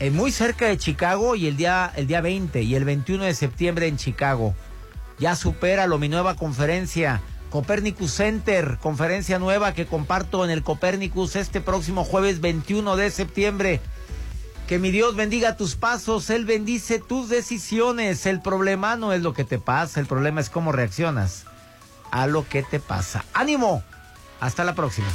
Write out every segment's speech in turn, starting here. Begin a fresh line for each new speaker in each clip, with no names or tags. eh, muy cerca de Chicago y el día, el día 20 y el 21 de septiembre en Chicago. Ya supera lo mi nueva conferencia. Copernicus Center, conferencia nueva que comparto en el Copernicus este próximo jueves 21 de septiembre. Que mi Dios bendiga tus pasos, Él bendice tus decisiones. El problema no es lo que te pasa, el problema es cómo reaccionas a lo que te pasa. ¡Ánimo! Hasta la próxima.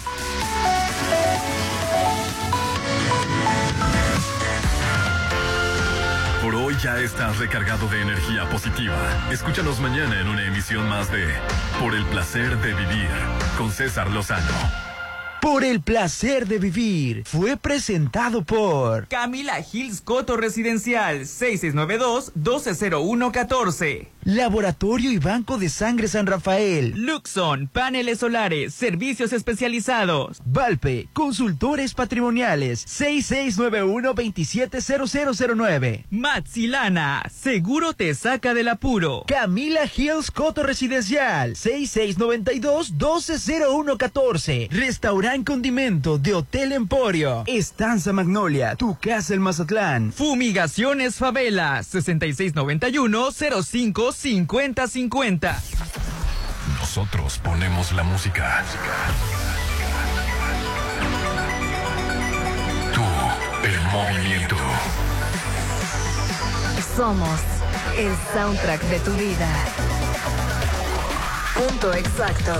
Por hoy ya estás recargado de energía positiva. Escúchanos mañana en una emisión más de Por el placer de vivir con César Lozano.
Por el placer de vivir fue presentado por
Camila Hills Coto Residencial 6692-120114.
Laboratorio y Banco de Sangre San Rafael.
Luxon, paneles solares, servicios especializados.
Valpe, consultores patrimoniales 6691-270009.
Matzilana, seguro te saca del apuro.
Camila Hills Coto Residencial 6692-120114. Restaurante Gran Condimento de Hotel Emporio. Estanza Magnolia, tu casa en Mazatlán.
Fumigaciones Favela, 6691-055050.
Nosotros ponemos la música. Tú, el movimiento.
Somos el soundtrack de tu vida. Punto exacto.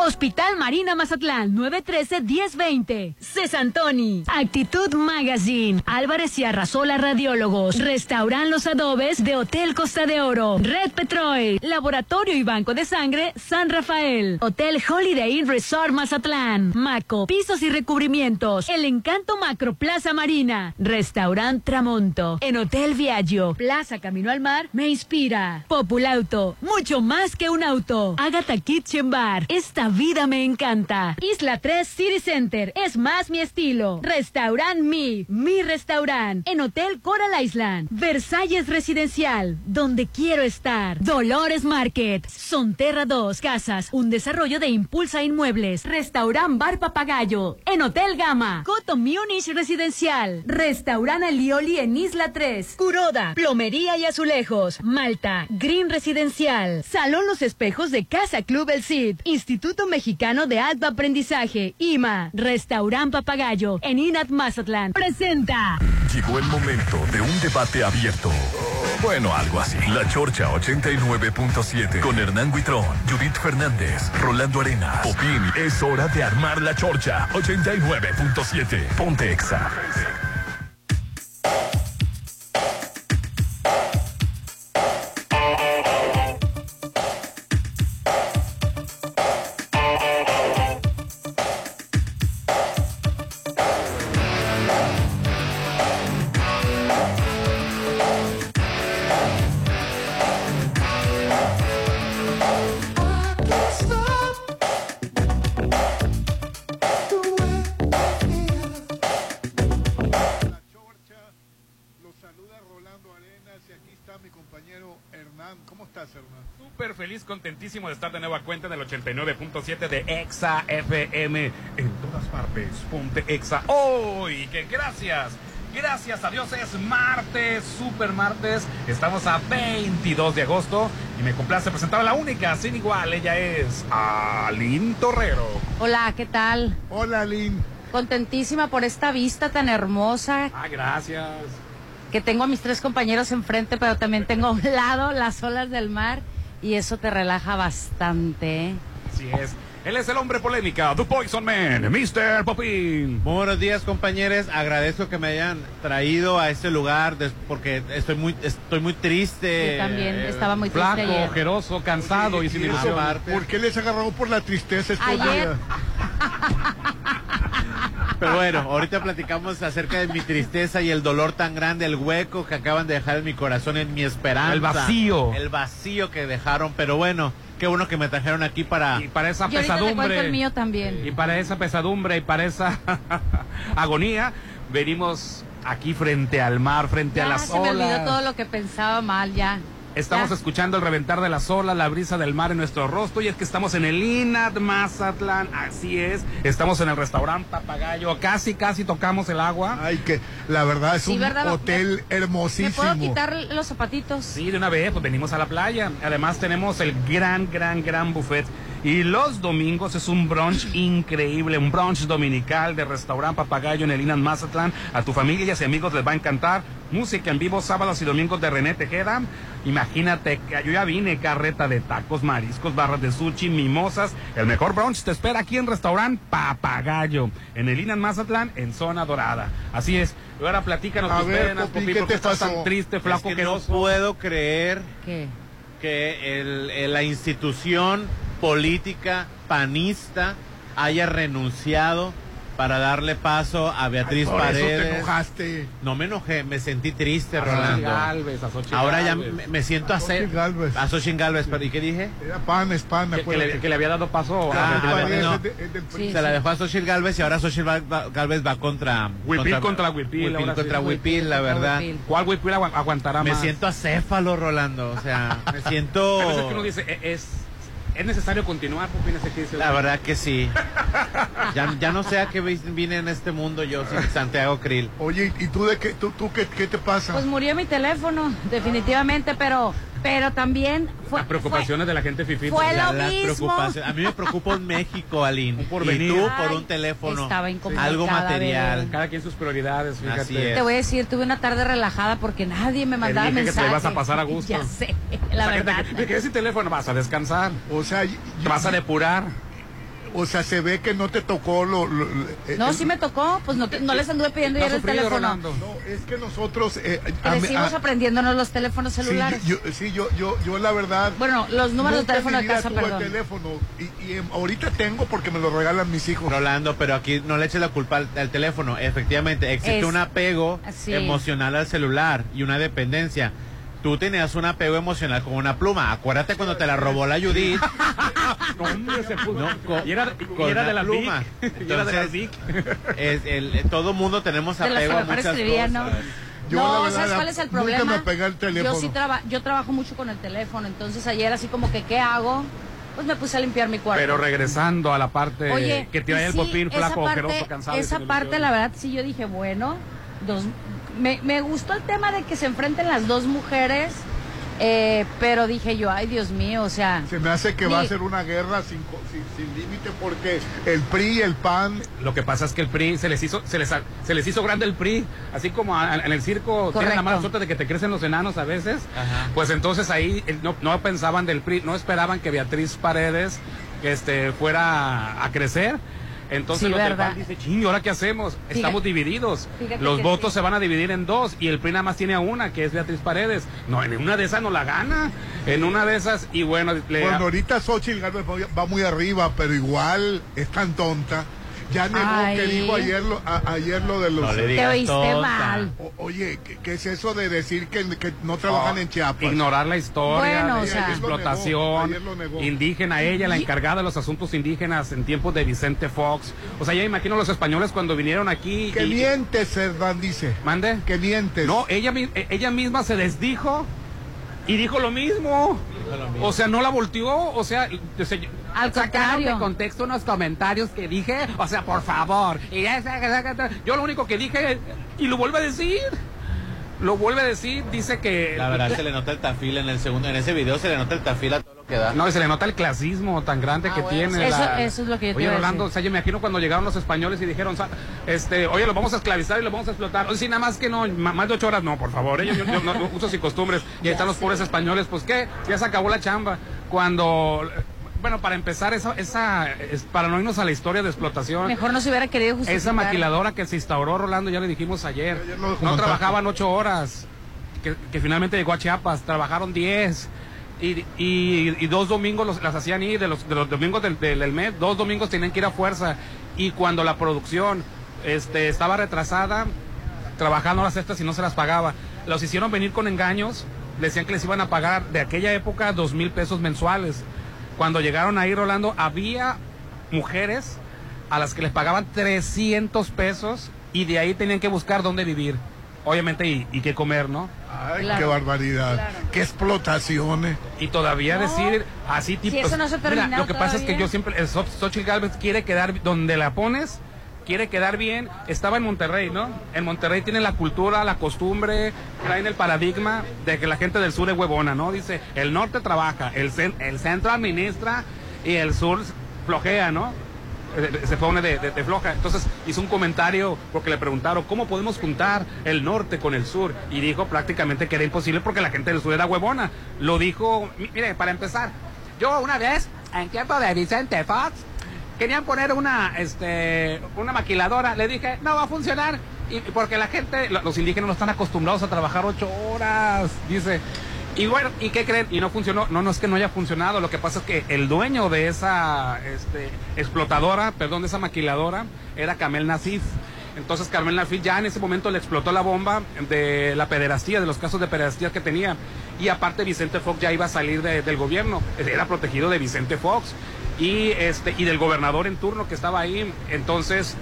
Hospital Marina Mazatlán, 913-1020. Cés Antoni. Actitud Magazine. Álvarez y Arrasola Radiólogos. Restaurant Los Adobes de Hotel Costa de Oro. Red Petrol. Laboratorio y Banco de Sangre San Rafael. Hotel Holiday Inn Resort Mazatlán. Maco. Pisos y recubrimientos. El Encanto Macro Plaza Marina. Restaurant Tramonto. En Hotel Viaggio. Plaza Camino al Mar. Me inspira. Populauto. Mucho más que un auto. Agatha Kitchen Bar. Esta vida me encanta. Isla 3 City Center es más mi estilo. Restaurant Mi, mi restaurant. En Hotel Coral Island. Versalles Residencial, donde quiero estar. Dolores Market. Sonterra 2 Casas, un desarrollo de Impulsa Inmuebles. Restaurant Bar Papagayo. En Hotel Gama. Coto Munich Residencial. Restaurant Alioli en Isla 3. Curoda. Plomería y Azulejos. Malta. Green Residencial. Salón Los Espejos de Casa Club El Cid. Instituto Mexicano de Alto Aprendizaje, IMA, Restaurant Papagayo, en INAT Mazatlán, presenta.
Llegó el momento de un debate abierto. Bueno, algo así. La Chorcha 89.7 con Hernán Guitrón, Judith Fernández, Rolando Arena, Popín. Es hora de armar la Chorcha 89.7. Ponte Exa.
contentísimo de estar de nueva cuenta en el 89.7 de Exa FM en todas partes. Ponte Exa hoy. Oh, que gracias. Gracias a Dios es martes, super martes. Estamos a 22 de agosto y me complace presentar a la única, sin igual. Ella es Alin Torrero.
Hola, ¿qué tal?
Hola, Alin.
Contentísima por esta vista tan hermosa.
Ah, gracias.
Que tengo a mis tres compañeros enfrente, pero también tengo a un lado las olas del mar y eso te relaja bastante. ¿eh?
Así es. Él es el hombre polémica, The Poison Man, Mr. Popín.
Muy buenos días, compañeros. Agradezco que me hayan traído a este lugar des- porque estoy muy, estoy muy triste.
Yo también
Eh,
estaba muy triste
Flaco,
ayer.
ojeroso, cansado y sin
Oye,
ilusión.
Omar.
¿Por qué les agarró por la tristeza este
Ayer.
día?
Pero bueno, ahorita platicamos acerca de mi tristeza y el dolor tan grande, el hueco que acaban de dejar en mi corazón, en mi esperanza.
El vacío.
El vacío que dejaron. Pero bueno, qué bueno que me trajeron aquí para.
Y para esa
Yo ahorita le cuento el
pesadumbre.
mío también.
Y para esa pesadumbre y para esa agonía, venimos aquí frente al mar, frente a
Ya
las
se me olvidó todo
olas.
lo que pensaba mal, ya.
Estamos
Ya.
escuchando el reventar de las olas, la brisa del mar en nuestro rostro y es que estamos en el Inat Mazatlán, así es. Estamos en el restaurante Papagayo, casi casi tocamos el agua.
Ay, que la verdad es
Sí,
un
¿verdad?
hotel
¿Me puedo
hermosísimo.
quitar los zapatitos?
Sí, de una vez, pues venimos a la playa. Además tenemos el gran, gran, gran buffet. Y los domingos es un brunch increíble, un brunch dominical de restaurante Papagayo en el Inan Mazatlán. A tu familia y amigos les va a encantar. Música en vivo sábados y domingos de René Tejeda. Imagínate, que yo ya vine, carreta de tacos, mariscos, barras de sushi, mimosas. El mejor brunch te espera aquí en restaurante Papagayo, en el Inan Mazatlán, en Zona Dorada. Así es. Y ahora platícanos
A
tus
ver,
penas,
Popín,
Popín,
¿qué
¿por qué
te
estás tan
pasó?
triste,
Es
flaco,
que
que
no puedo creer
¿Qué?
que el- eh, la institución política panista haya renunciado para darle paso a
Ay,
Beatriz
por eso te
Paredes.
enojaste.
No me enojé, me sentí triste,
A Xochitl
Rolando.
Gálvez, a Xochitl
Ahora ya
Gálvez.
me, me siento a
Xochitl
ser.
Gálvez.
A Xochitl Gálvez, pero ¿y qué dije?
Era pan, es
Que,
pan,
que le,
acuérdate.
que le había dado paso a
Ah,
Beatriz
vale.
Paredes.
Paredes
no.
es de- es del PRI.
Sí,
Se la
sí.
dejó a Xochitl Gálvez y ahora Xochitl va- va- Gálvez va contra.
Huipil contra Huipil, ahora sí.
contra Huipil, la
Contra
verdad.
Huipil.
¿Cuál güey pudiera agu- aguantará
Me
más?
siento acéfalo, Rolando. O sea, me siento.
A veces que uno dice, "E- es, es necesario continuar, Popín, ese que dice.
La verdad que sí. Ya, ya no sé a qué vi- vine en este mundo yo sin Santiago Krill.
Oye, ¿y tú de qué, tú, tú qué, qué te pasa?
Pues murió mi teléfono, definitivamente, pero, pero también fue.
Las preocupaciones de la gente fifí.
fue
Ya
lo
las
mismo.
preocupaciones. A mí me preocupa un México, Alín.
Un
y
porvenir.
tú
Ay,
por un teléfono.
estaba incomodada,
Algo material.
bebé.
Cada quien sus prioridades, fíjate.
Así es.
Te voy a decir, tuve una tarde relajada porque nadie me mandaba
dije que te
mensajes.
ibas a pasar a gusto.
Ya sé,
O
la
sea, que te-
verdad.
Me quedé sin teléfono, vas a descansar,
O sea, y- y-
te vas a depurar.
o sea, se ve que no te tocó lo... lo- lo- eh,
No,
el-
sí me tocó, pues no, te- no les anduve pidiendo
No
ya
has
el
sufrido,
teléfono.
Rolando.
No, es que nosotros... eh, a-
Crecimos
a-
aprendiéndonos los teléfonos celulares.
Sí, yo, sí, yo, yo, yo la verdad...
bueno, los números de
nunca en mi
teléfono de
vida
casa,
tuve
perdón.
teléfono y, y, em, ahorita tengo porque me lo regalan mis hijos.
Rolando, pero aquí no le eches la culpa al, al teléfono. Efectivamente, existe
Es-
un apego
sí.
emocional al celular y una dependencia. Tú tenías un apego emocional con una pluma. Acuérdate cuando te la robó la Judith.
No, hombre, se puso.
No, co-
y era, y
con
era
la
de las Vic.
pluma.
Y era de las
Entonces,
Vic.
Es el- todo mundo tenemos
De los que
apego a
mejor
muchas
escribía,
cosas.
¿no?
Yo, la
no,
verdad,
¿sabes cuál es el
nunca
problema?
me pegué al teléfono.
Yo sí traba- yo trabajo mucho con el teléfono, entonces ayer así como que, ¿qué hago? Pues me puse a limpiar mi cuarto.
Pero regresando a la parte que te
y
vaya el
sí,
popín,
esa
flaco,
parte-
ojeroso, cansado. y
Esa
sin
parte,
ilusión.
la verdad, sí yo dije, bueno, dos, me, me gustó el tema de que se enfrenten las dos mujeres, eh, pero dije yo, ay Dios mío, o sea,
Se me hace que va a
Ni-
ser una guerra sin, co- sin, sin límite porque el PRI, el PAN,
Lo que pasa es que el PRI se les hizo, se les, se les hizo grande el PRI, así como a- en el circo tienen la
Correcto.
mala suerte de que te crecen los enanos a veces. Pues entonces ahí eh, no, no pensaban del PRI, no esperaban que Beatriz Paredes este, fuera a crecer. Entonces
Sí,
los del
¿verdad?
PAN dicen, "Chin, ¿y ahora qué hacemos? Estamos divididos.
fíjate
Los
que
votos
sí.
se van a dividir en dos y el PRI nada más tiene a una, que es Beatriz Paredes. No, en una de esas no la gana. En una de esas, y bueno, le,
bueno, ahorita Xochitl Gálvez va- va muy arriba, pero igual es tan tonta. Ya negó que
Ay.
dijo ayer lo, a- ayer lo de los...
No le
te
digas
oíste
tonta.
mal.
O- oye, ¿qué, qué es eso de decir que, que no trabajan en Chiapas?
ignorar la historia,
Bueno, o
de
sea.
la
Ayer
lo negó,
explotación
Ah, pues. ayer lo negó.
indígena, ella, la encargada de los asuntos indígenas en tiempos de Vicente Fox. O sea, ya imagino los españoles cuando vinieron aquí.
Que
y-
mientes, Hernán dice.
¿Mande?
Que mientes.
No, ella, mi- eh, ella misma se desdijo y dijo lo mismo. O sea, no la volteó, o sea, y- o sea,
Al
sacaron
contrario.
de contexto unos comentarios que dije, o sea, por favor. y ya sa- sa- sa- yo lo único que dije, y lo vuelve a decir, lo vuelve a decir, dice que...
La verdad se le nota el tafil en el segundo, en ese video se le nota el tafil a todo lo que da.
No, y se le nota el clasismo tan
Ah,
grande que tiene.
Eso-
la-
eso es lo que yo te
Ah, Oye,
iba a
Rolando, o
decir.
sea, yo me imagino cuando llegaron los españoles y dijeron, sa- este, oye, los vamos a esclavizar y los vamos a explotar. Oye, sí, nada más que no, ma- más de ocho horas, no, por favor, eh, yo, yo- yo no, usos y costumbres. Y ahí están los pobres españoles, pues qué, ya se acabó la chamba. Cuando Bueno, para empezar, esa, esa es- para no irnos a la historia de explotación.
Mejor no se hubiera querido justificar.
Esa maquiladora que se instauró, Rolando, ya le dijimos ayer, no
comentaste.
trabajaban ocho horas, que, que finalmente llegó a Chiapas, trabajaron diez. Y, y- y dos domingos los- las hacían ir, de los, de los domingos del, del- del mes, dos domingos tenían que ir a fuerza. Y cuando la producción este, estaba retrasada, trabajando las extras y no se las pagaba. Los hicieron venir con engaños, decían que les iban a pagar de aquella época dos mil pesos mensuales. Cuando llegaron ahí, Rolando, había mujeres a las que les pagaban 300 pesos y de ahí tenían que buscar dónde vivir. Obviamente, y, y qué comer, ¿no?
Ay, qué barbaridad. Qué explotaciones.
Y todavía
No.
decir así tipo.
Si eso no se ha
Mira,
terminado
lo que pasa es que
todavía.
yo siempre. el Xó- Xóchitl Gálvez quiere quedar donde la pones. Quiere quedar bien. Estaba en Monterrey, ¿no? En Monterrey tienen la cultura, la costumbre, traen el paradigma de que la gente del sur es huevona, ¿no? Dice, el norte trabaja, el, cen- el centro administra y el sur flojea, ¿no? Eh, se pone de, de- de floja. Entonces hizo un comentario porque le preguntaron cómo podemos juntar el norte con el sur. Y dijo prácticamente que era imposible porque la gente del sur era huevona. Lo dijo, mi- mire, para empezar, yo una vez, en tiempo de Vicente Fox, querían poner una, este, una maquiladora. Le dije, no va a funcionar. Y y porque la gente, lo- los indígenas no están acostumbrados a trabajar ocho horas, dice. Y bueno, ¿y qué creen? Y no funcionó. No, no es que no haya funcionado. Lo que pasa es que el dueño de esa este, explotadora, perdón, de esa maquiladora, era Camel Nasif. Entonces Carmel Nafil ya en ese momento le explotó la bomba de la pederastía, de los casos de pederastía que tenía. Y aparte Vicente Fox ya iba a salir de- del gobierno, era protegido de Vicente Fox y, este, y del gobernador en turno que estaba ahí. Entonces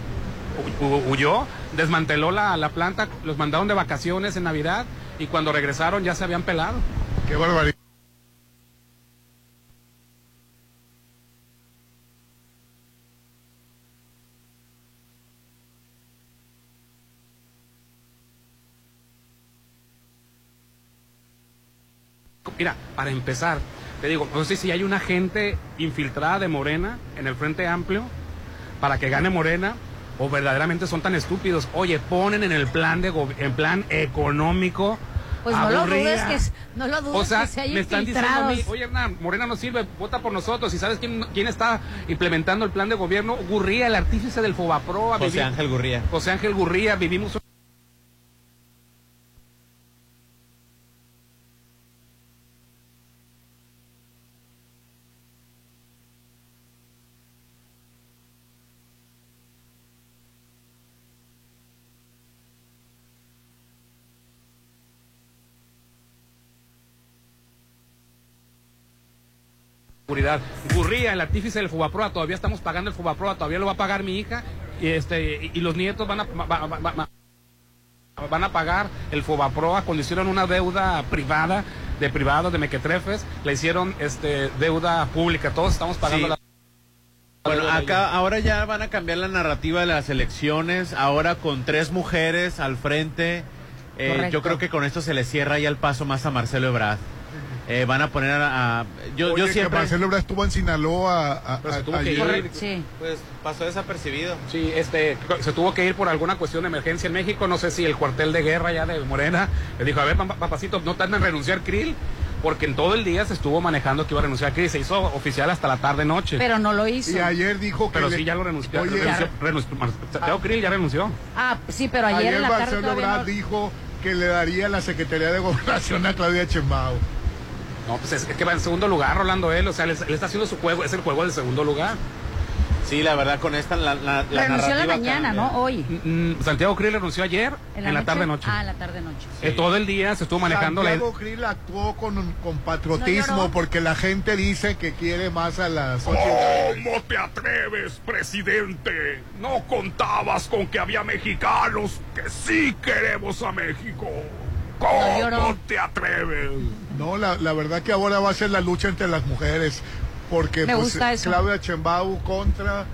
hu- hu- huyó, desmanteló la, la planta, los mandaron de vacaciones en Navidad y cuando regresaron ya se habían pelado.
Qué barbaridad.
Mira, para empezar, te digo, no sé si hay una gente infiltrada de Morena en el Frente Amplio para que gane Morena o verdaderamente son tan estúpidos. Oye, ponen en el plan de gobi- en plan económico.
Pues no lo
aburrida.
dudes que, s- no lo dudes
O sea,
que se haya
me están diciendo a
infiltrados.
mí, oye Hernán, Morena no sirve, vota por nosotros. ¿Y sabes quién, quién está implementando el plan de gobierno? Gurría, el artífice del Fobaproa.
José
vivi-
Ángel Gurría.
José Ángel Gurría, vivimos un- seguridad. Gurría, el artífice del Fubaproa, todavía estamos pagando el Fubaproa, todavía lo va a pagar mi hija y este y, y los nietos van a va- va- va- va- van a pagar el Fobaproa cuando hicieron una deuda privada de privados de mequetrefes, le hicieron este deuda pública, todos estamos pagando
Sí.
la
Bueno,
deuda
acá ahora ya van a cambiar la narrativa de las elecciones, ahora con tres mujeres al frente. Eh,
Correcto.
yo creo que con esto se le cierra ya el paso más a Marcelo Ebrard. Eh, van a poner a... a- yo,
Oye,
yo
que
siempre...
Marcelo Ebrard estuvo en Sinaloa a- a-
Pues tuvo que
ayer.
ir.
Sí.
Pues pasó desapercibido.
Sí, este, se tuvo que ir por alguna cuestión de emergencia en México, no sé si el cuartel de guerra ya de Morena le dijo, a ver, pam- papacito, no tarden en renunciar Krill, porque en todo el día se estuvo manejando que iba a renunciar Krill, se hizo oficial hasta la tarde-noche.
Pero no lo hizo.
Y ayer
dijo
Pero sí, ya lo renunció.
Oye,
renunció, renunció- Mar- Santiago Krill ya renunció.
Ah, sí, pero ayer,
Ayer
en la tarde
Marcelo
todavía
Ebrard
no-
dijo que le daría la Secretaría de Gobernación a Claudia Chembao.
No, pues es, es que va en segundo lugar, Rolando, él, o sea, le, le está haciendo su juego, es el juego del segundo lugar.
Sí, la verdad, con esta la, la, la
Renunció en la
narrativa
mañana,
cambia.
¿no? Hoy.
Mm, Santiago Krill renunció ayer en la,
noche?
tarde-noche.
Ah, en la tarde-noche.
Eh, Todo el día se estuvo manejando la...
Santiago Krill actuó con, con patriotismo
No lloró.
porque la gente dice que quiere más a las
¿Cómo te atreves, presidente? No contabas con que había mexicanos que sí queremos a México. ¿Cómo te atreves?
No, la, la verdad que ahora va a ser la lucha entre las mujeres. Porque
Me
pues,
gusta eso.
Claudia Chembao contra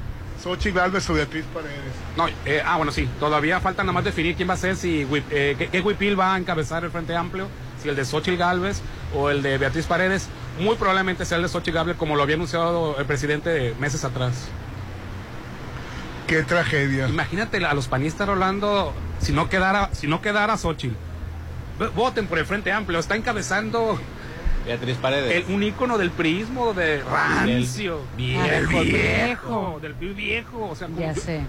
Xochitl Gálvez o Beatriz Paredes.
No, eh, ah, bueno, sí, todavía falta nada más definir quién va a ser, si Huip- eh, qué, qué Huipil va a encabezar el Frente Amplio, si el de Xochitl Galvez o el de Beatriz Paredes. Muy probablemente sea el de Xochitl Galvez, como lo había anunciado el presidente meses atrás.
Qué tragedia.
Imagínate a los panistas Rolando, si no quedara, si no quedara Xochitl. V- Voten por el Frente Amplio, está encabezando
Beatriz Paredes.
El, un ícono del prismo de rancio.
Del
viejo,
viejo.
viejo, Del viejo. O sea, como
Ya
que-
sé.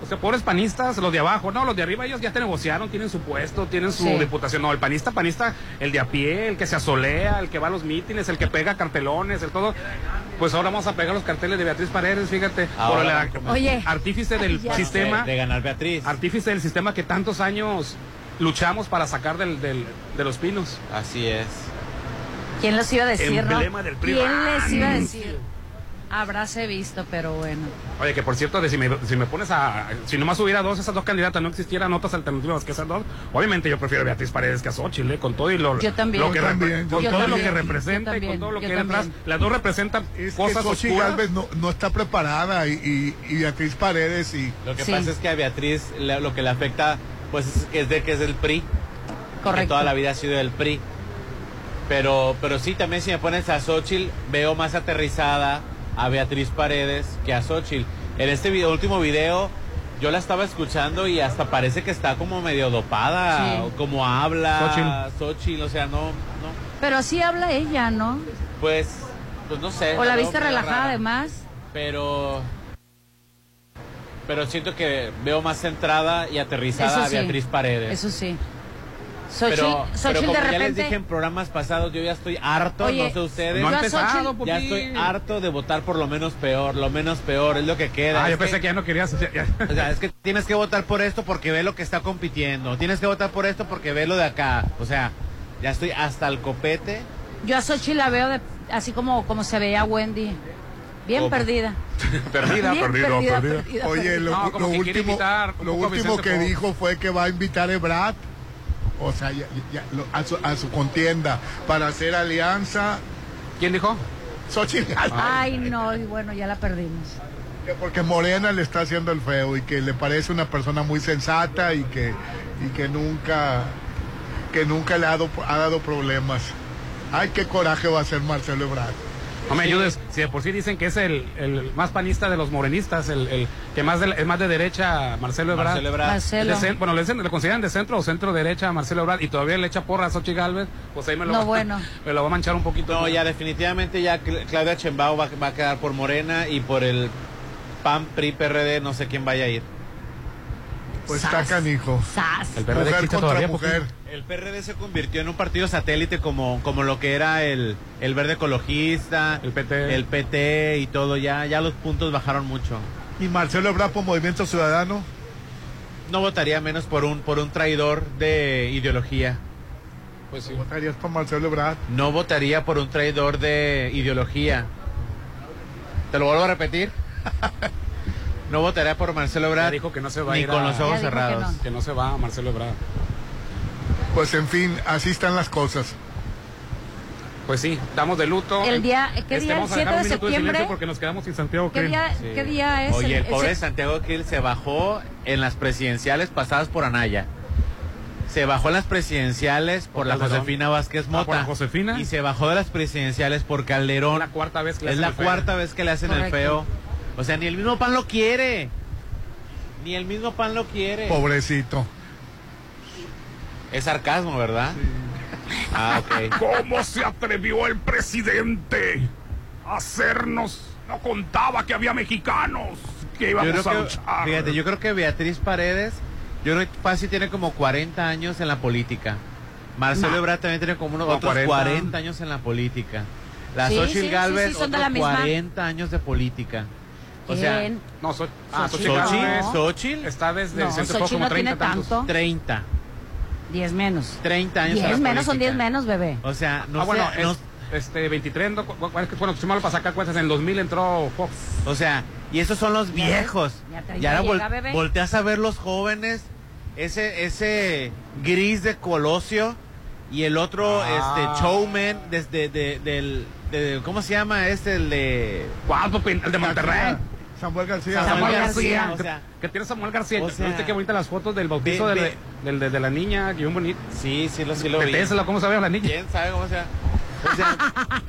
O sea, pobres panistas, los de abajo. No, los de arriba ellos ya te negociaron, tienen su puesto, tienen su
Sí.
diputación. No, el panista, panista, el de a pie, el que se asolea, el que va a los mítines, el que pega cartelones, el todo. Pues ahora vamos a pegar los carteles de Beatriz Paredes, fíjate.
Ahora
Por la-
van a comer. Oye.
Artífice del
Ya.
sistema.
De- de ganar Beatriz.
Artífice del sistema que tantos años luchamos para sacar del, del- de los pinos.
Así es.
¿Quién los iba a decir,
Emblema
no?
del Ah, PRI.
¿Quién les iba a decir? Habráse visto, pero bueno.
Oye, que por cierto, de si me, si me pones a. Si nomás hubiera dos, esas dos candidatas no existieran otras alternativas que esas dos. Obviamente yo prefiero a Beatriz Paredes que a Xochitl, ¿eh? con todo y lo,
Yo también.
lo que
Yo
repre-
también,
con
yo
todo
también,
lo que
yo
representa y
también,
con todo lo
yo
que hay detrás.
también.
Las dos representan cosas
que Xochitl
oscuras.
Gálvez no, no está preparada y, y, y Beatriz Paredes y...
Lo que pasa es que a Beatriz la- lo que le afecta pues es, es de que es del PRI. Que
Correcto.
toda la vida ha sido del PRI. Pero, pero sí, también si me pones a Xochitl, veo más aterrizada a Beatriz Paredes que a Xochitl. En este video- último video, yo la estaba escuchando y hasta parece que está como medio dopada,
Sí.
o como habla Xochitl. o sea, no,
Pero así habla ella, ¿no?
pues, pues no sé.
O la
no,
viste
medio
relajada
rara.
además.
Pero. Pero siento que veo más centrada y aterrizada
Eso
a
sí.
Beatriz Paredes.
Eso sí. Xochitl,
Pero, pero
Xochitl
como
de
ya les dije
repente.
en programas pasados, yo ya estoy harto,
Oye,
no sé ustedes.
No ha yo a empezado, Xochitl-
Ya
Popín.
estoy harto de votar por lo menos peor, lo menos peor, es lo que queda.
Ah,
Es
yo pensé que ya no querías. ya- ya.
o sea, es que tienes que votar por esto porque ve lo que está compitiendo. Tienes que votar por esto porque ve lo de acá. O sea, ya estoy hasta el copete.
Yo a Xochitl la veo de- así como, como se veía Wendy. Bien
Como-
perdida.
Perdida,
Bien
perdida,
perdida,
perdida.
perdida,
Oye, lo,
No, como
lo
que quiere
último,
invitar un
lo
poco a
último
Vicente
que
Fox.
dijo fue que va a invitar a Brad o sea, ya- ya- lo- a, su, a su contienda para hacer alianza.
¿Quién dijo?
Xochitl Gálvez.
Ah,
Ay, no, y bueno, ya la perdimos.
Este
Que Porque Morena le está haciendo el feo y que le parece una persona muy sensata y que, y que nunca que nunca le ha dado, ha dado problemas. Ay, qué coraje va a hacer Marcelo Ebrard.
No me ayudes. Si de por sí dicen que es el, el más panista de los morenistas, el, el que más de, es más de derecha, Marcelo Ebrard.
Marcelo Ebrard.
Marcelo.
De cen- bueno, le, dicen- le consideran de centro o centro derecha a Marcelo Ebrard y todavía le echa porra a Xochitl Galvez. Pues ahí me lo,
No,
va,
bueno.
me lo va a manchar un poquito.
No, ya definitivamente ya Cl- Claudia Chembao va, va a quedar por Morena y por el PAN, PRI, PRD, no sé quién vaya a ir.
Pues está canijo.
Sas.
El PRD
Mujer
existe
contra
todavía,
mujer.
El PRD se convirtió en un partido satélite como, como lo que era el, el verde ecologista,
El PT.
el PT y todo, ya, ya los puntos bajaron mucho.
Y Marcelo Ebrard por Movimiento Ciudadano.
No votaría menos por un, por un traidor de ideología.
Pues sí.
¿Votarías por Marcelo Ebrard?
No votaría por un traidor de ideología. ¿Te lo vuelvo a repetir? No votaría por Marcelo
Ya
Ebrard
dijo que no se va a
ni
ir
con
a-
los ojos
Ya dijo que
cerrados.
no.
que no se va a Marcelo Ebrard.
Pues en fin, así están las cosas.
Pues sí, estamos de luto.
El día- ¿qué
Este,
día?
vamos a
¿El
dejar un
7 de
minuto silencio
septiembre?
porque nos quedamos sin Santiago
¿Qué
Krill.
día, ¿Qué día es?
Oye, el pobre
se-
Santiago Krill se bajó en las presidenciales pasadas por Anaya. Se bajó en las presidenciales por la
Calderón.
Josefina Vázquez
Ah,
Mota.
por la Josefina.
Y se bajó de las presidenciales por
Es
Calderón.
la cuarta vez que le
es
hacen
la
el feo.
cuarta vez que le hacen
Correcto.
el feo. O sea, ni el mismo pan lo quiere. Ni el mismo pan lo quiere.
Pobrecito.
Es sarcasmo, ¿verdad? Ah, ok.
¿Cómo se atrevió el presidente a hacernos? No contaba que había mexicanos que
Yo
íbamos a
creo que,
luchar.
fíjate, yo creo que Beatriz Paredes, yo creo que fácil tiene como 40 años en la política. Marcelo Ebrard también tiene como unos
Como
otros
40.
40. años en la política. La
Sí,
Xochitl
sí,
Gálvez,
sí, sí, son de
otros
la misma.
40 años de política. O sea,
¿Quién?
No, Xochitl. Ah,
Xochitl.
Xochitl
Xochitl,
Gálvez
No.
Xochitl,
está desde
No,
el centro
Xochitl
como
no
30
tiene
tantos.
tanto.
30.
10 menos.
30 años en
10
la
menos son 10
política.
menos, bebé.
O sea, no
ah, bueno,
sé,
es-
no-
este 23, no, cu- cu- es que, bueno, Chumalo para sacar cuentas, en 2000 entró Fox.
O sea, y esos son los
Ya
viejos.
ves, ya te-
Y
ya
ahora Pues, vol-
llega, bebé.
volteas a ver los jóvenes, ese, ese gris de Colosio y el otro
Ah.
este showman desde de- del de- ¿cómo se llama este el de
¿Cuál, Popín? El de Monterrey.
Samuel García.
Samuel,
Samuel
García.
García.
O sea,
que tiene Samuel García.
o sea,
¿Viste qué bonitas las fotos del bautizo
ve-
del-
ve-
del- de, de la niña? Que bien bonito.
Sí, sí lo sí lo
De
vi.
Tesla, ¿cómo sabía la niña?
¿Quién sabe cómo se llama?
O sea,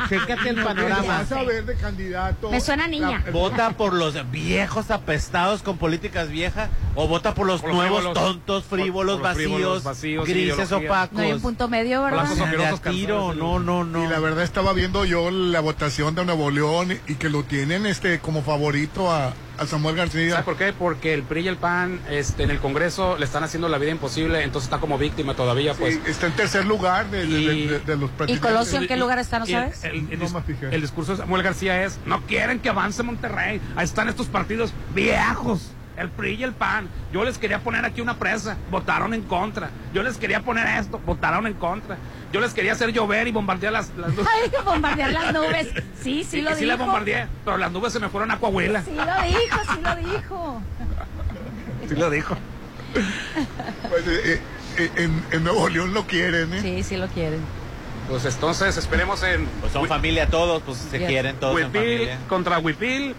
chécate
Ah,
el panorama.
Vas a ver de candidato.
Me suena niña.
La-
¿Vota por los viejos apestados con políticas viejas o vota por los
Por los
nuevos
frívolos.
tontos,
Por-
frívolos,
por los
vacíos,
frívolos, vacíos,
grises,
ideologías.
opacos?
No hay un
Pues,
punto medio, ¿verdad?
Brazos ojerosos, cansados,
no,
no, no.
Y la verdad estaba viendo yo la votación de Nuevo León y que lo tienen este como favorito a, a Samuel García.
¿Sabes por qué? Porque el PRI y el PAN este, en el Congreso le están haciendo la vida imposible, entonces está como víctima todavía, pues.
Sí, está en tercer lugar de, de- de- de- de los
¿Y
pretendientes.
Colosio en qué lugar está, no
Y el-
sabes?
El, el
No
dis-
me fijé.
el discurso de Samuel García es, no quieren que avance Monterrey, ahí están estos partidos viejos, el PRI y el PAN, yo les quería poner aquí una presa, votaron en contra, yo les quería poner esto, votaron en contra, yo les quería hacer llover y bombardear las, las nubes.
Ay, bombardear las nubes. Sí, sí
Y- y
lo dijo.
sí la bombardeé, pero las nubes se me fueron a Coahuila.
Sí lo dijo, sí lo dijo.
Sí lo dijo.
Pues, eh, eh, en, en Nuevo León lo quieren, ¿eh?
Sí, sí lo quieren.
Pues entonces esperemos en
Pues son familia todos, pues se
Bien.
quieren todos en
Huipil
familia.
contra Huipil.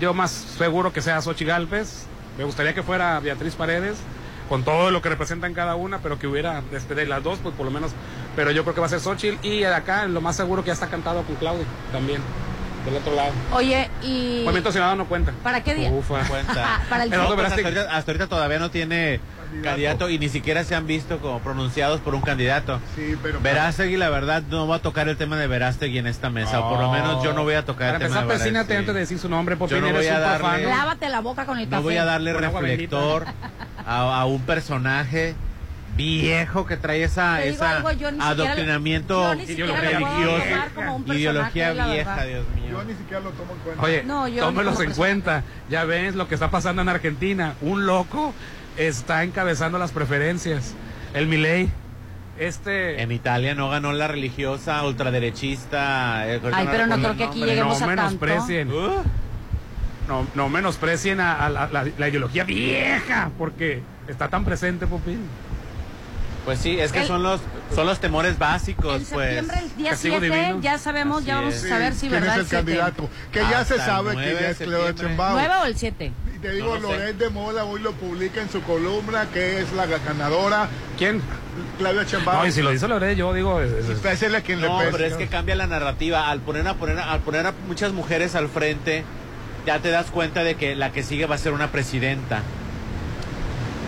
Yo más seguro que sea Sochi Galvez. Me gustaría que fuera Beatriz Paredes, con todo lo que representan cada una, pero que hubiera este, de las dos, pues por lo menos. Pero yo creo que va a ser Sochi y acá lo más seguro que ya está cantado con Claudio también, del otro lado.
Oye, y.
Movimiento Ciudadano no cuenta.
¿Para qué día?
Pues,
Ah,
Ufa.
Cuenta.
Para el
No,
Eduardo
pues
Verástegui.
hasta, ahorita, hasta ahorita todavía no tiene candidato. y ni siquiera se han visto como pronunciados por un candidato.
Sí, pero pues-
Verástegui, la verdad, no va a tocar el tema de Verástegui en esta mesa, o por lo menos yo no voy a tocar el tema
Para empezar,
pues,
de
persínate antes de
Verástegui.
decir su nombre, porque
Yo no
eres
voy a
un
darle-
profano.
Lávate la boca con el café.
No voy a darle
Con agua
reflector a, a un personaje viejo que trae esa,
Te digo
esa
algo, yo ni siquiera-
adoctrinamiento
yo ni siquiera
ideología
lo puedo
religiosa.
tomar como un personaje,
ideología
la
vieja,
verdad.
Dios mío.
Yo ni siquiera lo tomo en cuenta.
Oye,
No, yo
tómelos
no
en
como
cuenta. Ya ves lo que está pasando en Argentina. Un loco está encabezando las preferencias. El Milei. Este.
En Italia no ganó la religiosa ultraderechista. eh,
Ay, pero no
recuerdo
creo
el
que aquí
nombre.
lleguemos
no
a tanto.
menosprecien.
Uh,
No, no menosprecien a, a la, la- la ideología vieja. Porque está tan presente, Popín.
pues sí, es que
El-
son los son los temores básicos,
En
pues.
septiembre, el día
castigo
7,
divino.
ya sabemos, ya
Así
vamos
es.
a saber si
¿Quién
verdad
es
el,
el
7.
calendario? Que ya
Hasta
se
el
sabe que
9 de
ya es Cleo
septiembre.
Chembao.
¿Nueve o el 7?
Y te digo,
No lo sé.
Loret de Mola hoy lo publica en su columna que es la ganadora
¿Quién?
Claudia Chembao.
No, y si lo hizo Loré, yo digo. es- es-
Pésele a quien
No,
le pese.
pero es que cambia la narrativa. Al poner, a poner, al poner a muchas mujeres al frente, ya te das cuenta de que la que sigue va a ser una presidenta.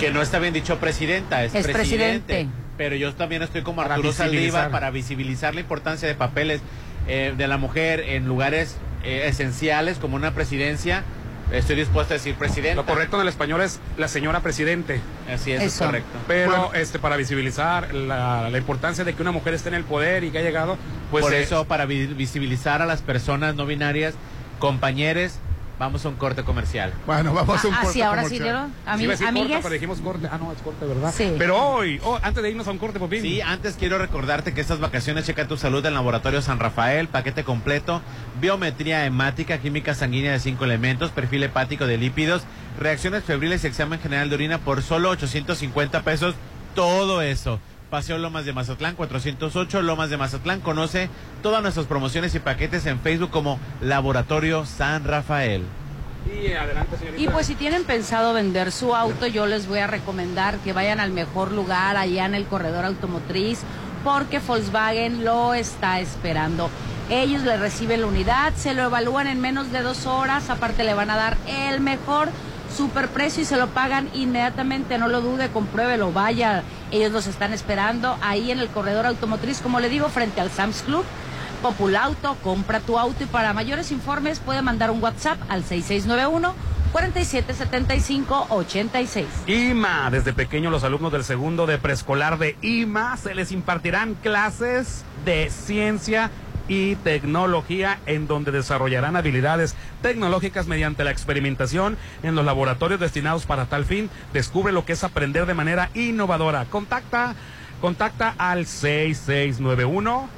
Que no está bien dicho presidenta, es,
Es presidente.
Pero yo también estoy como
Para
Arturo Saldívar
visibilizar.
para visibilizar la importancia de papeles eh, de la mujer en lugares eh, esenciales como una presidencia. Estoy dispuesto a decir presidenta.
Lo correcto del español es la señora presidente.
Así es, es
Eso.
correcto.
Pero
Bueno.
este para visibilizar la, la importancia de que una mujer esté en el poder y que ha llegado, pues
Por
eh,
eso, para vi- visibilizar a las personas no binarias, compañeros, vamos a un corte comercial.
Bueno, vamos a un
Ah, sí,
corte
ahora sí,
comercial.
¿no?
Sí,
Ami-
iba a decir corta,
Amigues.
pero dijimos corte. Ah, no, es corte, ¿verdad?
Sí.
Pero hoy, oh, antes de irnos a un corte, Popín.
Sí, antes quiero recordarte que estas vacaciones checa tu salud en Laboratorio San Rafael, paquete completo, biometría hemática, química sanguínea de cinco elementos, perfil hepático de lípidos, reacciones febriles y examen general de orina por solo 850 pesos, todo eso. Paseo Lomas de Mazatlán, 408 Lomas de Mazatlán. Conoce todas nuestras promociones y paquetes en Facebook como Laboratorio San Rafael.
Y adelante, señorita.
Y pues si tienen pensado vender su auto, yo les voy a recomendar que vayan al mejor lugar allá en el corredor automotriz, porque Volkswagen lo está esperando. Ellos le reciben la unidad, se lo evalúan en menos de dos horas, aparte le van a dar el mejor superprecio y se lo pagan inmediatamente, no lo dude, compruébelo, vaya, ellos los están esperando ahí en el corredor automotriz, como le digo, frente al Sam's Club. Populauto, compra tu auto y para mayores informes puede mandar un WhatsApp al 6691 4775 86.
IMA, desde pequeño los alumnos del segundo de preescolar de IMA se les impartirán clases de ciencia y tecnología en donde desarrollarán habilidades tecnológicas mediante la experimentación en los laboratorios destinados para tal fin. Descubre lo que es aprender de manera innovadora. Contacta, contacta al 6691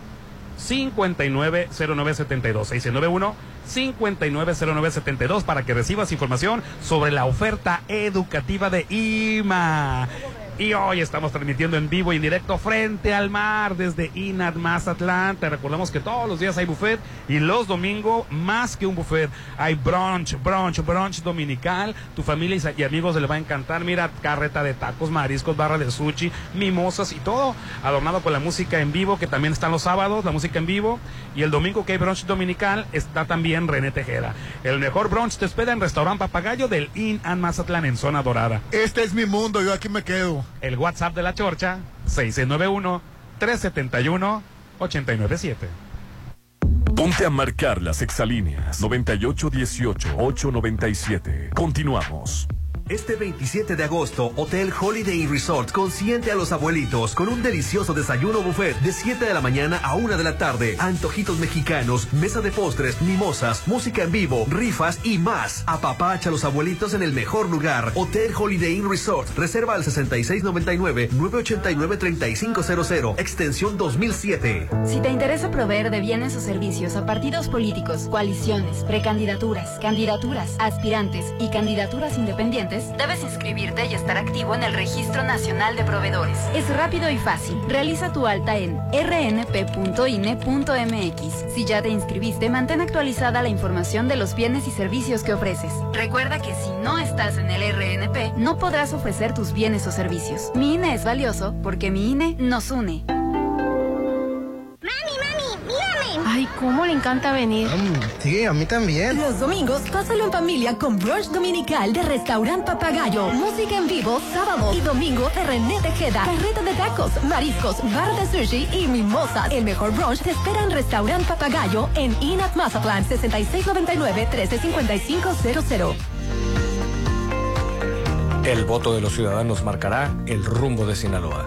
590972 691 590972 para que recibas información sobre la oferta educativa de IMA. Y hoy estamos transmitiendo en vivo y en directo frente al mar desde Inat Mazatlán. Te recordamos que todos los días hay buffet y los domingos más que un buffet. Hay brunch, brunch, brunch dominical. Tu familia y sa- y amigos se les va a encantar. Mira, carreta de tacos, mariscos, barra de sushi, mimosas y todo adornado con la música en vivo que también están los sábados, la música en vivo. Y el domingo que hay brunch dominical está también René Tejeda. El mejor brunch te espera en Restaurant Papagayo del Inan Mazatlán en Zona Dorada.
Este es mi mundo, yo aquí me quedo.
El WhatsApp de la Chorcha, 691-371-897.
Ponte a marcar las exalíneas 9818-897. Continuamos.
Este 27 de agosto, Hotel Holiday Inn Resort consiente a los abuelitos con un delicioso desayuno buffet de 7 de la mañana a 1 de la tarde, antojitos mexicanos, mesa de postres, mimosas, música en vivo, rifas y más. Apapacha a los abuelitos en el mejor lugar. Hotel Holiday Inn Resort. Reserva al 6699-989-3500, extensión 2007.
Si te interesa proveer de bienes o servicios a partidos políticos, coaliciones, precandidaturas, candidaturas, aspirantes y candidaturas independientes, debes inscribirte y estar activo en el Registro Nacional de Proveedores. Es rápido y fácil. Realiza tu alta en rnp.ine.mx. Si ya te inscribiste, mantén actualizada la información de los bienes y servicios que ofreces. Recuerda que si no estás en el RNP, no podrás ofrecer tus bienes o servicios. Mi INE es valioso porque mi INE nos une.
Ay, cómo le encanta venir.
Mm, Sí, a mí también.
Los domingos, pásalo en familia con brunch dominical de Restaurant Papagayo. Música en vivo, sábado y domingo de René Tejeda. Carreta de tacos, mariscos, bar de sushi y mimosas. El mejor brunch te espera en Restaurant Papagayo en Inat Mazatlán, 6699-135500.
El voto de los ciudadanos marcará el rumbo de Sinaloa.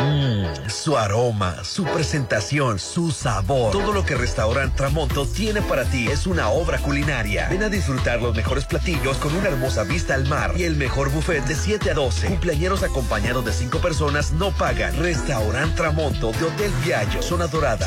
Mm, su aroma, su presentación, su sabor. Todo lo que Restaurant Tramonto tiene para ti es una obra culinaria. Ven a disfrutar los mejores platillos con una hermosa vista al mar y el mejor buffet de 7 a 12. Cumpleañeros acompañados de 5 personas no pagan. Restaurant Tramonto de Hotel Viallo, Zona Dorada,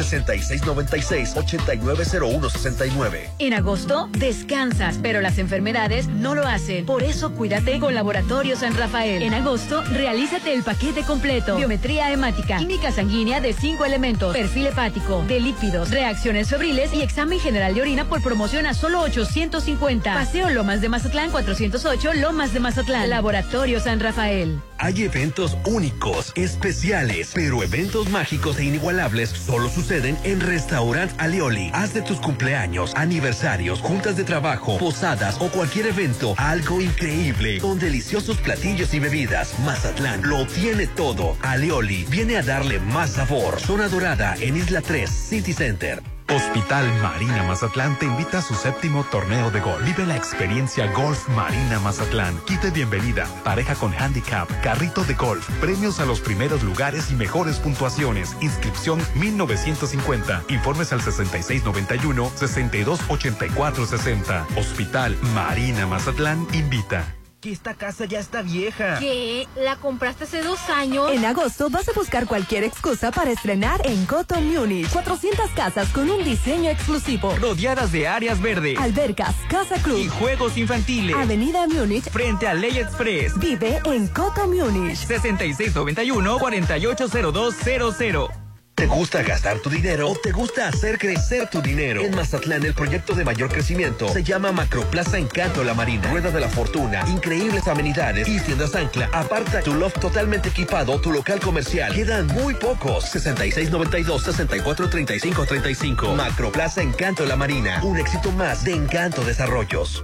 6696-890169.
En agosto descansas, pero las enfermedades no lo hacen. Por eso cuídate con Laboratorio San Rafael. En agosto, realízate el paquete completo. Biometría hemática, química sanguínea de cinco elementos, perfil hepático, de lípidos, reacciones febriles y examen general de orina por promoción a solo 850. Paseo Lomas de Mazatlán 408, Lomas de Mazatlán. Laboratorio San Rafael.
Hay eventos únicos, especiales, pero eventos mágicos e inigualables solo suceden en Restaurant Alioli. Haz de tus cumpleaños, aniversarios, juntas de trabajo, posadas o cualquier evento algo increíble con deliciosos platillos y bebidas. Mazatlán lo tiene todo. Alioli viene a darle más sabor. Zona Dorada en Isla 3, City Center.
Hospital Marina Mazatlán te invita a su séptimo torneo de golf. Vive la experiencia Golf Marina Mazatlán. Quite bienvenida, pareja con handicap, carrito de golf, premios a los primeros lugares y mejores puntuaciones. Inscripción 1950. Informes al 6691-628460. Hospital Marina Mazatlán invita.
Que esta casa ya está vieja.
¿Qué? ¿La compraste hace dos años?
En agosto vas a buscar cualquier excusa para estrenar en Coto Munich. 400 casas con un diseño exclusivo.
Rodeadas de áreas verdes
Albercas, Casa Club.
y juegos infantiles.
Avenida Múnich.
Frente a Ley Express.
Vive en Coto Munich.
6691-480200.
¿Te gusta gastar tu dinero o te gusta hacer crecer tu dinero? En Mazatlán, el proyecto de mayor crecimiento se llama Macroplaza Encanto La Marina. Rueda de la Fortuna, increíbles amenidades y tiendas ancla. Aparta tu loft totalmente equipado, tu local comercial. Quedan muy pocos. 6692-643535. Macroplaza Encanto La Marina. Un éxito más de Encanto Desarrollos.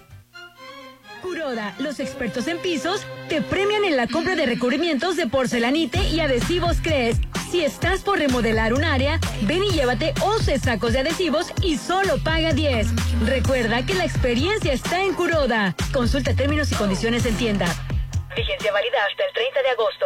Proda, los expertos en pisos, te premian en la compra de recubrimientos de porcelanite y adhesivos CRES. Si estás por remodelar un área, ven y llévate 11 sacos de adhesivos y solo paga 10. Recuerda que la experiencia está en Curoda. Consulta términos y condiciones en tienda. Vigencia válida hasta el 30 de agosto.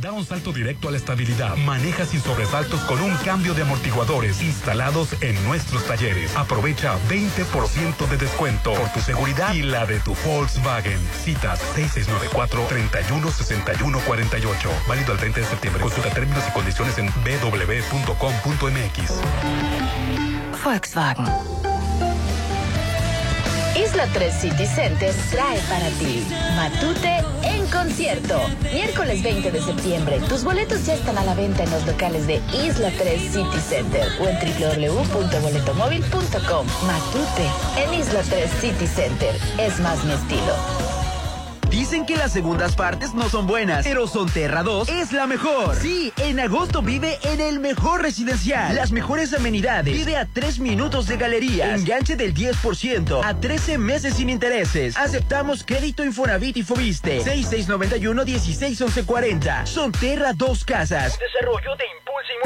Da un salto directo a la estabilidad. Maneja sin sobresaltos con un cambio de amortiguadores instalados en nuestros talleres. Aprovecha 20% de descuento por tu seguridad y la de tu Volkswagen. Citas 6694-316148. Válido al 30 de septiembre. Consulta términos y condiciones en www.com.mx.
Volkswagen. Isla 3 City Center trae para ti Matute en concierto. Miércoles 20 de septiembre. Tus boletos ya están a la venta en los locales de Isla 3 City Center o en www.boletomóvil.com. Matute en Isla 3 City Center. Es más mi estilo.
Dicen que las segundas partes no son buenas, pero Sonterra 2 es la mejor. Sí, en agosto vive en el mejor residencial. Las mejores amenidades. Vive a 3 minutos de galería. Enganche del 10%. A 13 meses sin intereses. Aceptamos crédito Infonavit y Fobiste. 6691-161140. Sonterra 2 Casas.
Desarrollo de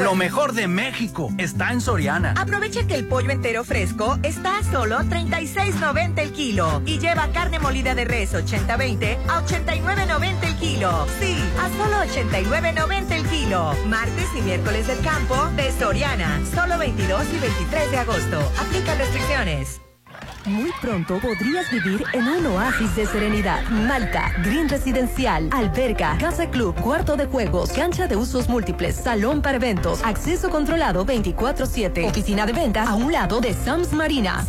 Lo mejor de México está en Soriana.
Aprovecha que el pollo entero fresco está a solo 36.90 el kilo y lleva carne molida de res 80-20 a 89.90 el kilo. Sí, a solo 89.90 el kilo. Martes y miércoles del campo de Soriana, solo 22 y 23 de agosto. Aplica restricciones.
Muy pronto podrías vivir en un oasis de serenidad. Malta, Green Residencial, Alberca, Casa Club, Cuarto de Juegos, Cancha de Usos Múltiples, Salón para Eventos, Acceso Controlado 24-7, Oficina de Ventas a un lado de Sams Marina,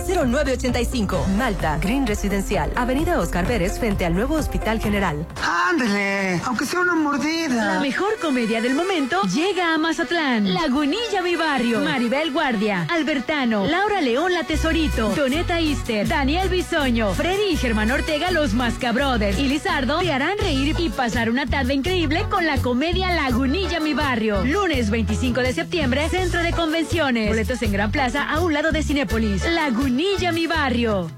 6692-140985. Malta, Green Residencial, Avenida Oscar Pérez frente al nuevo Hospital General.
¡Ándale! Aunque sea una mordida. La mejor comedia del momento llega a Mazatlán. Lagunilla Mi Barrio. Maribel Guardia. Albertano. Laura León La Tesorito. Doneta Easter. Daniel Bisoño. Freddy y Germán Ortega, los Mascabrothers. Y Lizardo te harán reír y pasar una tarde increíble con la comedia Lagunilla Mi Barrio. Lunes 25 de septiembre, Centro de Convenciones. Boletos en Gran Plaza a un lado de Cinépolis. Lagunilla Mi Barrio.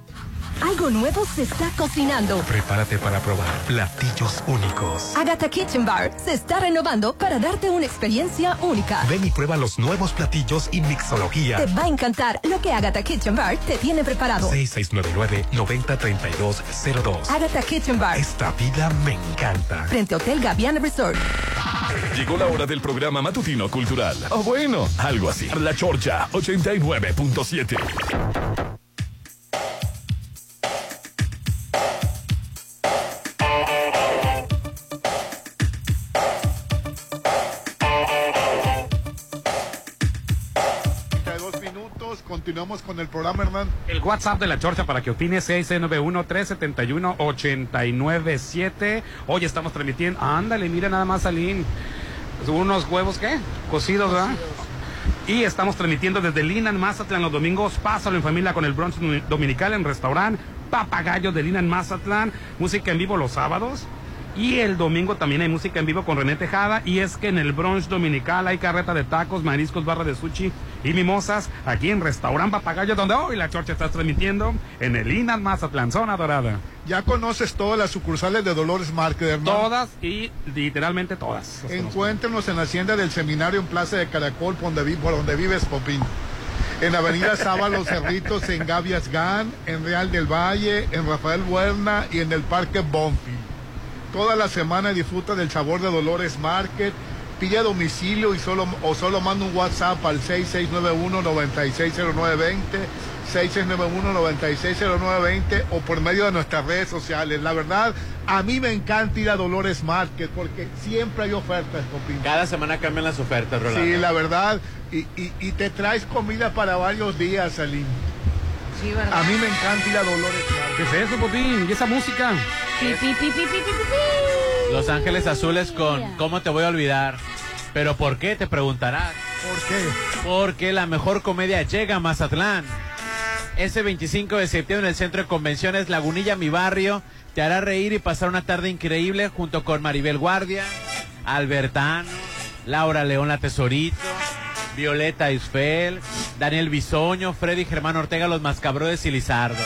Algo nuevo se está cocinando.
Prepárate para probar platillos únicos.
Agatha Kitchen Bar se está renovando para darte una experiencia única.
Ven y prueba los nuevos platillos y mixología.
Te va a encantar lo que Agatha Kitchen Bar te tiene preparado.
6699-903202.
Agatha Kitchen Bar,
Esta vida me encanta.
frente a Hotel Gaviana Resort.
Llegó la hora del programa matutino cultural. O bueno, algo así. La Chorcha 89.7.
Dos minutos, continuamos con el programa, Hernán.
El WhatsApp de la Chorcha para que opine 691-371-897. Hoy estamos transmitiendo. Ándale, mira nada más, Salín. Unos huevos, ¿qué? Cocidos, ¿verdad? Y estamos transmitiendo desde Linan, Mazatlán los domingos. Pásalo en familia con el brunch domi- dominical en restaurante Papagayo de Linan, Mazatlán. Música en vivo los sábados. Y el domingo también hay música en vivo con René Tejada. Y es que en el brunch dominical hay carreta de tacos, mariscos, barra de sushi y mimosas. Aquí en Restaurant Papagayo, donde hoy la chorcha está transmitiendo. En el Linan, Mazatlán, zona dorada.
Ya conoces todas las sucursales de Dolores Market, Hernán.
Todas y literalmente todas. Las conozco.
Encuéntranos en la Hacienda del Seminario en Plaza de Caracol, por donde, vi- por donde vives, Popín. En Avenida Sábalo Cerritos, en Gavias Gan, en Real del Valle, en Rafael Buerna y en el Parque Bonfil. Toda la semana disfruta del sabor de Dolores Market. Pilla a domicilio y solo, o solo manda un WhatsApp al 6691-960920, 6691-960920 o por medio de nuestras redes sociales. La verdad, a mí me encanta ir a Dolores Market porque siempre hay ofertas, Popín.
Cada semana cambian las ofertas, Rolando.
Sí, la verdad. Y, y- y te traes comida para varios días, Salim.
Sí,
A mí me encanta ir a Dolores Market.
¿Qué es eso, Popín? ¿Y esa música?
Ah, Pi, pi, pi, pi, pi, pi, pi.
Los Ángeles Azules con ¿Cómo te voy a olvidar? Pero ¿por qué? Te preguntarás.
¿Por qué?
Porque la mejor comedia llega a Mazatlán. Ese 25 de septiembre en el Centro de Convenciones Lagunilla Mi Barrio te hará reír y pasar una tarde increíble junto con Maribel Guardia, Albertano, Laura León La Tesorito, Violeta Isfel, Daniel Bisoño, Freddy Germán Ortega Los Mascabrodes y Lizardo.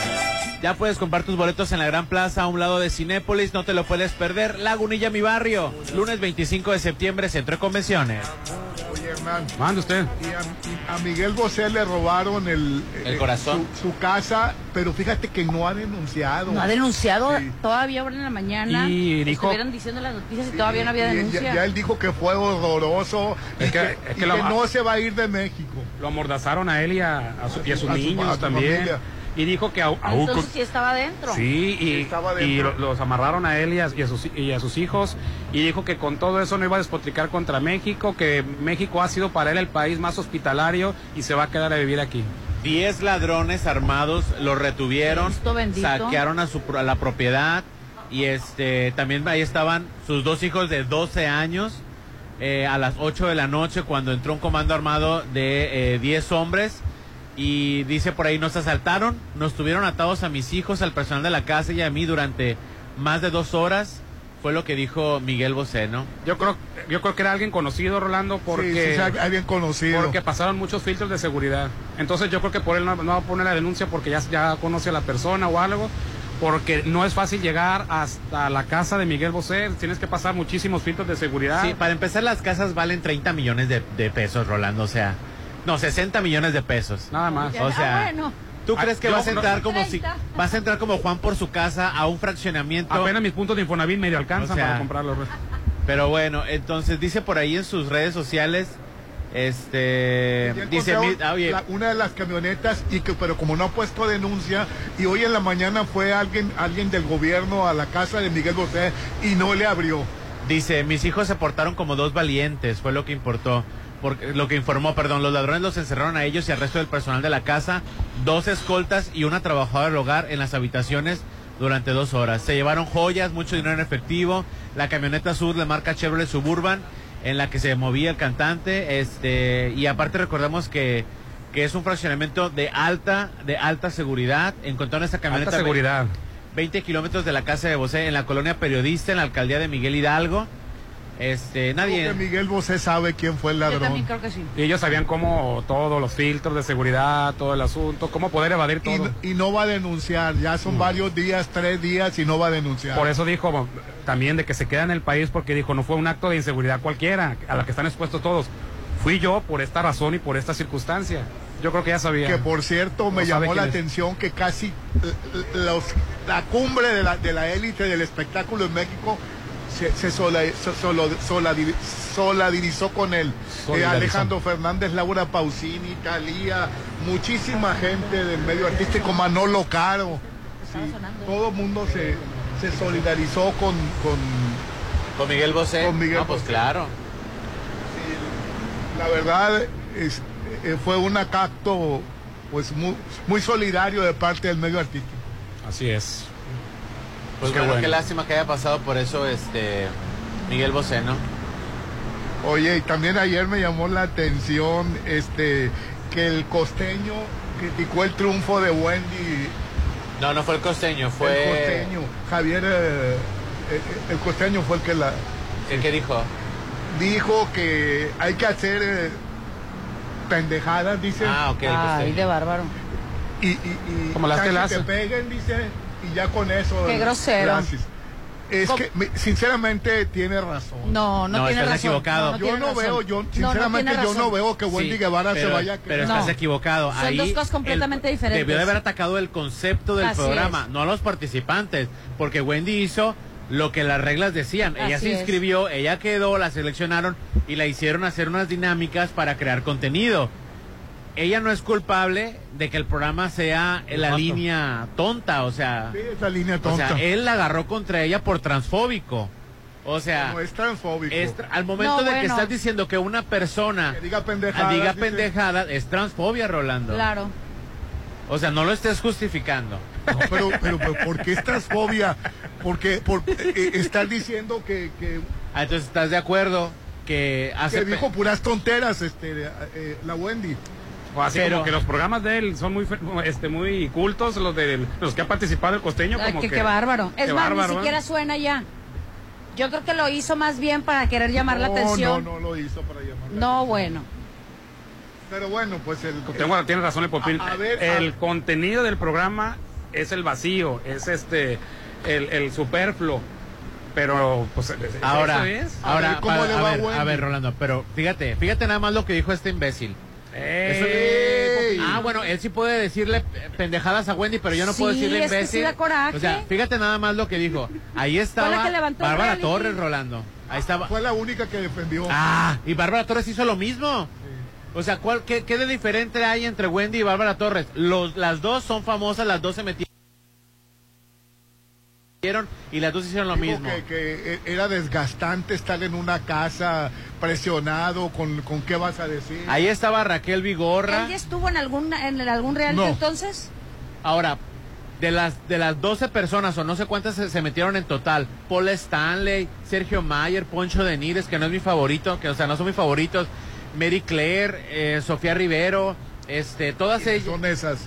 Ya puedes comprar tus boletos en la Gran Plaza a un lado de Cinépolis, no te lo puedes perder. Lagunilla Mi Barrio, lunes 25 de septiembre Centro de Convenciones.
Oye, Hernán.
Manda usted.
Y a, y a Miguel Bosé le robaron el, eh,
El corazón.
Su, su casa, pero fíjate que no ha denunciado.
No ha denunciado
Sí.
todavía ahora en la mañana.
Y dijo-
Estuvieron diciendo las noticias y todavía no había
Y- y-
denuncia.
Ya, él dijo que fue horroroso y
Es
que,
que- es
y
que la-
que no se va a ir de México.
Lo amordazaron a él y a, a su- y a sus
A su-
niños
a su
también.
familia.
Y dijo que a, a un-
Entonces sí estaba adentro.
Sí, y, y lo- los amarraron a él y a, y a sus, y a sus hijos y dijo que con todo eso no iba a despotricar contra México, que México ha sido para él el país más hospitalario y se va a quedar a vivir aquí.
Diez ladrones armados los retuvieron,
Cristo bendito.
saquearon a, su, pro- a la propiedad y este también ahí estaban sus dos hijos de 12 años eh, a las 8 de la noche cuando entró un comando armado de eh, 10 hombres y dice por ahí nos asaltaron, nos tuvieron atados a mis hijos, al personal de la casa y a mí durante más de dos horas. Fue lo que dijo Miguel Bosé, ¿no?
Yo creo, yo creo que era alguien conocido, Rolando, porque...
sí, sí, alguien conocido.
Porque pasaron muchos filtros de seguridad. Entonces yo creo que por él no, no va a poner la denuncia porque ya, ya conoce a la persona o algo. Porque no es fácil llegar hasta la casa de Miguel Bosé. Tienes que pasar muchísimos filtros de seguridad.
Sí, para empezar las casas valen 30 millones de, de pesos, Rolando, o sea, no, 60 millones de pesos.
Nada más.
O sea, ¿tú
Ah,
crees que
yo
vas a
no-
entrar como si vas a entrar como Juan por su casa a un fraccionamiento?
Apenas mis puntos de Infonavit medio alcanzan
O sea,
para comprarlo.
Pero bueno, entonces dice por ahí en sus redes sociales este
Ya
dice,
encontraron
"Mi- ah, oye,
la- una de las camionetas y que pero como no ha puesto denuncia y hoy en la mañana fue alguien alguien del gobierno a la casa de Miguel Bosé y no le abrió.
Dice, mis hijos se portaron como dos valientes, fue lo que importó. Porque, lo que informó, perdón, los ladrones los encerraron a ellos y al resto del personal de la casa, dos escoltas y una trabajadora del hogar en las habitaciones durante dos horas. Se llevaron joyas, mucho dinero en efectivo, la camioneta azul de marca Chevrolet Suburban en la que se movía el cantante, este, y aparte recordamos que, que es un fraccionamiento de alta, de alta seguridad. Encontraron esa camioneta.
Alta seguridad.
20 kilómetros de la casa de Bosé, en la colonia periodista, en la alcaldía de Miguel Hidalgo. Este, nadie.
Porque Miguel Bosé sabe quién fue el ladrón.
creo que sí.
Y ellos sabían cómo todos los filtros de seguridad, todo el asunto, cómo poder evadir todo.
Y no va a denunciar, ya son varios días, tres días y no va a denunciar.
Mm. Por eso dijo mo- también de que se queda en el país porque dijo no fue un acto de inseguridad cualquiera a la que están expuestos todos. Fui yo por esta razón y por esta circunstancia. Yo creo que ya sabía.
Que por cierto me
No sabe
llamó la
quién es.
atención que casi eh, los- la cumbre de la, de la élite del espectáculo en México se, se sola- so- solo- soladi- solidarizó con él. Eh,
Solidarizó.
Alejandro Fernández, Laura Pausini, Talía, muchísima gente del medio artístico, Manolo Caro. sí, todo el mundo se, se solidarizó con, con-
Con Miguel Bosé.
Con Miguel
no, pues
Bosé.
claro.
la verdad, es- eh, fue un acto pues muy, muy solidario de parte del medio artístico.
Así es.
Pues
Qué
bueno,
bueno.
qué lástima que haya pasado por eso este Miguel Bosé, ¿no?
Oye, y también ayer me llamó la atención este que el costeño criticó el triunfo de Wendy,
No, no fue el costeño, fue
el costeño, Javier, eh, eh, el costeño fue el que la
el que dijo.
dijo que hay que hacer eh, pendejadas, dice.
Ah, ok, el
Ay,
costeño.
de bárbaro.
Y, y- y
Como las
ya
que la
te
hace.
peguen, dice, y ya con eso.
Qué
eh,
grosero.
gracias. Es que, me- sinceramente, tiene razón.
No, no,
No,
tiene
estás
razón.
equivocado.
yo
tiene
no
razón.
veo, yo
No, no tiene
sinceramente yo no
razón.
veo que Wendy
Sí,
Guevara se
pero-
vaya a quedar.
Pero
No.
estás equivocado.
Son
Ahí
dos cosas
el-
completamente diferentes.
Debió de haber atacado el concepto del
Así
programa,
es.
no a los participantes, porque Wendy hizo lo que las reglas decían. ella
Así
se
es.
inscribió, ella quedó, la seleccionaron y la hicieron hacer unas dinámicas para crear contenido. Ella no es culpable de que el programa sea en la
Exacto.
línea tonta, o sea,
Sí, esa línea
o
tonta.
sea, él la agarró contra ella por transfóbico. O sea,
no es transfóbico.
es tra- al momento
No,
de que
bueno.
estás diciendo que una persona
Que diga pendejada.
Ah, diga pendejada, es transfobia, Rolando.
Claro.
O sea, no lo estés justificando.
pero, pero, pero, ¿por qué es transfobia? Porque por, eh, eh, estás diciendo que, que
Ah, entonces, ¿estás de acuerdo que hace...
Que
pe-
dijo puras tonteras, este, eh, la Wendy.
O así
Pero-
como que los programas de él son muy fe- este muy cultos, los de los que ha participado el costeño
Ay,
como
que,
que
qué bárbaro. Es
qué
más,
bárbaro,
ni
¿eh?
siquiera suena ya. Yo creo que lo hizo más bien para querer llamar la
No,
atención.
No, no lo hizo para llamar.
No, bueno.
Pero bueno, pues el.
Tengo- tiene razón el Popín.
A- a ver,
el contenido del programa es el vacío, es este el, el superfluo. Pero pues
Ahora,
eso es.
ahora, para- a, ver, a ver, Rolando, pero fíjate, fíjate nada más lo que dijo este imbécil. Eso- ah, bueno, él sí puede decirle eh, pendejadas a Wendy, pero yo no puedo
Sí,
decirle
es que
imbécil.
sí da coraje.
O sea, fíjate nada más lo que dijo. Ahí
Fue la
estaba
que levantó el
Bárbara
reality.
Torres, Rolando. Ahí estaba.
Fue la única que defendió.
Ah, y Bárbara Torres hizo lo mismo. O sea, ¿cuál, qué, qué de diferente hay entre Wendy y Bárbara Torres? Los, las dos son famosas, las dos se metieron y las dos hicieron lo
Dijo
mismo.
Que, que e- era desgastante estar en una casa presionado con, con qué vas a decir.
Ahí estaba Raquel Vigorra.
¿Él ya estuvo en algún, en algún reality
No.
entonces?
Ahora, de las de las 12 personas o no sé cuántas se, se metieron en total, Paul Stanley, Sergio Mayer, Poncho de Nires, que no es mi favorito, que o sea, no son mis favoritos, Mary Claire, eh, Sofía Rivero, este, todas ellas son
esas.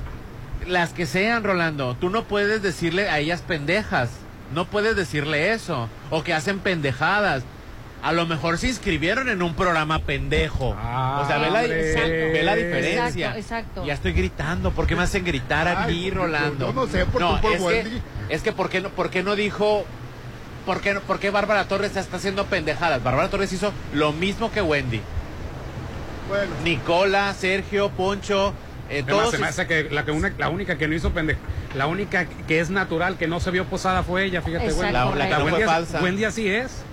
Las que sean, Rolando, tú no puedes decirle a ellas pendejas. No puedes decirle eso o que hacen pendejadas. A lo mejor se inscribieron en un programa pendejo. o sea, ve la,
Exacto.
ve la diferencia.
Exacto, exacto.
Ya estoy gritando, ¿por qué me hacen gritar a
Ay,
mí,
yo-
Rolando?
yo no sé, por
no,
tu
es
polvo,
que,
Andy.
es que ¿por qué no, por qué no dijo, por qué, no- por qué Bárbara Torres está haciendo pendejadas? Bárbara Torres hizo lo mismo que Wendy.
Bueno.
Nicola, Sergio, Poncho, eh,
Además,
todos...
se me hace que la, que una- la única que no hizo pendeja, la única que es natural, que no se vio posada fue ella, fíjate,
Exacto.
Wendy.
La- la que no fue
Wendy, así-
falsa.
Wendy así es.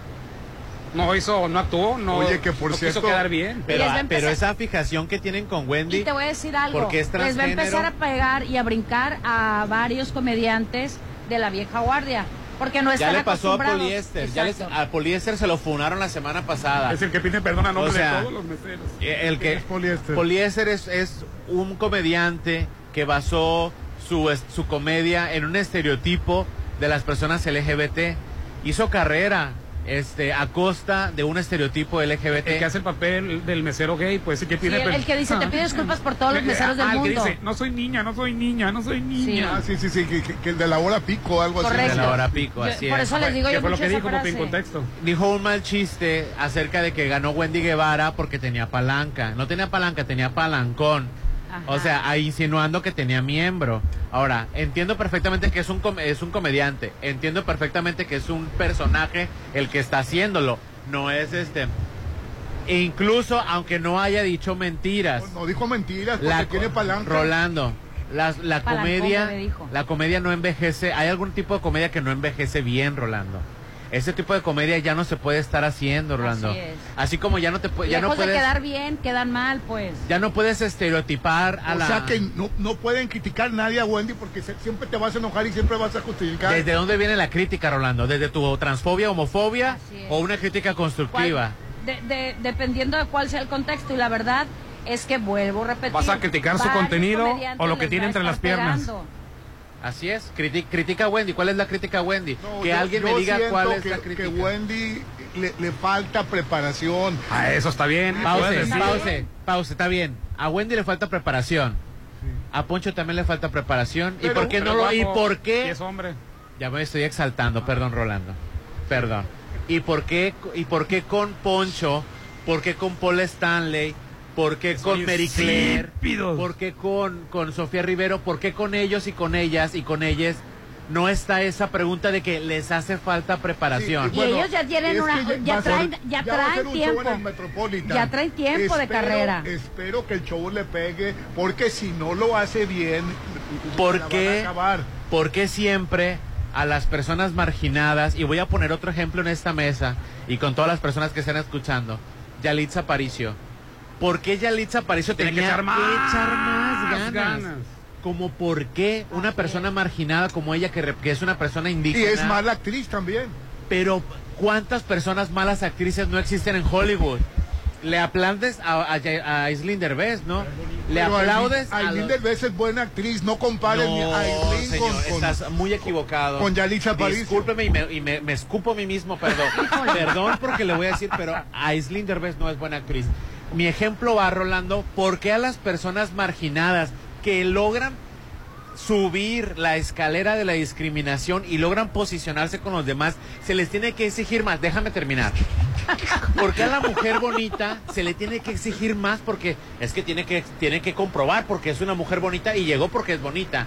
No hizo, no actuó, no,
Oye, que por
no
cierto-
quiso quedar bien.
Pero,
Les va a
pero
empezar-
esa fijación que tienen con Wendy...
Y te voy a decir algo.
Porque es
Les va a
transgénero.
empezar a pegar y a brincar a varios comediantes de la vieja guardia. Porque no
ya
están
le pasó a
acostumbrados.
Poliéster, ya les-
Exacto.
a Poliéster se lo funaron la semana pasada.
Es el que pide perdón a nombre
O sea,
de todos los meseros.
Eh, El que
poliéster.
es, es un comediante que basó su, es- su comedia en un estereotipo de las personas LGBT. Hizo carrera este, a costa de un estereotipo LGBT.
El que hace el papel del mesero gay, pues sí que
Sí,
pide
el, el que dice, te pido disculpas por todos los meseros del
Ah, el que
mundo.
dice, no soy niña, no soy niña, no soy niña.
Ah, sí, sí, sí, que, que- que el de la hora pico, algo
Correcto.
así.
El de la hora pico, Yo- así por es. eso les digo
¿Qué
yo
fue lo
mucho
que
esa
dijo Popín
frase.
contexto?
Dijo un mal chiste acerca de que ganó Wendy Guevara porque tenía palanca. No tenía palanca, tenía palancón. O sea, ahí insinuando que tenía miembro. Ahora, entiendo perfectamente que es un, com- es un comediante. Entiendo perfectamente que es un personaje el que está haciéndolo. No es este. E incluso aunque no haya dicho mentiras.
No dijo mentiras, porque
La co-
tiene palanca.
Rolando, las- la,
Palancón,
comedia,
me dijo.
la comedia no envejece. Hay algún tipo de comedia que no envejece bien, Rolando. Ese tipo de comedia ya no se puede estar haciendo, Rolando. Así,
es.
como ya no te pu- ya
Lejos
no puedes,
de quedar bien, quedan mal, pues.
ya no puedes estereotipar a
o
la.
sea que no, no pueden criticar nadie a Wendy porque se- siempre te vas a enojar y siempre vas a justificar.
¿Desde dónde viene la crítica, Rolando? ¿Desde tu transfobia, homofobia o una crítica constructiva?
De- de- dependiendo de cuál sea el contexto. Y la verdad es que vuelvo a repetir.
¿Vas a criticar su
varios
contenido
comediantes
o lo que
les
tiene
va a
entre las
estar
piernas?
pegando.
Así es. Criti- critica a Wendy. ¿Cuál es la crítica a Wendy? que
Yo-
alguien
yo
me diga
siento
cuál es
que,
la crítica.
que Wendy le, le falta preparación.
Ah, eso está bien.
Pause,
puedes decir.
pause, pause, está bien. A Wendy le falta preparación. A Poncho también le falta preparación. ¿Y
Pero-
por qué
pero
no lo.? ¿Y
guapo,
por qué.?
y es hombre.
Ya me estoy exaltando, perdón, Rolando. Perdón. ¿Y por qué, y por qué con Poncho? ¿Por qué con Paul Stanley? ¿Por qué con Mary Claire? ¿Por qué con, con Sofía Rivero? ¿Por qué con ellos y con ellas y con ellas? No está esa pregunta de que les hace falta preparación.
Y ellos ya tienen
es
una.
que va
Ya
a ser-
traen, ya
va a ser
traen
un show en el
tiempo.
Metropolitan.
Ya traen tiempo de carrera.
Espero que el show le pegue, porque si no lo hace bien,
¿Por
la van a
qué,
acabar.
por qué siempre a las personas marginadas, y voy a poner otro ejemplo en esta mesa, y con todas las personas que están escuchando, Yalitza Aparicio. ¿Por qué Yalitza Aparicio
Tiene que
tenía
echar más
más ganas?
ganas.
Como por qué una persona marginada como ella, que, re- que es una persona indígena...
Y es mala actriz también.
Pero, ¿cuántas personas malas actrices no existen en Hollywood? le aplaudes a, a, a Aislinn Derbez, ¿no? Le
Pero
aplaudes
Aileen-
a los-
Aileen Derbez es buena actriz, no compares ni
No,
a Aileen
señor,
con- con-
estás muy equivocado.
con Yalitza Aparicio.
Discúlpeme y, me, y me- me escupo a mí mismo, perdón. perdón porque le voy a decir, pero Aislinn Derbez no es buena actriz. Mi ejemplo va, Rolando, porque a las personas marginadas que logran subir la escalera de la discriminación y logran posicionarse con los demás, se les tiene que exigir más. Déjame terminar. Porque a la mujer bonita se le tiene que exigir más porque es que tiene que, tiene que comprobar porque es una mujer bonita y llegó porque es bonita.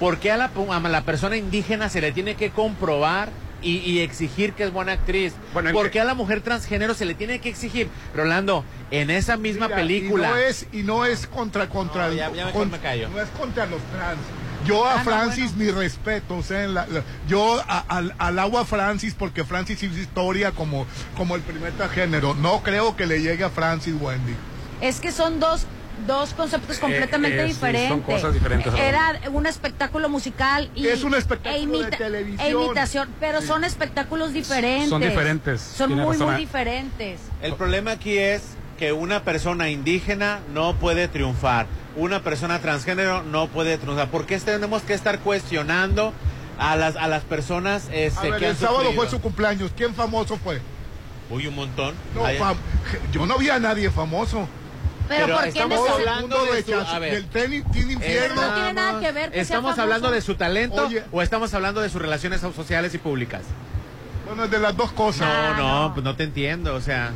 Porque a la, a la persona indígena se le tiene que comprobar y, y exigir que es buena actriz.
Bueno,
porque a la mujer transgénero se le tiene que exigir. Rolando, en esa misma
Mira,
película...
Y no es, y no es contra contra
ya- ya mejor
con-
me callo.
No es contra los trans. Yo a
Ah, no,
Francis mi respeto, o sea, en la- la- yo a- al, al agua Francis porque Francis hizo historia como, como el primer género. No creo que le llegue a Francis Wendy.
Es que son dos, dos conceptos completamente
eh, sí, son
diferentes.
cosas diferentes,
Eh, Era un espectáculo musical y
Es un espectáculo
e
de televisión.
e imitación, pero
Sí.
son espectáculos diferentes.
Son diferentes,
Son
tiene
muy
razón,
muy
ah.
diferentes.
El problema aquí es que una persona indígena no puede triunfar, una persona transgénero no puede triunfar. ¿Por qué tenemos que estar cuestionando a las, a las personas
A
este,
ver,
que
el
han
sábado
sufrido?
fue su cumpleaños. ¿Quién famoso fue?
Uy, un montón.
No,
Ay,
fam- yo no vi a nadie famoso.
Pero ¿por qué estamos
todo el
hablando
mundo
de
de
su-
chas-
a ver. Eh,
del tenis tiene infierno.
no tiene nada que ver que sea
¿Estamos
famoso.
hablando de su talento
Oye.
o estamos hablando de sus relaciones sociales y públicas?
Bueno, de las dos cosas.
No,
Ah,
no, pues no te entiendo, o sea.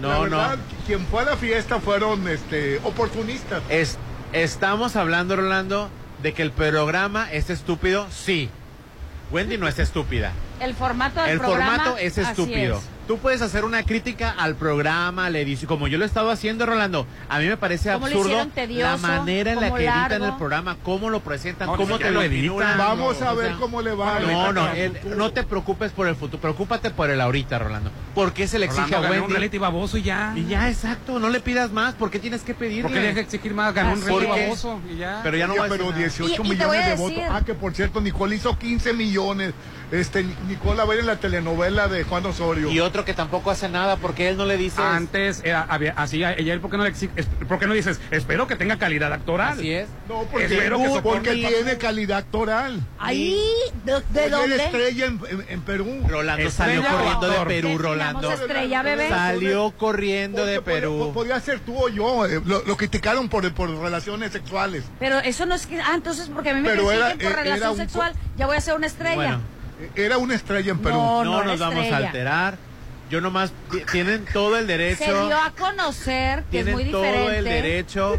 No,
La
no.
verdad, Quien fue a la fiesta fueron este oportunistas.
Es, estamos hablando, Rolando, de que el programa es estúpido, sí. Wendy no es estúpida.
El formato del
El
programa,
formato es
así
estúpido.
es.
Tú puedes hacer una crítica al programa, le dice, como yo lo he estado haciendo, Rolando. A mí me parece
Como lo
absurdo
hicieron tedioso,
la manera en la
como
que editan
largo.
el programa, cómo lo presentan,
No,
cómo
ni
te
siquiera
lo
lo editan.
editan.
Vamos a
O
ver
sea,
cómo le va.
No, no, el- no te preocupes por el futuro, preocúpate por el ahorita, Rolando. ¿Por qué se le exige
Rolando,
a
ganó
Wendy?
un reality baboso y ya.
Y ya, exacto, no le pidas más, ¿por qué tienes que pedirle?
¿Por qué le dejas exigir más? Ganó un
¿Por
reality
qué?
baboso y ya.
Pero ya no
Oye,
va a
pero
decir nada.
18
Y- y te voy
millones
a
de
decir-
votos. Ah, que por cierto, Nicole hizo 15 millones. Este, Nicole a ver en la telenovela de Juan Osorio.
Y otro que tampoco hace nada porque él no le dice.
Antes era, había, así, ayer, ¿por qué no le exig- es- ¿por qué no dices, espero que tenga calidad actoral?
Así es.
No, porque,
Espero que
Uh, porque
soporte-
tiene calidad actoral.
Ahí,
¿de,
Fue estrella en, en- en Perú.
Rolando salió
Estrella
corriendo de
actor.
Perú, Rolando.
estrella, bebé.
Salió corriendo de
Pues
Perú.
podía ser tú o yo. eh, lo, lo criticaron por, por relaciones sexuales.
Pero eso no es que. Ah, entonces porque a mí me
Pero
persiguen
era- eh,
por
era
relación
un co-
sexual, ya voy a ser una estrella.
Eh, Era una estrella en Perú.
No,
No,
no,
nos
la
vamos a
estrella.
alterar. Yo nomás ti- tienen todo el derecho.
Se dio a conocer que es
tienen
muy diferente.
todo el derecho.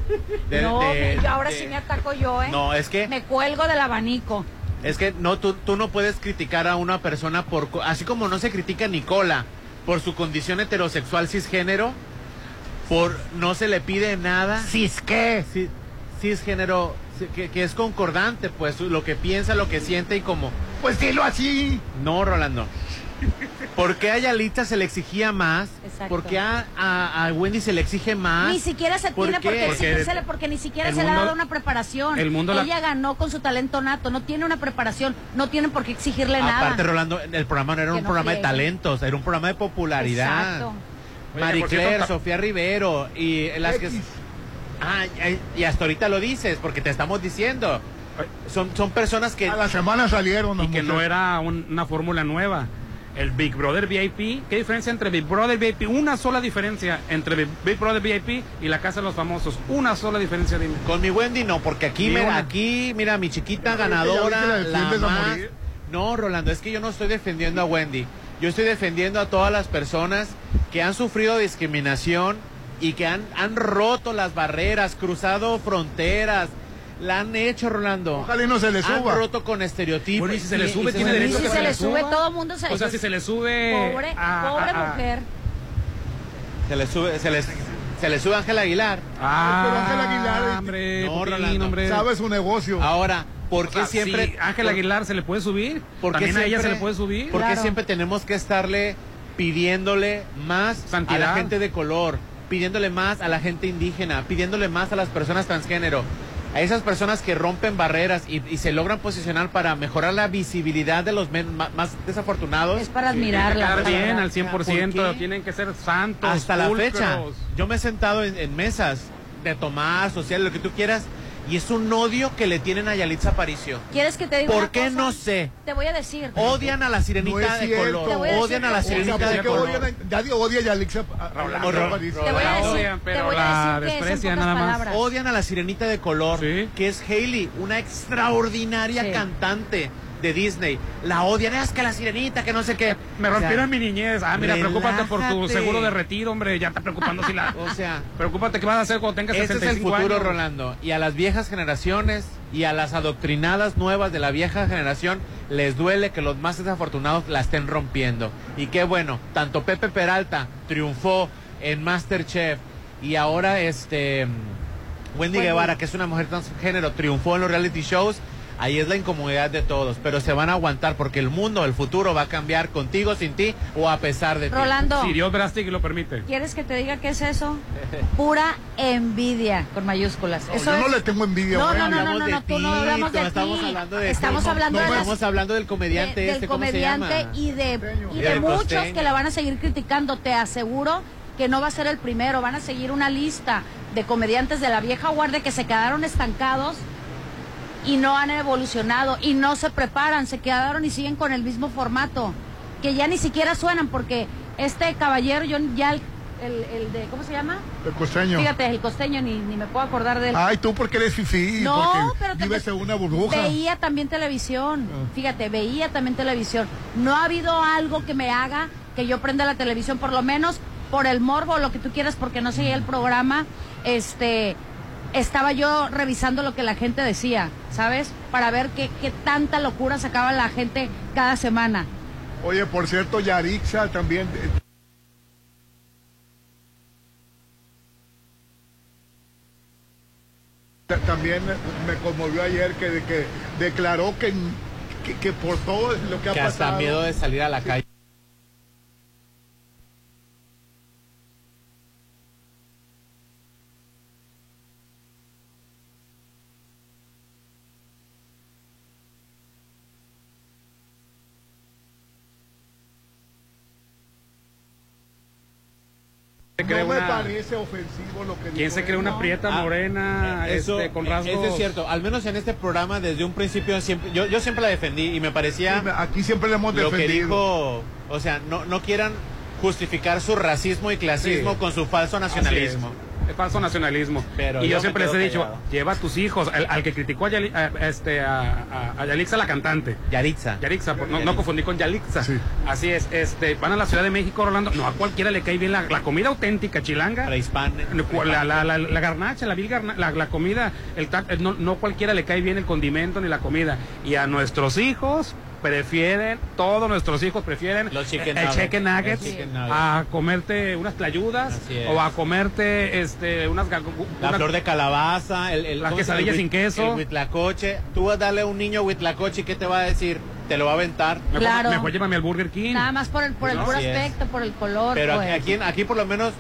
de-
no,
de-
yo ahora
de-
sí me ataco yo, ¿eh?
No, es que
Me cuelgo del abanico.
es que no tú, tú no puedes criticar a una persona por co- así como no se critica a Nicola por su condición heterosexual cisgénero, por no se le pide nada. ¿Cis qué? cisgénero ci- que, que es concordante, pues lo que piensa, lo que siente y como
Pues dilo así.
No, Rolando. ¿Por qué a Yalitza se le exigía más?
Exacto.
¿Por qué a, a- a Wendy se le exige
Ah,
más?
Ni siquiera se
¿Por
tiene
qué?
por qué exigírsele, porque ni siquiera
el
se le ha
mundo-
dado una preparación.
el mundo la-
Ella ganó con su talento nato, no tiene una preparación, no tienen por qué exigirle
Aparte,
nada.
Rolando, el programa no era
Que
un
no
programa de
friegue.
talentos, era un programa de popularidad.
Exacto.
Marie
Oiga, por
Claire,
cierto, ta-
Sofía Rivero y las que...
X.
Ah, y y hasta ahorita lo dices, porque te estamos diciendo. Son, son personas que...
A la semana salieron.
y que no era un- una fórmula nueva. El Big Brother VIP, ¿qué diferencia entre Big Brother VIP? Una sola diferencia entre Big- Big Brother VIP y la Casa de los Famosos. Una sola diferencia, dime.
Con mi Wendy no, porque aquí,
Ni
mira,
una.
aquí, mira, mi chiquita
Ya ves que ya
ganadora,
ahorita la defiendes
la
a
más-
morir.
No, Rolando, es que yo no estoy defendiendo a Wendy. Yo estoy defendiendo a todas las personas que han sufrido discriminación y que han, han roto las barreras, cruzado fronteras. La han hecho, Rolando.
Ojalá y no se le suba.
Han roto con estereotipos.
Bueno, y si se le sube, tiene
Y
derecho
si
que
se le sube,
suba.
todo el mundo se le
O sea, si se le sube.
Pobre,
Ah,
a-
pobre
a- a-
mujer.
Se le sube, se le, se le sube Ángel Aguilar.
Ah,
Pero Ángel Aguilar. eh,
No, Rolando.
Sabe su negocio.
Ahora, ¿por
O
qué
sea,
siempre
si Ah, Ángel
por-
Aguilar se le puede subir?
¿Por qué
También a ella se
siempre-
le puede subir?
¿Por qué siempre tenemos que estarle pidiéndole más a la
Santidad.
gente de color, pidiéndole más a la gente indígena, pidiéndole más a las personas transgénero? a esas personas que rompen barreras y, y se logran posicionar para mejorar la visibilidad de los men ma- más desafortunados. Es
para
Tienen que quedar bien al 100%, tienen que ser santos.
Hasta la
pulcros.
fecha, yo me he sentado en, en mesas de tomar, social, lo que tú quieras, y es un odio que le tienen a Yalitza Aparicio.
¿Quieres que te diga
¿Por
una
qué
cosa?
no sé?
Te voy a decir.
Odian a la
No
sirenita
es
de
cierto.
color. Odian a la
O sea,
sirenita de
porque
color.
odian a- Nadie odia a Yalixa a- a-
Rolando.
a París.
Te voy a decir-
odian,
te
pero
voy a decir
la
que es en
desprecian
pocas
nada más.
palabras. Odian a la sirenita de color, que es Hailey, una extraordinaria cantante de Disney. La odian, es que la sirenita, que no sé qué.
Me rompieron mi niñez. Ah, mira, preocúpate por tu seguro de retiro, hombre. Ya está preocupando si la.
O sea.
Preocúpate qué vas a hacer cuando tengas
Ese Este es el
65
futuro,
años.
Rolando. Y a las viejas generaciones y a las adoctrinadas nuevas de la vieja generación les duele que los más desafortunados la estén rompiendo. Y qué bueno, tanto Pepe Peralta triunfó en Masterchef y ahora este mm, Wendy
Wendy.
Guevara, que es una mujer transgénero, triunfó en los reality shows. Ahí es la incomodidad de todos, pero se van a aguantar porque el mundo, el futuro va a cambiar contigo, sin ti o a pesar de ti.
Rolando. Si Dios
drastic lo permite.
¿Quieres que te diga qué es eso? Pura envidia, con mayúsculas. eso
yo no
es-
le tengo envidia.
No,
güey.
no, no, no, no, no, tú no hablamos de
estamos
ti.
hablando de
Estamos
no,
hablando
no,
de las-
estamos hablando del comediante
de-
este,
del
¿cómo se
comediante
llama?
y de, y de
Del
muchos
costeño.
que la van a seguir criticando. Te aseguro que no va a ser el primero. Van a seguir una lista de comediantes de la vieja guardia que se quedaron estancados y no han evolucionado y no se preparan, se quedaron y siguen con el mismo formato, que ya ni siquiera suenan porque este caballero, yo ya el, el- el de, ¿cómo se llama?
El costeño.
Fíjate, el costeño, ni, ni me puedo acordar de él.
Ay, tú porque eres fifí.
No,
porque
pero te-
vives en una burbuja.
Veía también televisión. Fíjate, veía también televisión. No ha habido algo que me haga que yo prenda la televisión, por lo menos por el morbo, lo que tú quieras, porque no seguía el programa. Este, estaba yo revisando lo que la gente decía, ¿sabes? Para ver qué, qué tanta locura sacaba la gente cada semana.
Oye, por cierto, Yarixa también. eh, ta- También me conmovió ayer que, de- que declaró que, que, que por todo lo que ha
Que
pasado.
hasta miedo de salir a la calle.
Se
No
cree
me
una-
parece ofensivo lo que
¿Quién se cree una prieta
Ah,
morena
eh, eso,
este, con
eh,
rasgos?
eso es cierto. Al menos en este programa, desde un principio, siempre, yo, yo siempre la defendí y me parecía.
aquí siempre la hemos
Lo que
defendido.
dijo. O sea, no, no quieran justificar su racismo y clasismo
Sí.
con su falso nacionalismo.
Es falso nacionalismo.
Pero
y
yo
yo
me
siempre les
quedo
he dicho,
callado.
lleva a tus hijos, al, al que criticó a, Yali- a- este, a, a- a Yalixa, la cantante.
Yaritza.
Yalixa, por- no, no confundí con Yalixa. Así es, este, van a la Ciudad de México, Rolando, no, a cualquiera le cae bien la, la comida auténtica, chilanga. La, la, la, la garnacha, la vil garna- la, la comida, el ta- el- no, no cualquiera le cae bien el condimento ni la comida. Y a nuestros hijos prefieren, todos nuestros hijos prefieren
chicken
el, el
nuggets.
chicken nuggets,
El chicken nuggets.
a comerte unas playudas
Así es.
o a comerte este unas gal-
La
una-
flor de calabaza, el, el
Las
¿cómo se llama?
quesadillas
El
sin
huit-
queso.
el huitlacoche. Tú vas a darle a un niño huitlacoche y ¿qué te va a decir? Te lo va a aventar.
Mejor- Claro. mejor
llévame al Burger King.
Nada más por el, por el
Así
puro
es.
aspecto, por el color.
Pero aquí,
pues.
aquí, aquí por lo menos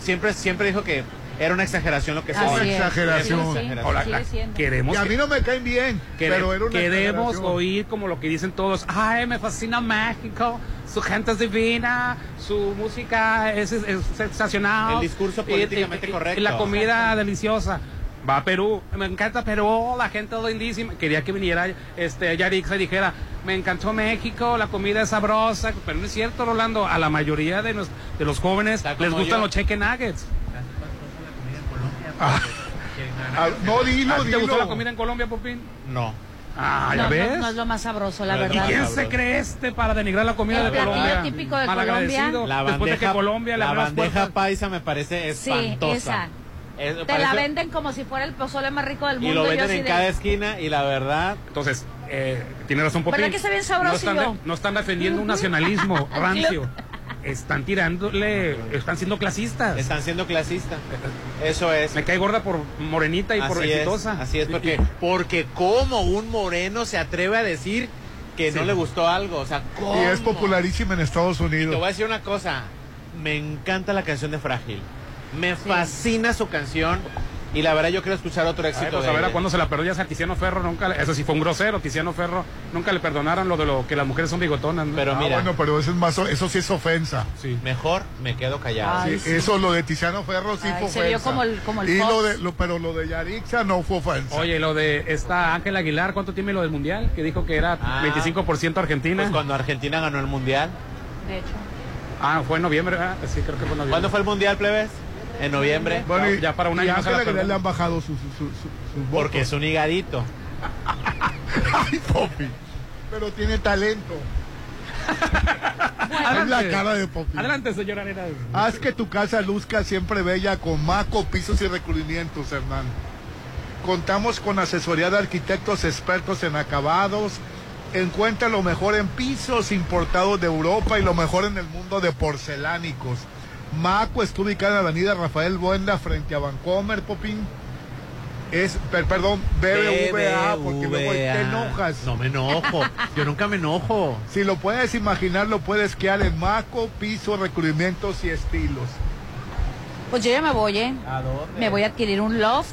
siempre siempre dijo que era una exageración lo que se
Así
dijo.
es.
Exageración.
Una exageración.
Hola, la- queremos
Y a
que-
mí no me caen bien,
quere-
pero era una
queremos
exageración.
oír como lo que dicen todos, ay, me fascina México, su gente es divina, su música es, es- es sensacional.
El discurso
Y-
políticamente
y- y-
correcto.
Y la comida deliciosa. Va a Perú, me encanta Perú, la gente es lindísima. Quería que viniera este Yarixa y dijera, me encantó México, la comida es sabrosa, pero no es cierto, Rolando, a la mayoría de, nos- de los jóvenes les
como
gustan
yo.
los chicken nuggets.
Ah, no, dilo,
¿A ti ¿Te
dilo.
gustó la comida en Colombia, Popín?
No.
Ah,
No,
¿ya
no,
ves?
no es lo más sabroso, la
¿Y
verdad.
quién se cree este para denigrar la comida
El
de
platillo
Colombia?
típico de
Malagradecido.
La
Colombia.
Después de
bandeja,
que Colombia le
la
abrió las
bandeja paisa me parece espantosa. Es-
Te la
parece-
venden como si fuera el pozole más rico del
Y
mundo.
lo
yo
venden
así
en
de-
cada esquina y la verdad...
Entonces, eh, tiene razón Popín.
¿Verdad que está bien sabroso
no están,
yo?
de- no están defendiendo un nacionalismo rancio. Están tirándole, están siendo clasistas.
Están siendo clasistas. Eso es.
Me cae gorda por morenita y por
Así es,
exitosa.
así es, porque, porque como un moreno se atreve a decir que no le gustó algo, o sea, ¿cómo?
Y es popularísima en Estados
Te voy a
Unidos.
decir una cosa, me encanta la canción de Frágil, me fascina su canción, Y la verdad yo quiero escuchar otro éxito.
Ay, pues
de
a ver a
ella.
cuándo se la perdió ya sea Tiziano Ferro, nunca, le- ese sí fue un grosero, Tiziano Ferro, nunca le perdonaron lo de lo que las mujeres son bigotonas. Pero
Ah, bueno, pero eso, es más, o- eso sí es ofensa.
Mejor me quedo callado.
Sí, Eso lo de Tiziano Ferro sí
Ay,
fue
se vio
ofensa.
como el- como el
y lo
Fox.
de, lo- pero lo de Yarixa no fue ofensa.
Oye, lo de esta Ángela Aguilar, ¿cuánto tiene lo del mundial? Que dijo que era 25% Argentina. Pues
Ah. cuando Argentina ganó el mundial.
De hecho.
Ah, fue en noviembre, ¿verdad? Sí, creo que fue en noviembre.
¿Cuándo fue el mundial, plebes? En noviembre.
Bueno, y-
ya para un
y
año no se
Ángela
la
Aguilar
perdonó.
le han bajado sus su, su- su- sus votos.
Porque es un higadito.
Pero tiene talento. Es la cara de Popi.
Adelante, señora Arenas.
Haz que tu casa luzca siempre bella con maco, pisos y recubrimientos, Hernán. Contamos con asesoría de arquitectos expertos en acabados. Encuentra lo mejor en pisos importados de Europa y lo mejor en el mundo de porcelánicos. Maco está ubicada en la avenida Rafael Buenda frente a Vancomer, Popín. Es, per- perdón, BBVA, porque luego ahí te enojas.
No me enojo. Yo nunca me enojo.
Si lo puedes imaginar, lo puedes quedar en maco, piso, recubrimientos y estilos.
Pues yo ya me voy, ¿eh?
¿A dónde?
Me voy a adquirir un loft.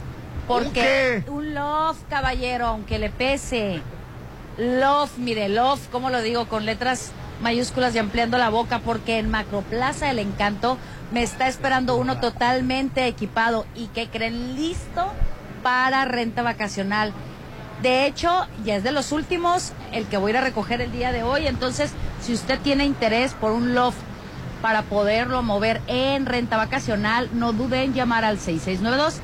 Porque
¿Un
¿Un, loft, caballero, aunque le pese. Loft, mire, loft, ¿cómo lo digo? Con letras mayúsculas y ampliando la boca, porque en Macroplaza El Encanto me está esperando uno totalmente equipado y que creen listo para renta vacacional. De hecho, ya es de los últimos el que voy a ir a recoger el día de hoy. Entonces, si usted tiene interés por un loft para poderlo mover en renta vacacional, no dude en llamar al 6692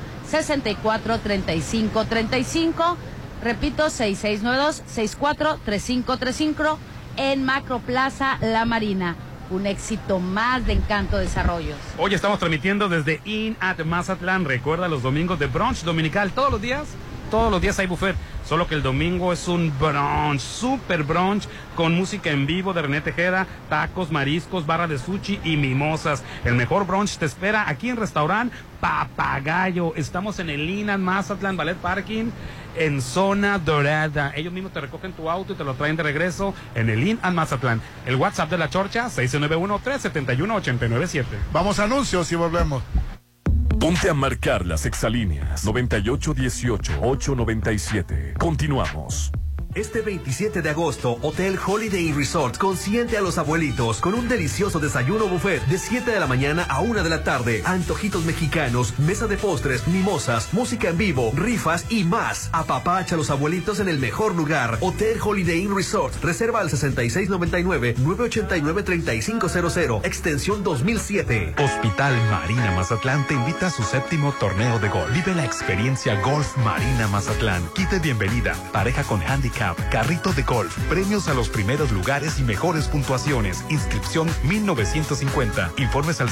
643535. Repito, 6692 643535 en Macroplaza La Marina. Un éxito más de Encanto Desarrollos.
Hoy estamos transmitiendo desde In at Mazatlán. Recuerda los domingos de brunch dominical. Todos los días, todos los días hay buffet. Solo que el domingo es un brunch, super brunch, con música en vivo de René Tejeda, tacos, mariscos, barra de sushi y mimosas. El mejor brunch te espera aquí en restaurante Papagayo. Estamos en el In at Mazatlán Ballet Parking. En zona dorada. Ellos mismos te recogen tu auto y te lo traen de regreso en el In at Mazatlán. El WhatsApp de la Chorcha, 691-371-897.
Vamos a anuncios y volvemos.
Ponte a marcar las exalíneas 9818-897. Continuamos.
Este 27 de agosto, Hotel Holiday Inn Resort consiente a los abuelitos con un delicioso desayuno buffet de 7 de la mañana a 1 de la tarde, antojitos mexicanos, mesa de postres, mimosas, música en vivo, rifas y más. Apapacha a los abuelitos en el mejor lugar. Hotel Holiday Inn Resort. Reserva al 6699-989-3500, extensión 2007.
Hospital Marina Mazatlán te invita a su séptimo torneo de golf. Vive la experiencia Golf Marina Mazatlán. Quite bienvenida, pareja con handicap, carrito de golf, premios a los primeros lugares y mejores puntuaciones. Inscripción 1950. Informes al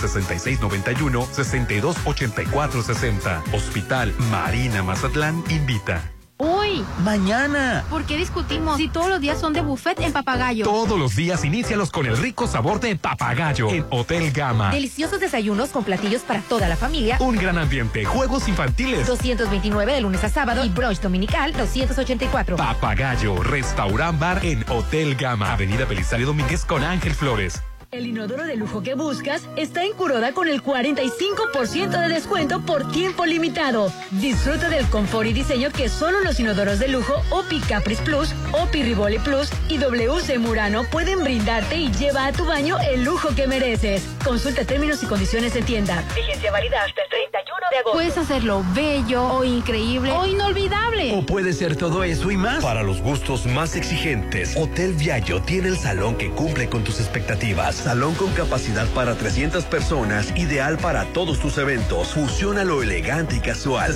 6691-628460. Hospital Marina Mazatlán invita.
Uy,
Mañana.
¿por qué discutimos si todos los días son de buffet en papagayo?
Todos los días inícialos con el rico sabor de papagayo en Hotel Gama.
Ah. Deliciosos desayunos con platillos para toda la familia.
Ah. Un gran ambiente, juegos infantiles.
229 de lunes a sábado y brunch dominical 284.
Papagayo, restaurant bar en Hotel Gama, Avenida Belisario Domínguez con Ángel Flores.
El inodoro de lujo que buscas está en Curoda con el 45% de descuento por tiempo limitado. Disfruta del confort y diseño que solo los inodoros de lujo Opi Capris Plus, Opi Rivoli Plus y WC Murano pueden brindarte y lleva a tu baño el lujo que mereces. Consulta términos y condiciones en tienda. Vigencia válida hasta el 31 de agosto.
Puedes hacerlo bello o increíble o inolvidable.
O puede ser todo eso y más. Para los gustos más exigentes, Hotel Viallo tiene el salón que cumple con tus expectativas. Salón con capacidad para 300 personas, ideal para todos tus eventos. Fusiona lo elegante y casual.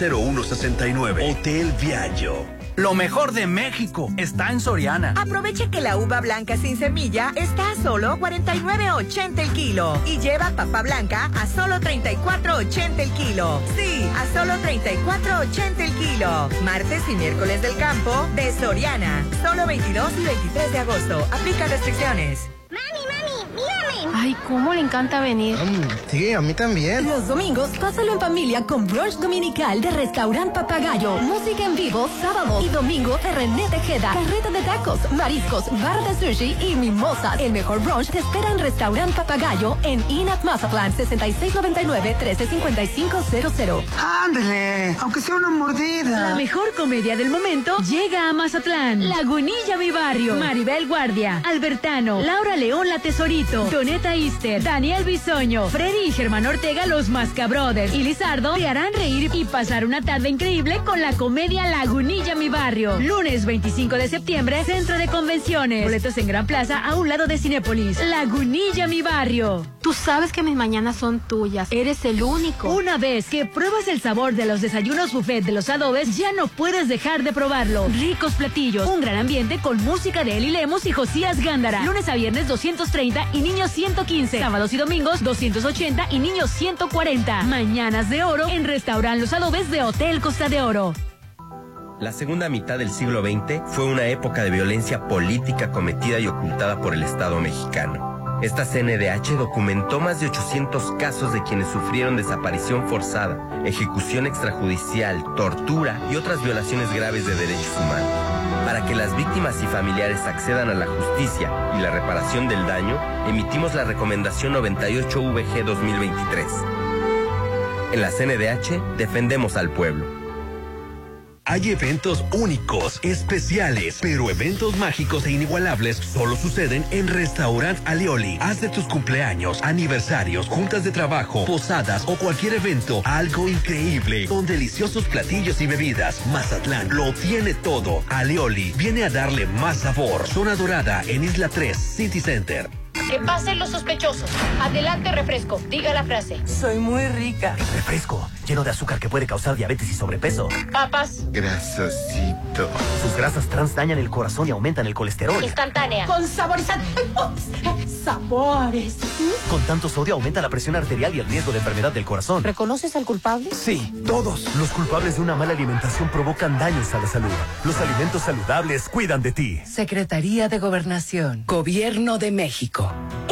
6696-890169. Hotel Viallo.
Lo mejor de México está en Soriana.
Aprovecha que la uva blanca sin semilla está a solo 49.80 el kilo y lleva papa blanca a solo 34.80 el kilo. Sí, a solo 34.80 el kilo. Martes y miércoles del campo de Soriana, solo 22 y 23 de agosto. Aplica restricciones.
Mami, mami, mírame.
Ay, cómo le encanta venir.
Mm, Sí, a mí también.
Los domingos, pásalo en familia con brunch dominical de Restaurant Papagayo. Música en vivo, sábado y domingo de René Tejeda. Carreta de tacos, mariscos, bar de sushi y mimosas. El mejor brunch te espera en Restaurant Papagayo en INAT Mazatlán, 6699-135500.
Ándale, aunque sea una mordida.
La mejor comedia del momento llega a Mazatlán. Lagunilla Mi Barrio. Maribel Guardia. Albertano. Laura León La Tesorito. Doneta Easter. Daniel Bisoño. Freddy y Germán Ortega, los Mascabrothers. Y Lizardo te harán reír y pasar una tarde increíble con la comedia Lagunilla Mi Barrio. Lunes 25 de septiembre, Centro de Convenciones. Boletos en Gran Plaza a un lado de Cinépolis. Lagunilla Mi Barrio.
Tú sabes que mis mañanas son tuyas. Eres el único.
Una vez que pruebas el sabor de los desayunos buffet de los adobes, ya no puedes dejar de probarlo. Ricos platillos, un gran ambiente con música de Eli Lemus y Josías Gándara. Lunes a viernes 230 y niños 115. Sábados y domingos 280 y niños 140. Mañanas de oro en Restaurant Los Adobes de Hotel Costa de Oro.
La segunda mitad del siglo XX fue una época de violencia política cometida y ocultada por el Estado mexicano. Esta CNDH documentó más de 800 casos de quienes sufrieron desaparición forzada, ejecución extrajudicial, tortura y otras violaciones graves de derechos humanos. Para que las víctimas y familiares accedan a la justicia y la reparación del daño, emitimos la recomendación 98 VG 2023. En la CNDH defendemos al pueblo.
Hay eventos únicos, especiales, pero eventos mágicos e inigualables solo suceden en Restaurant Alioli. Haz de tus cumpleaños, aniversarios, juntas de trabajo, posadas o cualquier evento algo increíble con deliciosos platillos y bebidas. Mazatlán lo tiene todo. Alioli viene a darle más sabor. Zona Dorada en Isla 3, City Center.
Que pasen los sospechosos. Adelante, refresco. Diga la frase.
Soy muy rica.
Refresco, lleno de azúcar que puede causar diabetes y sobrepeso.
Papas.
Grasosito. Sus grasas trans dañan el corazón y aumentan el colesterol.
Instantánea.
Con saborizantes. Sabores. ¿sí?
Con tanto sodio aumenta la presión arterial y el riesgo de enfermedad del corazón.
¿Reconoces al culpable?
Sí, todos. Los culpables de una mala alimentación provocan daños a la salud. Los alimentos saludables cuidan de ti.
Secretaría de Gobernación. Gobierno de México.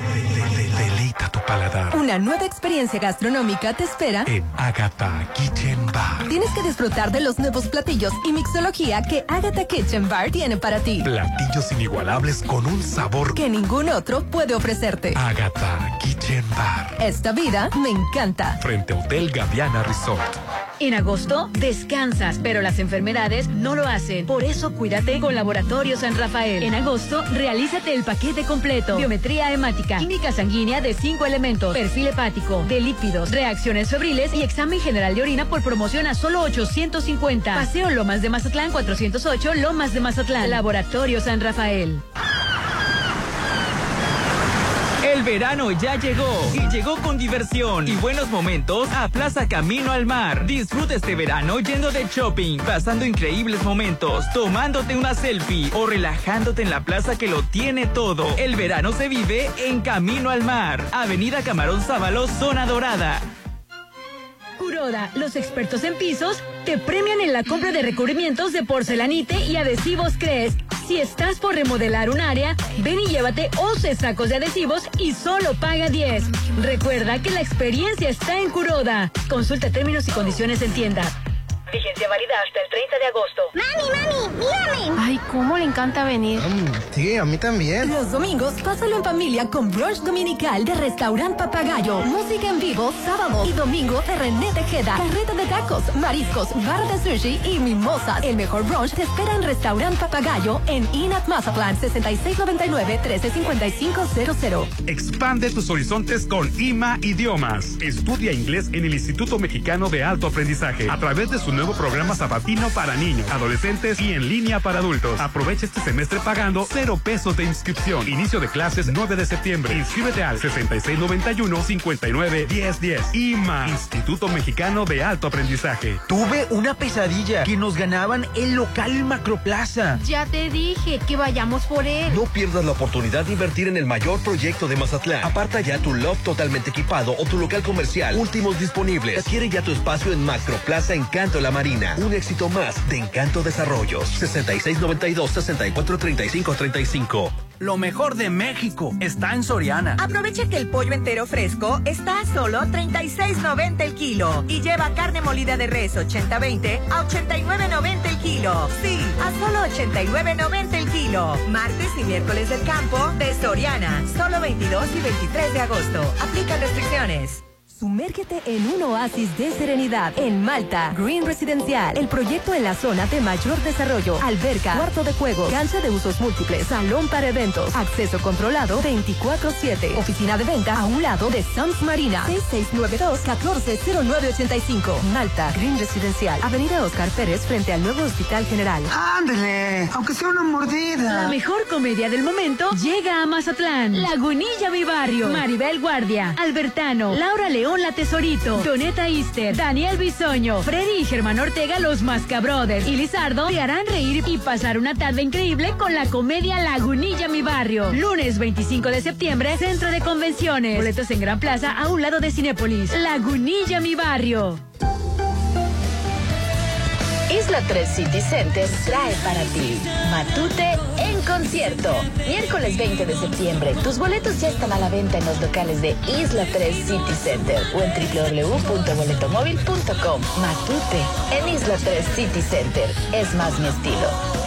Deleita
tu
Ah.
paladar.
Una nueva experiencia gastronómica te espera
en Agatha Kitchen Bar.
Tienes que disfrutar de los nuevos platillos y mixología que Agatha Kitchen Bar tiene para ti.
Platillos inigualables con un sabor
que ningún otro puede ofrecerte.
Agatha Kitchen Bar.
Esta vida me encanta.
Frente a Hotel Gaviana Resort.
En agosto descansas, pero las enfermedades no lo hacen. Por eso cuídate con Laboratorio San Rafael. En agosto realízate el paquete completo. Biometría hemática, química sanguínea de 5 elementos, perfil hepático, de lípidos, reacciones febriles y examen general de orina por promoción a solo 850. Paseo Lomas de Mazatlán 408, Lomas de Mazatlán. Laboratorio San Rafael.
El verano ya llegó y llegó con diversión y buenos momentos a Plaza Camino al Mar. Disfruta este verano yendo de shopping, pasando increíbles momentos, tomándote una selfie o relajándote en la plaza que lo tiene todo. El verano se vive en Camino al Mar, Avenida Camarón Sábalo, Zona Dorada.
Curoda, los expertos en pisos, te premian en la compra de recubrimientos de porcelanite y adhesivos crees. Si estás por remodelar un área, ven y llévate 11 sacos de adhesivos y solo paga 10. Recuerda que la experiencia está en Curoda. Consulta términos y condiciones en tienda.
Vigencia válida hasta el 30 de
¡Mami,
agosto.
mami! ¡Mírame!
Ay, cómo le encanta venir.
Mm, sí, a mí también.
Los domingos, pásalo en familia con brunch dominical de Restaurant Papagayo. Música en vivo, sábado y domingo de René Tejeda. Carreta de tacos, mariscos, bar de sushi y mimosas. El mejor brunch te espera en Restaurant Papagayo en Inat Mazatlán, 6699-135500.
Expande tus horizontes con IMA Idiomas. Estudia inglés en el Instituto Mexicano de Alto Aprendizaje a través de su nuevo programa sabatino para niños, adolescentes y en línea para adultos. Aprovecha este semestre pagando cero pesos de inscripción. Inicio de clases 9 de septiembre. Inscríbete al 6691-591010. IMA, Instituto Mexicano de Alto Aprendizaje.
Tuve una pesadilla que nos ganaban el local Macroplaza.
Ya te dije que vayamos por él.
No pierdas la oportunidad de invertir en el mayor proyecto de Mazatlán. Aparta ya tu loft totalmente equipado o tu local comercial. Últimos disponibles. Adquiere ya tu espacio en Macroplaza Encanto La Marina. Un éxito más de Encanto Desarrollos. 6692-643535.
Lo mejor de México está en Soriana.
Aprovecha que el pollo entero fresco está a solo 36.90 el kilo y lleva carne molida de res 80-20 a 89.90 el kilo. Sí, a solo 89.90 el kilo. Martes y miércoles del campo de Soriana, solo 22 y 23 de agosto. Aplican restricciones.
Sumérgete en un oasis de serenidad en Malta. Green Residencial, el proyecto en la zona de mayor desarrollo. Alberca, cuarto de juego, cancha de usos múltiples, salón para eventos, acceso controlado 24-7. Oficina de venta a un lado de Sams Marina. 6692-140985. Malta, Green Residencial, Avenida Oscar Pérez frente al nuevo Hospital General.
Ándele, aunque sea una mordida.
La mejor comedia del momento llega a Mazatlán. Lagunilla Mi Barrio, Maribel Guardia, Albertano, Laura León. León La Tesorito, Doneta Easter, Daniel Bisoño, Freddy y Germán Ortega, los Masca Brothers y Lizardo te harán reír y pasar una tarde increíble con la comedia Lagunilla Mi Barrio. Lunes 25 de septiembre, Centro de Convenciones. Boletos en Gran Plaza a un lado de Cinépolis. Lagunilla Mi Barrio.
Isla 3 City Center trae para ti Matute en concierto. Miércoles 20 de septiembre. Tus boletos ya están a la venta en los locales de Isla 3 City Center o en www.boletomóvil.com. Matute en Isla 3 City Center. Es más mi estilo.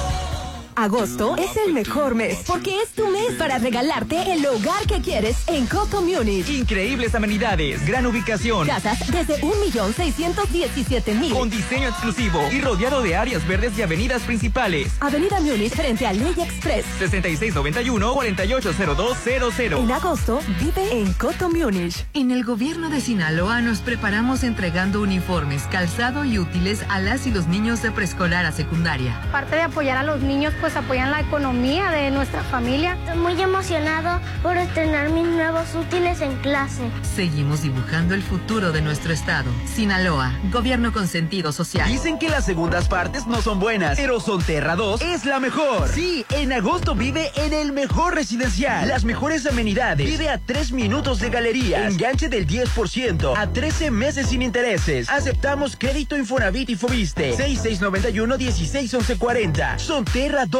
Agosto es el mejor mes porque es tu mes para regalarte el hogar que quieres en CoCommunity.
Increíbles amenidades, gran ubicación.
Casas desde 1.617.000.
Con diseño exclusivo y rodeado de áreas verdes y avenidas principales.
Avenida Múnich frente a Ley Express.
6691-480200.
En agosto vive en CoCommunity.
En el gobierno de Sinaloa nos preparamos entregando uniformes, calzado y útiles a las y los niños de preescolar a secundaria.
Parte de apoyar a los niños, pues apoyan la economía de nuestra familia.
Estoy muy emocionado por estrenar mis nuevos útiles en clase.
Seguimos dibujando el futuro de nuestro estado. Sinaloa, gobierno con sentido social.
Dicen que las segundas partes no son buenas, pero Sonterra 2 es la mejor. Sí, en agosto vive en el mejor residencial. Las mejores amenidades. Vive a 3 minutos de galería. Enganche del 10% a 13 meses sin intereses. Aceptamos crédito Infonavit y Fobiste. 6691 161140. Sonterra 2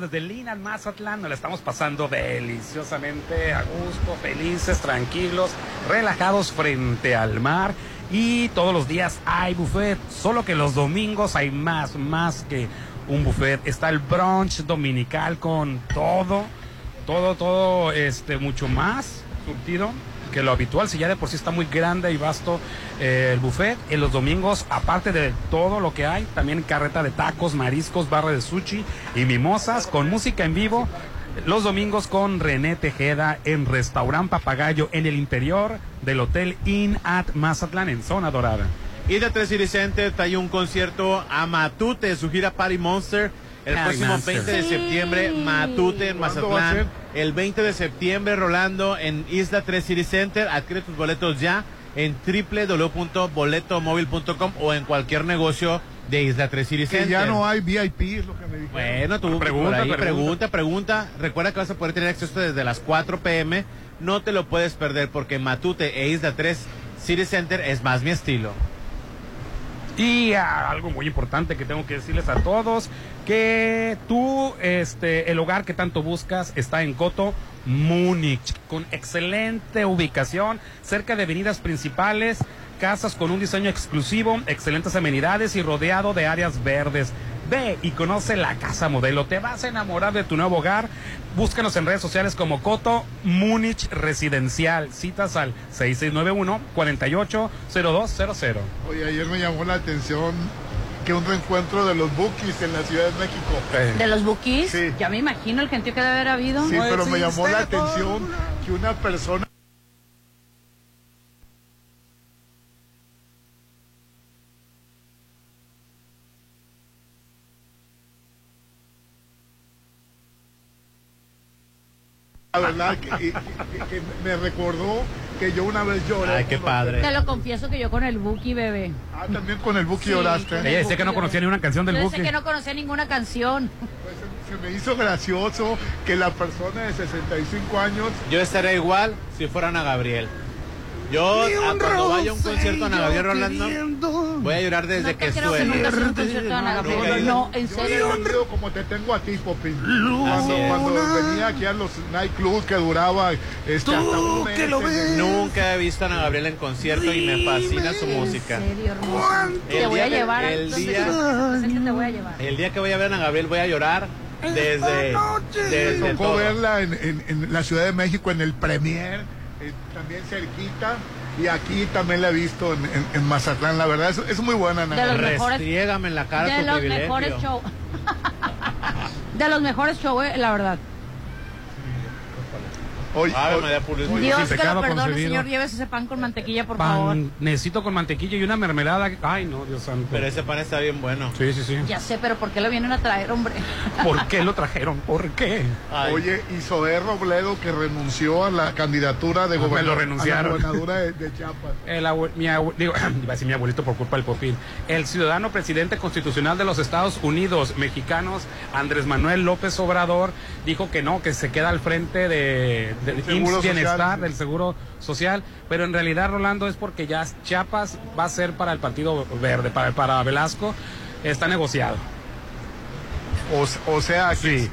desde Linas, Mazatlán. Nos la estamos pasando deliciosamente, a gusto, felices, tranquilos, relajados frente al mar. Y todos los días hay buffet, solo que los domingos hay más, más que un buffet. Está el brunch dominical con todo, todo, todo, este, mucho más surtido que lo habitual, si ya de por sí está muy grande y vasto eh, el buffet, en los domingos, aparte de todo lo que hay, también carreta de tacos, mariscos, barra de sushi y mimosas con música en vivo. Los domingos con René Tejeda en Restaurant Papagayo en el interior del Hotel Inn at Mazatlán en Zona Dorada.
Y de Tres City Center trae un concierto a Matute, su gira Party Monster El próximo 20 de septiembre, Matute en
¿Cuándo va a
Mazatlán. El 20 de septiembre, Rolando en Isla 3 City Center. Adquiere tus boletos ya en www.boletomóvil.com o en cualquier negocio de Isla 3 City
Que
Center.
ya no hay VIP, es lo que me dijeron.
Bueno, tú
Pregunta,
por ahí, pregunta,
pregunta.
pregunta, Recuerda que vas a poder tener acceso desde las 4 pm. No te lo puedes perder porque Matute e Isla 3 City Center es más mi estilo.
Y ah, algo muy importante que tengo que decirles a todos, que tú, este, el hogar que tanto buscas está en Coto, Múnich, con excelente ubicación, cerca de avenidas principales, casas con un diseño exclusivo, excelentes amenidades y rodeado de áreas verdes. Ve y conoce la casa modelo, te vas a enamorar de tu nuevo hogar. Búscanos en redes sociales como Coto Múnich Residencial. Citas al 6691 480200.
Oye, ayer me llamó la atención que un reencuentro de los bookies en la Ciudad de México.
¿De los bookies? Ya me imagino el gentío que debe haber habido.
Sí, pero me llamó la atención que una persona... La Ah, verdad que, que- que me recordó que yo una vez lloré.
Ay, qué padre.
Te lo confieso que yo con el Buki, bebé.
Ah, también con el Buki lloraste.
Ella decía que no conocía ni una canción del
yo
buque.
sé que no conocía ninguna canción.
Se me hizo gracioso que la persona de 65 años
Yo estaría igual si fuera Ana Gabriel. Yo
Ni
ah,
un
cuando vaya a un
rosello
concierto de Ana Gabriel Rolando, voy a llorar desde que
creo que
suene.
nunca fui a un concierto de Ana Gabriel.
Nunca he ido.
No, en serio.
Yo digo como te tengo a ti, Popín.
Así
Cuando,
es.
cuando venía aquí a los nightclubs que duraba este, hasta un mes.
Nunca he visto a Ana Gabriel en concierto y me fascina su música.
Te voy a
El día-
llevar.
el
entonces,
día-
entonces te voy a llevar.
El día que vaya a ver a Ana Gabriel voy a llorar desde,
Me
desde
tocó
todo.
verla en, en- en la Ciudad de México en el Premier, eh, también cerquita. Y aquí también la he visto en, en- en Mazatlán. La verdad es, es muy buena, Ana.
De los
Gabriel.
mejores- Restriégame
en la
de los mejores shows. de los mejores shows, eh, la verdad.
Hoy,
Ave María Purísima.
Dios
sin
que
pecado
lo perdone,
concebido.
señor. Lleves ese pan con mantequilla, por favor.
Pan, necesito con mantequilla y una mermelada. Ay, no, Dios santo.
Pero ese pan está bien bueno.
Sí, sí, sí.
Ya sé, pero ¿por qué lo vienen a traer, hombre?
¿Por qué lo trajeron? ¿Por qué?
Oye, y Sober Robledo que renunció a la candidatura de
Ah, me lo
gobernador.
renunciaron.
A la gobernadura de, de Chiapas.
El abue- mi abue- digo, iba a decir mi abuelito por culpa del popín. El ciudadano presidente constitucional de los Estados Unidos mexicanos, Andrés Manuel López Obrador, dijo que no, que se queda al frente de, del Seguro IMSS Social. Bienestar, del Seguro Social. Pero en realidad, Rolando, es porque ya Chiapas va a ser para el Partido Verde, para, para Velasco. Está negociado.
O, sea,
sí.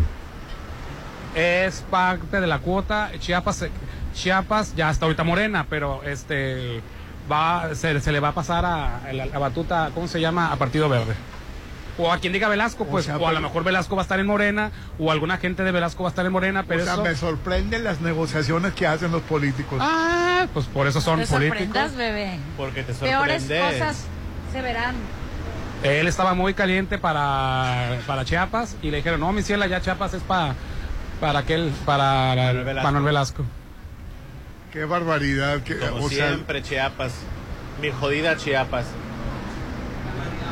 Es parte de la cuota. Chiapas, eh, Chiapas ya está ahorita morena, pero este va se, se le va a pasar a, a la, la batuta, ¿cómo se llama? A Partido Verde. O a quien diga Velasco, pues, o,
sea,
a
pero-
lo mejor Velasco va a estar en Morena, o alguna gente de Velasco va a estar en Morena, pero
o sea,
eso-
me sorprenden las negociaciones que hacen los políticos.
Ah, pues por eso son
te
políticos.
sorprendas, bebé.
Porque te
Peores cosas se verán.
Él estaba muy caliente para, para Chiapas y le dijeron, no, mi ciela, ya Chiapas es para para aquel, para
Manuel Velasco.
Manuel Velasco.
Qué barbaridad. Que,
Como
o sea,
siempre, Chiapas. Mi jodida Chiapas.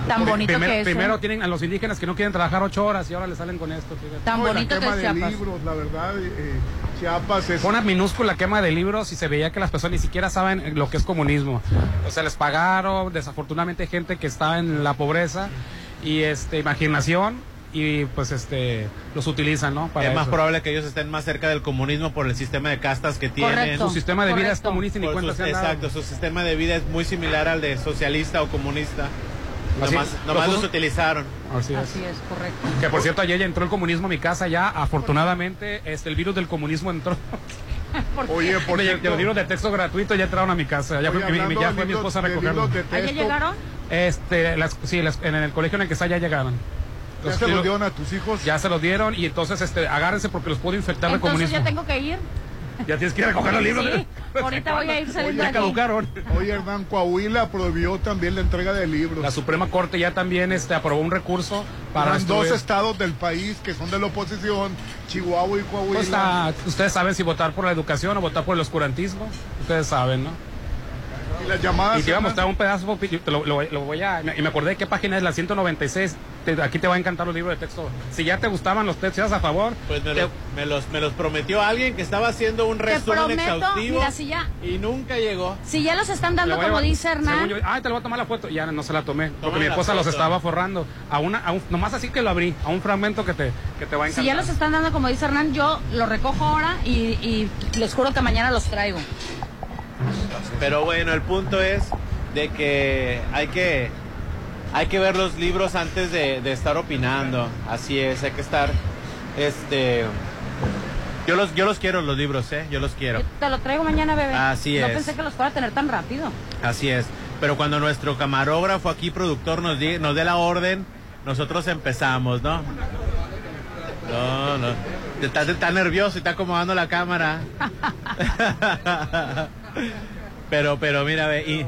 Tan
Pri-
bonito
primero,
que es. ¿eh?
Primero tienen a los indígenas que no quieren trabajar ocho horas y ahora le salen con esto. fíjate.
Tan
no, y la
bonito que
quema
es
de
Chiapas.
libros, la verdad, eh, eh, Chiapas es...
Fue una minúscula quema de libros y se veía que las personas ni siquiera saben lo que es comunismo. O sea, les pagaron, desafortunadamente, gente que está en la pobreza y este imaginación y pues este los utilizan, ¿no?
es más
eso.
probable que ellos estén más cerca del comunismo por el sistema de castas que tienen.
Correcto, Su sistema de vida es correcto. comunista y ni
Por
cuenta
sus-
se han dado.
Exacto, su sistema de vida es muy similar al de socialista o comunista.
Así-
nomás
los
nomás los,
usos-
utilizaron.
Así es.
Así es, correcto.
Que por cierto, ayer ya entró el comunismo a mi casa, ya afortunadamente este, el virus del comunismo entró.
Oye, por
Me lle-
cierto-
los libros de texto gratuito ya entraron a mi casa. Ya,
Oye,
fue, mi- mi-
hablando
ya
de
fue mi
libros-
esposa a
de
recogerlo.
libros de ¿Ah, ya texto. llegaron?
Este, las, sí, las- en el colegio en el que está ya llegaron.
¿Ya se los dieron a tus hijos?
Ya se los dieron y entonces este, agárrense porque los puedo infectar de
Entonces
comunismo.
ya tengo que ir.
Ya tienes que ir a recoger
eh,
los libros.
Sí, ahorita voy a ir saliendo de
Ya
aquí.
caducaron.
Oye, Hernán Coahuila prohibió también la entrega de libros.
La Suprema Corte ya también este, aprobó un recurso para
Eran dos
destruir-
estados del país que son de la oposición, Chihuahua y Coahuila.
Pues, ah, ustedes saben si votar por la educación o votar por el oscurantismo. Ustedes saben, ¿no?
Y las llamadas
Y te iba a
eran-
mostrar un pedazo, Popi, te lo, lo- lo voy a... Y me acordé de qué página es la 196 te- aquí te va a encantar los libros de texto. Si ya te gustaban los textos, si eras a favor,
Pues me, los, me, los, me los prometió alguien que estaba haciendo un
Te
resumen
prometo,
exhaustivo
mira, si ya,
y nunca llegó.
si ya los están
Le
dando
voy a
como
llevar-
dice Hernán,
según yo, Ay, te lo voy a tomar la foto. Ya no se la tomé. porque
Tómale
mi
la
esposa los
foto.
estaba forrando. A una, a un- nomás así que lo abrí. A un fragmento que te, que te va a encantar.
si ya los están dando como dice Hernán, yo los recojo ahora y, y les juro que mañana los traigo.
Pero bueno, el punto es de que hay que hay que ver los libros antes de, de estar opinando. Así es, hay que estar este yo los yo los quiero los libros, eh, yo los quiero.
Te lo traigo mañana, bebé.
Así
no
es.
pensé que los fuera a tener tan rápido.
Así es. Pero cuando nuestro camarógrafo aquí productor nos di- nos dé la orden, nosotros empezamos, ¿no? No, no. Está, está nervioso y está acomodando la cámara. Pero, pero mira, ve, y-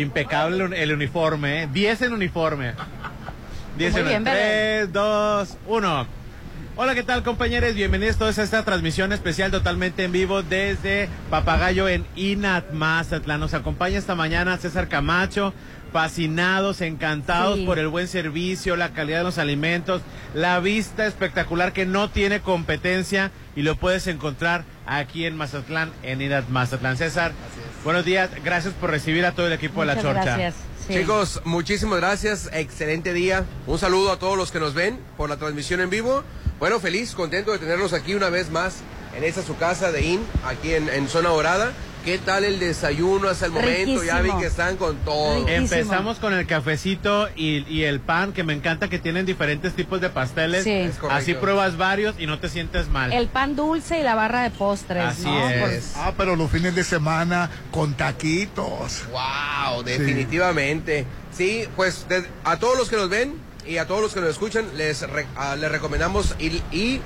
impecable un- el uniforme, ¿eh? 10 en uniforme. 10
Muy
en
bien, Belén.
3, 2, 1. Hola, ¿qué tal, compañeros? Bienvenidos todos a esta transmisión especial totalmente en vivo desde Papagayo en Inat Mazatlán. Nos acompaña esta mañana César Camacho. Fascinados, encantados
Sí.
por el buen servicio, la calidad de los alimentos, la vista espectacular que no tiene competencia y lo puedes encontrar aquí en Mazatlán, en Inat Mazatlán. César, buenos días, gracias por recibir a todo el equipo de la Chorcha.
Chicos, muchísimas gracias, excelente día. Un saludo a todos los que nos ven por la transmisión en vivo. Bueno, feliz, contento de tenerlos aquí una vez más en esta su casa de IN, aquí en, en Zona Dorada. ¿Qué tal el desayuno hasta el momento? Ya vi
Riquísimo.
que están con todo.
Empezamos con el cafecito y, y el pan, que me encanta que tienen diferentes tipos de pasteles.
Sí. Es correcto.
Así pruebas varios y no te sientes mal.
El pan dulce y la barra de postres. Pues ¿no? Por-
Ah, pero los fines de semana con taquitos.
Wow, definitivamente. Sí, pues de- a todos los que nos ven y a todos los que nos escuchan, les, re- ah, les recomendamos y, y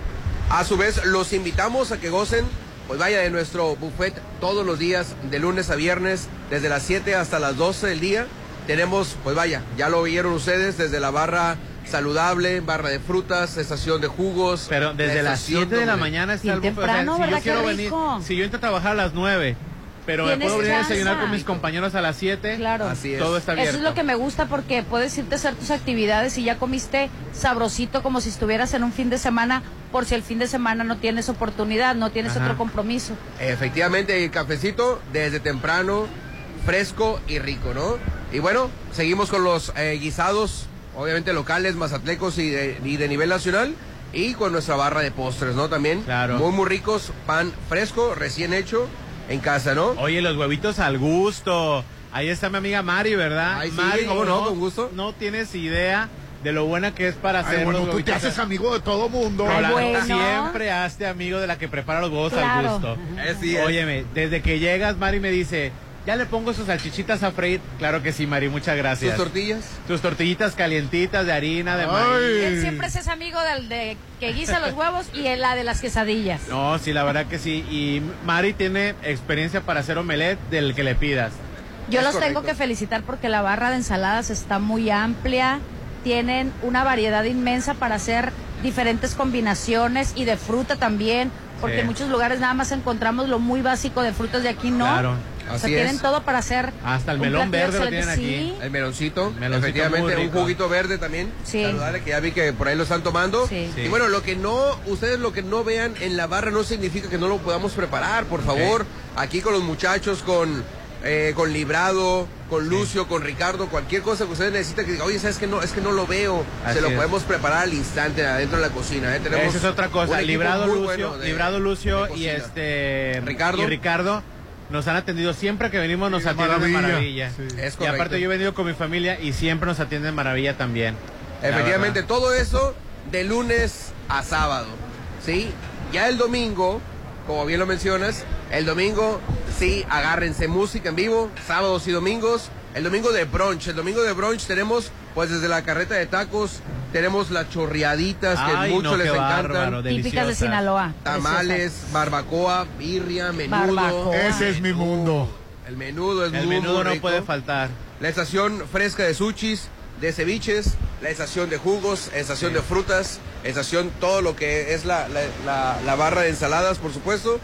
a su vez los invitamos a que gocen, pues vaya de nuestro buffet todos los días, de lunes a viernes, desde las 7 hasta las 12 del día. Tenemos, pues vaya, ya lo vieron ustedes, desde la barra saludable, barra de frutas, estación de jugos.
Pero desde las 7 de la mañana está el buffet. O sea,
temprano,
si
¿verdad?
yo
Qué
quiero venir,
rico.
si yo entro a trabajar a las 9, pero me
Tienes
puedo venir a
chance.
desayunar con mis compañeros a las 7.
Claro.
Todo Ah, está abierto.
Eso es lo que me gusta porque puedes irte a hacer tus actividades y ya comiste sabrosito como si estuvieras en un fin de semana por si el fin de semana no tienes oportunidad, no tienes
Ajá.
otro compromiso.
Efectivamente, el cafecito desde temprano, fresco y rico, ¿no? Y bueno, seguimos con los eh, guisados, obviamente locales, mazatlecos y de, y de nivel nacional, y con nuestra barra de postres, ¿no? También, muy, muy ricos, pan fresco, recién hecho, en casa, ¿no?
Oye, los huevitos al gusto. Ahí está mi amiga Mari, ¿verdad?
Ay, sí,
Mari,
cómo no, con gusto.
No tienes idea de lo buena que es para
Ay,
hacer
bueno,
los
tú te
huevitos.
haces amigo de todo mundo.
Rolando, siempre hazte amigo de la que prepara los huevos
Claro.
al gusto.
Eh, sí, es.
Óyeme, desde que llegas, Mari me dice, ¿ya le pongo sus salchichitas a freír? Claro que sí, Mari, muchas
¿Sus
gracias.
tortillas?
Tus tortillitas calientitas de harina, de
Él
maíz.
siempre es ese amigo del de que guisa los huevos y el- la de las quesadillas.
No, sí, la verdad que sí. Y Mari tiene experiencia para hacer omelette del que le pidas.
Yo los tengo que felicitar porque la barra de ensaladas está muy amplia, tienen una variedad inmensa para hacer diferentes combinaciones y de fruta también, porque
Sí.
en muchos lugares nada más encontramos lo muy básico de frutas de aquí no.
Claro.
O sea,
Así
tienen
es.
todo para hacer
Hasta el
un
melón
platillo
verde lo tienen
excelente.
aquí.
El meloncito,
meloncito
efectivamente,
muy
un
rico.
juguito verde también,
Sí.
saludable, que ya vi que por ahí lo están tomando.
Sí.
Y bueno, lo que no, ustedes lo que no vean en la barra no significa que no lo podamos preparar, por favor. Aquí con los muchachos, con, eh, con Librado, con Lucio, con Ricardo, cualquier cosa que ustedes necesiten que diga, oye, ¿sabes que no, es que no lo veo?
Así
Se lo
es.
podemos preparar al instante adentro de la cocina. ¿eh? Tenemos
Esa es otra
un
cosa.
equipo
Librado
muy
Lucio,
bueno de-
Librado Lucio y
cocina.
este
Ricardo.
y Ricardo nos han atendido siempre que venimos nos
de
atienden de
maravilla.
maravilla.
Sí. Es
Y
correcto.
aparte yo he venido con mi familia y siempre nos atienden de maravilla también. La
Efectivamente,
verdad.
todo eso de lunes a sábado, ¿sí? Ya el domingo, como bien lo mencionas, el domingo, sí, agárrense música en vivo, sábados y domingos, el domingo de brunch, el domingo de brunch tenemos, pues desde la carreta de tacos, tenemos las chorreaditas que
Ay,
muchos
no,
les
qué
encantan.
bárbaro,
Típicas de Sinaloa.
Tamales,
Preciosas.
barbacoa, birria, menudo.
Barbacoa.
Ese es mi mundo.
El menudo es
El
muy,
menudo
muy
no
rico.
puede faltar.
La estación fresca de sushis, de ceviches, la estación de jugos, estación de frutas, estación todo lo que es la, la- la- la barra de ensaladas, por supuesto.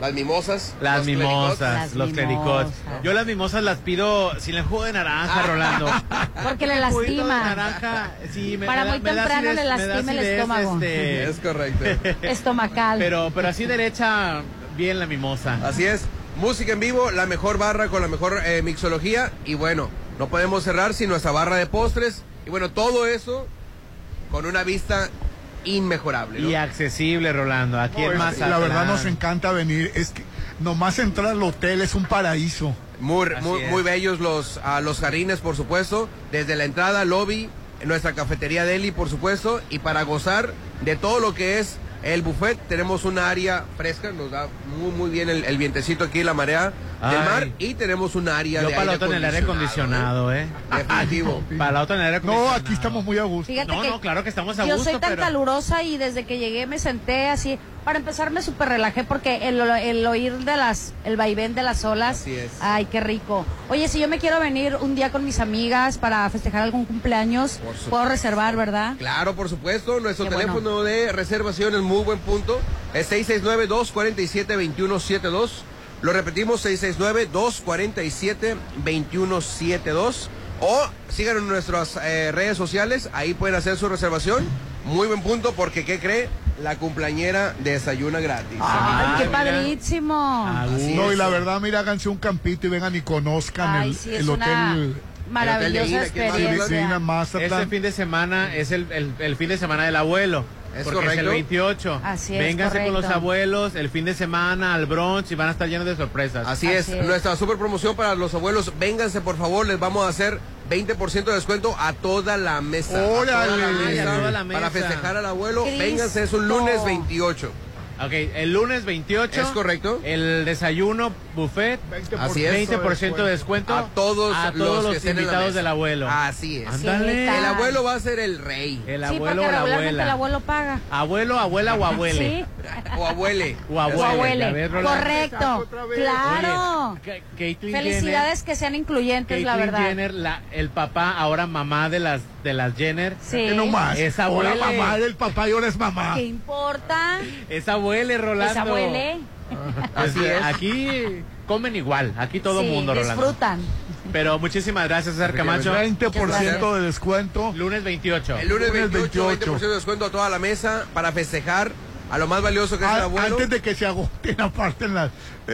Las mimosas.
Las
los
mimosas,
clericots.
los clericots. Yo las mimosas las pido sin el jugo de
Ah.
naranja, Rolando.
Porque le
Un juguito de
lastima.
naranja, sí, me-
Para
me da-
muy
me da
temprano
acidez,
le
me da
lastima el
acidez,
estómago.
este,
Es correcto.
Estomacal.
Pero, pero así derecha, bien la mimosa.
Así es, música en vivo, la mejor barra con la mejor eh, mixología y bueno, no podemos cerrar sin nuestra barra de postres y bueno, todo eso con una vista inmejorable. ¿no?
Y accesible, Rolando. Aquí en
Pues,
Mazatlán.
la verdad nos encanta venir. Es que nomás entrar al hotel es un paraíso.
Muy,
Así
muy,
es.
muy bellos los, ah, los jardines, por supuesto, desde la entrada, lobby, en nuestra cafetería Deli, por supuesto, y para gozar de todo lo que es el buffet, tenemos un área fresca, nos da muy, muy bien el, el vientecito aquí, la marea del
Ay.
mar, y tenemos un área
Yo
de
paloto
aire
en el aire acondicionado, ¿eh?
Definitivo.
Paloto en el aire acondicionado. No, aquí estamos
muy a gusto.
Fíjate
no,
que
no, claro que estamos a
Yo
gusto,
soy tan
pero...
calurosa y desde que llegué me senté así. Para empezar me súper relajé porque el, el oír de las, el vaivén de las olas.
Así es.
Ay, qué rico. Oye, si yo me quiero venir un día con mis amigas para festejar algún cumpleaños,
supuesto.
puedo reservar, ¿verdad?
Claro, por supuesto. Nuestro
Qué bueno.
teléfono de reservación es muy buen punto. Es 669-247-2172. Lo repetimos, 669-247-2172. O sigan en nuestras eh, redes sociales. Ahí pueden hacer su reservación. Muy buen punto porque, ¿qué cree? La cumpleañera desayuna gratis.
Ay, qué padrísimo.
Ah,
No, y la verdad, mira, háganse un campito y vengan y conozcan
Ay,
el,
sí, es
el
una
hotel.
maravillosa
El hotel de Ina, que es
experiencia.
de Ina Mazatlán.
Este fin de semana es el, el- el fin de semana del abuelo.
Es
porque es el
correcto.
28.
Así es,
Vénganse con los
correcto.
abuelos el fin de semana al brunch y van a estar llenos de sorpresas.
Así, es. nuestra super promoción para los abuelos. Vénganse, por favor, les vamos a hacer 20% de descuento a toda la mesa. A toda la
¡Órale!
mesa,
Ay, a toda la mesa.
Para festejar al abuelo,
Cristo.
vénganse, es un lunes 28.
Ok, el lunes 28.
Es correcto.
El desayuno, buffet.
Así es.
20% de descuento.
A todos,
a todos los,
que estén en la
invitados
mesa.
del abuelo.
Así es.
Ándale.
El abuelo va a ser el rey.
El
sí,
abuelo
porque
o la
regularmente
abuela.
el abuelo paga.
Abuelo, abuela o abuele.
Sí.
O abuele.
O
O abuele.
Ya ves, Rolando.
Correcto. Claro.
Oye, Ka- Caitlyn
Felicidades que sean incluyentes,
Jenner,
la
Caitlyn
verdad.
Jenner, la- el papá, ahora mamá de las de las Jenner.
Sí. Que no más.
Es
Ahora
abuela.
mamá del papá y ahora es mamá.
¿Qué importa?
Es abuela, Ah. Rolando.
Pues abuele.
Así es. Aquí comen igual. Aquí todo
Sí,
mundo, Rolando.
disfrutan.
Pero muchísimas gracias, César Camacho.
20% de descuento.
Lunes 28.
El lunes 28, 20% de descuento a toda la mesa para festejar a lo más valioso que es el
A-
abuelo.
antes de que se agoten aparte en la-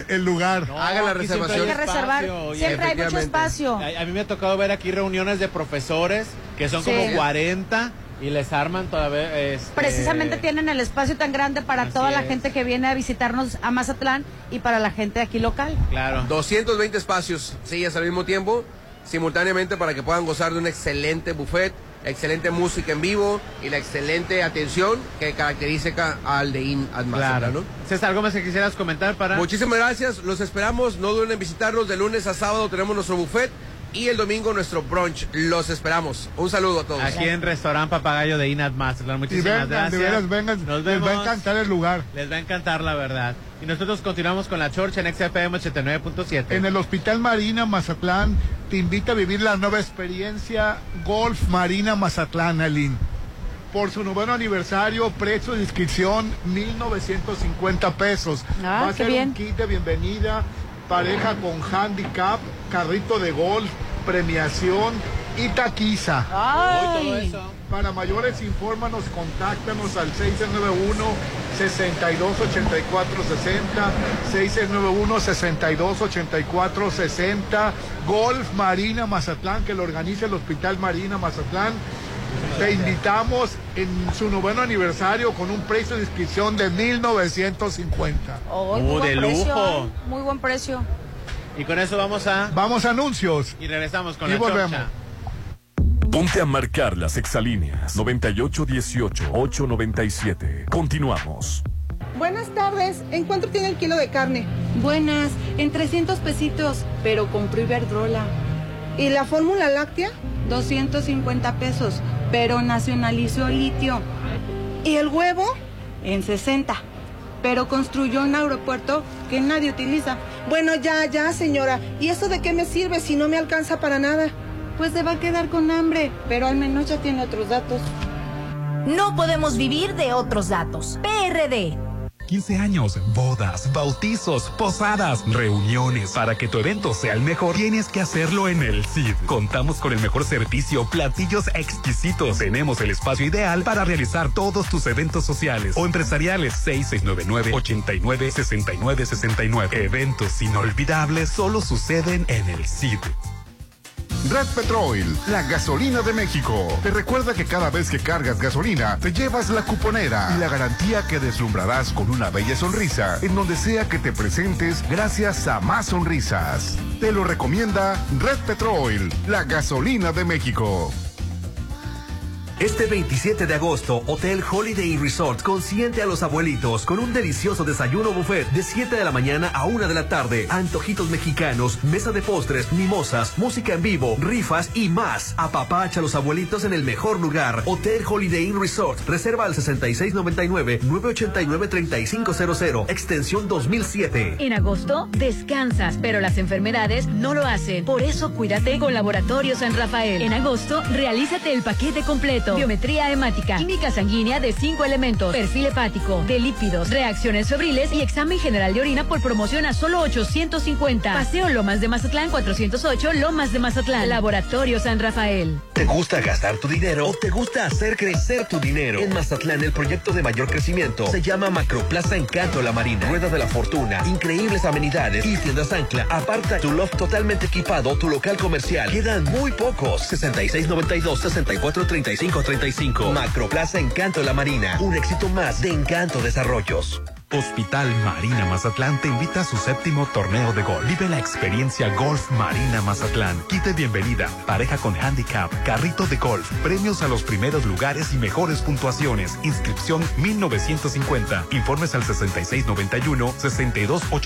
el lugar.
Hagan la reservación.
hay reservar. Siempre hay mucho Efectivamente. espacio.
A, a mí me ha tocado ver aquí reuniones de profesores que son
Sí.
como 40 y les arman todavía. este,
Precisamente tienen el espacio tan grande para
Así
toda la
es.
gente que viene a visitarnos a Mazatlán y para la gente aquí local.
Claro.
220 espacios, sillas al mismo tiempo, simultáneamente para que puedan gozar de un excelente buffet, excelente música en vivo y la excelente atención que caracteriza ca- al de In Atmósfera,
Claro.
¿no?
César, ¿algo más que quisieras comentar para.?
Muchísimas gracias, los esperamos, no duden en visitarnos, de lunes a sábado tenemos nuestro buffet y el domingo nuestro brunch, los esperamos. Un saludo a todos.
Aquí en Restaurante Papagayo de Inat Mazatlán.
Y
Muchísimas
vengan, de
gracias.
veras, vengan.
Nos
les va a
vemos.
encantar el lugar.
Les va a encantar, la verdad. Y nosotros continuamos con la chorcha en XFM 89.7.
En el Hospital Marina Mazatlán te invita a vivir la nueva experiencia Golf Marina Mazatlán, Alín. Por su noveno aniversario, precio de inscripción 1.950 pesos.
Ah,
Va a
qué
ser
bien.
un kit de bienvenida, pareja con handicap, carrito de golf, premiación y taquiza.
Ay. Ay, todo eso.
Para mayores, infórmanos, contáctanos al 691-628460, 691-628460, Golf Marina Mazatlán, que lo organiza el Hospital Marina Mazatlán. Te invitamos en su noveno aniversario con un precio de inscripción de 1950.
Oh,
Uh, de
precio, ¿eh?
lujo.
Muy buen precio.
Y con eso vamos a.
Vamos a anuncios.
Y regresamos con
Y
la
volvemos.
chorcha.
Ponte a marcar las exalíneas 9818-897. Continuamos.
Buenas tardes, ¿en cuánto tiene el kilo de carne? Buenas, en 300 pesitos, pero compré Iberdrola. ¿Y la fórmula láctea? 250 pesos, pero nacionalizó litio. ¿Y el huevo? En 60, pero construyó un aeropuerto que nadie utiliza.
Bueno, ya, ya, señora. ¿Y eso de qué me sirve si no me alcanza para nada?
Pues se va a quedar con hambre, pero al menos ya tiene otros datos.
No podemos vivir de otros datos. PRD.
15 años, bodas, bautizos, posadas, reuniones. Para que tu evento sea el mejor, tienes que hacerlo en el CID. Contamos con el mejor servicio, platillos exquisitos. Tenemos el espacio ideal para realizar todos tus eventos sociales o empresariales. 6699-896969. Eventos inolvidables solo suceden en el CID.
Red Petrol, la gasolina de México. Te recuerda que cada vez que cargas gasolina, te llevas la cuponera y la garantía que deslumbrarás con una bella sonrisa en donde sea que te presentes gracias a más sonrisas. Te lo recomienda Red Petrol, la gasolina de México.
Este 27 de agosto, Hotel Holiday Inn Resort consiente a los abuelitos con un delicioso desayuno buffet de 7 de la mañana a 1 de la tarde, antojitos mexicanos, mesa de postres, mimosas, música en vivo, rifas y más. Apapacha a los abuelitos en el mejor lugar. Hotel Holiday Inn Resort, reserva al 6699-989-3500, extensión 2007.
En agosto descansas, pero las enfermedades no lo hacen. Por eso cuídate con Laboratorio San Rafael. En agosto, realízate el paquete completo. Biometría hemática, química sanguínea de 5 elementos, perfil hepático, de lípidos, reacciones febriles y examen general de orina por promoción a solo 850. Paseo Lomas de Mazatlán 408, Lomas de Mazatlán. Laboratorio San Rafael.
¿Te gusta gastar tu dinero o te gusta hacer crecer tu dinero? En Mazatlán, el proyecto de mayor crecimiento se llama Macroplaza Encanto La Marina. Rueda de la Fortuna, increíbles amenidades y tiendas ancla. Aparta tu loft totalmente equipado, tu local comercial. Quedan muy pocos. 6692-643535. Macroplaza Encanto La Marina. Un éxito más de Encanto Desarrollos.
Hospital Marina Mazatlán te invita a su séptimo torneo de golf. Vive la experiencia Golf Marina Mazatlán. Quite bienvenida, pareja con handicap, carrito de golf, premios a los primeros lugares y mejores puntuaciones. Inscripción 1950. Informes al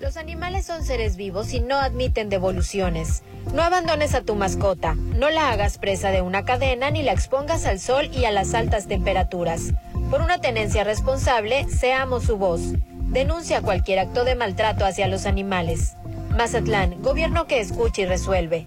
Los animales son seres vivos y no admiten devoluciones. No abandones a tu mascota, no la hagas presa de una cadena ni la expongas al sol y a las altas temperaturas. Por una tenencia responsable, seamos su voz. Denuncia cualquier acto de maltrato hacia los animales. Mazatlán, gobierno que escuche y resuelve.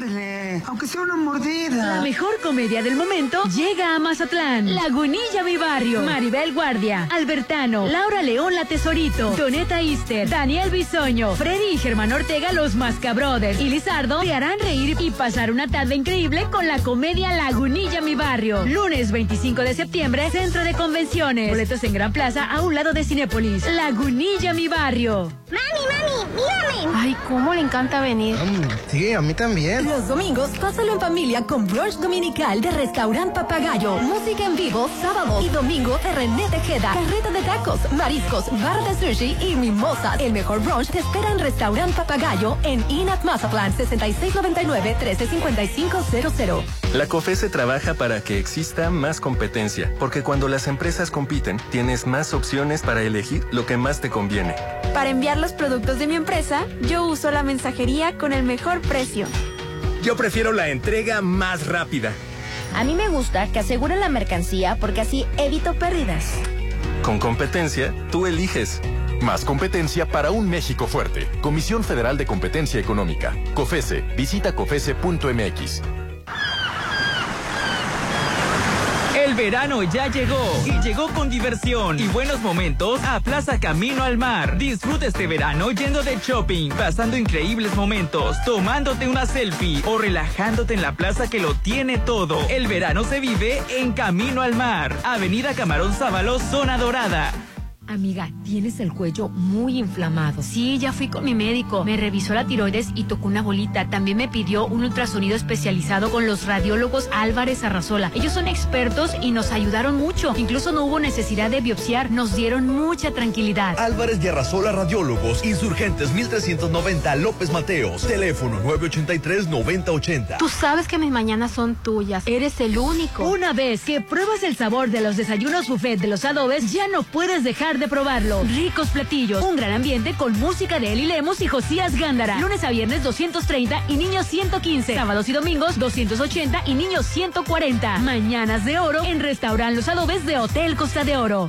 Ándale, aunque sea una mordida.
La mejor comedia del momento llega a Mazatlán. Lagunilla Mi Barrio. Maribel Guardia. Albertano. Laura León La Tesorito. Doneta Easter. Daniel Bisoño. Freddy y Germán Ortega, los Mascabrothers. Y Lizardo te harán reír y pasar una tarde increíble con la comedia Lagunilla Mi Barrio. Lunes 25 de septiembre, Centro de Convenciones. Boletos en Gran Plaza a un lado de Cinépolis. Lagunilla Mi Barrio.
¡Mami, mami! ¡Mírame! Ay, cómo le encanta venir.
Mm, Sí, a mí también.
Los domingos, pásalo en familia con brunch dominical de Restaurant Papagayo. Música en vivo, sábado y domingo de René Tejeda. Carreta de tacos, mariscos, bar de sushi y mimosas. El mejor brunch te espera en Restaurant Papagayo en Inat Mazatlán 6699 135500.
La COFESE trabaja para que exista más competencia, porque cuando las empresas compiten, tienes más opciones para elegir lo que más te conviene.
Para enviar los productos de mi empresa, yo uso la mensajería con el mejor precio.
Yo prefiero la entrega más rápida.
A mí me gusta que aseguren la mercancía porque así evito pérdidas.
Con competencia, tú eliges.
Más competencia para un México fuerte. Comisión Federal de Competencia Económica. COFESE. Visita COFESE.mx.
El verano ya llegó y llegó con diversión y buenos momentos a Plaza Camino al Mar. Disfruta este verano yendo de shopping, pasando increíbles momentos, tomándote una selfie o relajándote en la plaza que lo tiene todo. El verano se vive en Camino al Mar, Avenida Camarón Sábalo, Zona Dorada.
Amiga, tienes el cuello muy inflamado.
Sí, ya fui con mi médico. Me revisó la tiroides y tocó una bolita. También me pidió un ultrasonido especializado con los radiólogos Álvarez Arrazola. Ellos son expertos y nos ayudaron mucho. Incluso no hubo necesidad de biopsiar. Nos dieron mucha tranquilidad.
Álvarez de Arrasola Radiólogos, Insurgentes 1390 López Mateos, teléfono 983-9080.
Tú sabes que mis mañanas son tuyas. Eres el único.
Una vez que pruebas el sabor de los desayunos buffet de los adobes, ya no puedes dejar de probarlo. Ricos platillos, un gran ambiente con música de Eli Lemus y Josías Gándara. Lunes a viernes 230 y niños 115. Sábados y domingos 280 y niños 140. Mañanas de oro en Restaurant Los Adobes de Hotel Costa de Oro.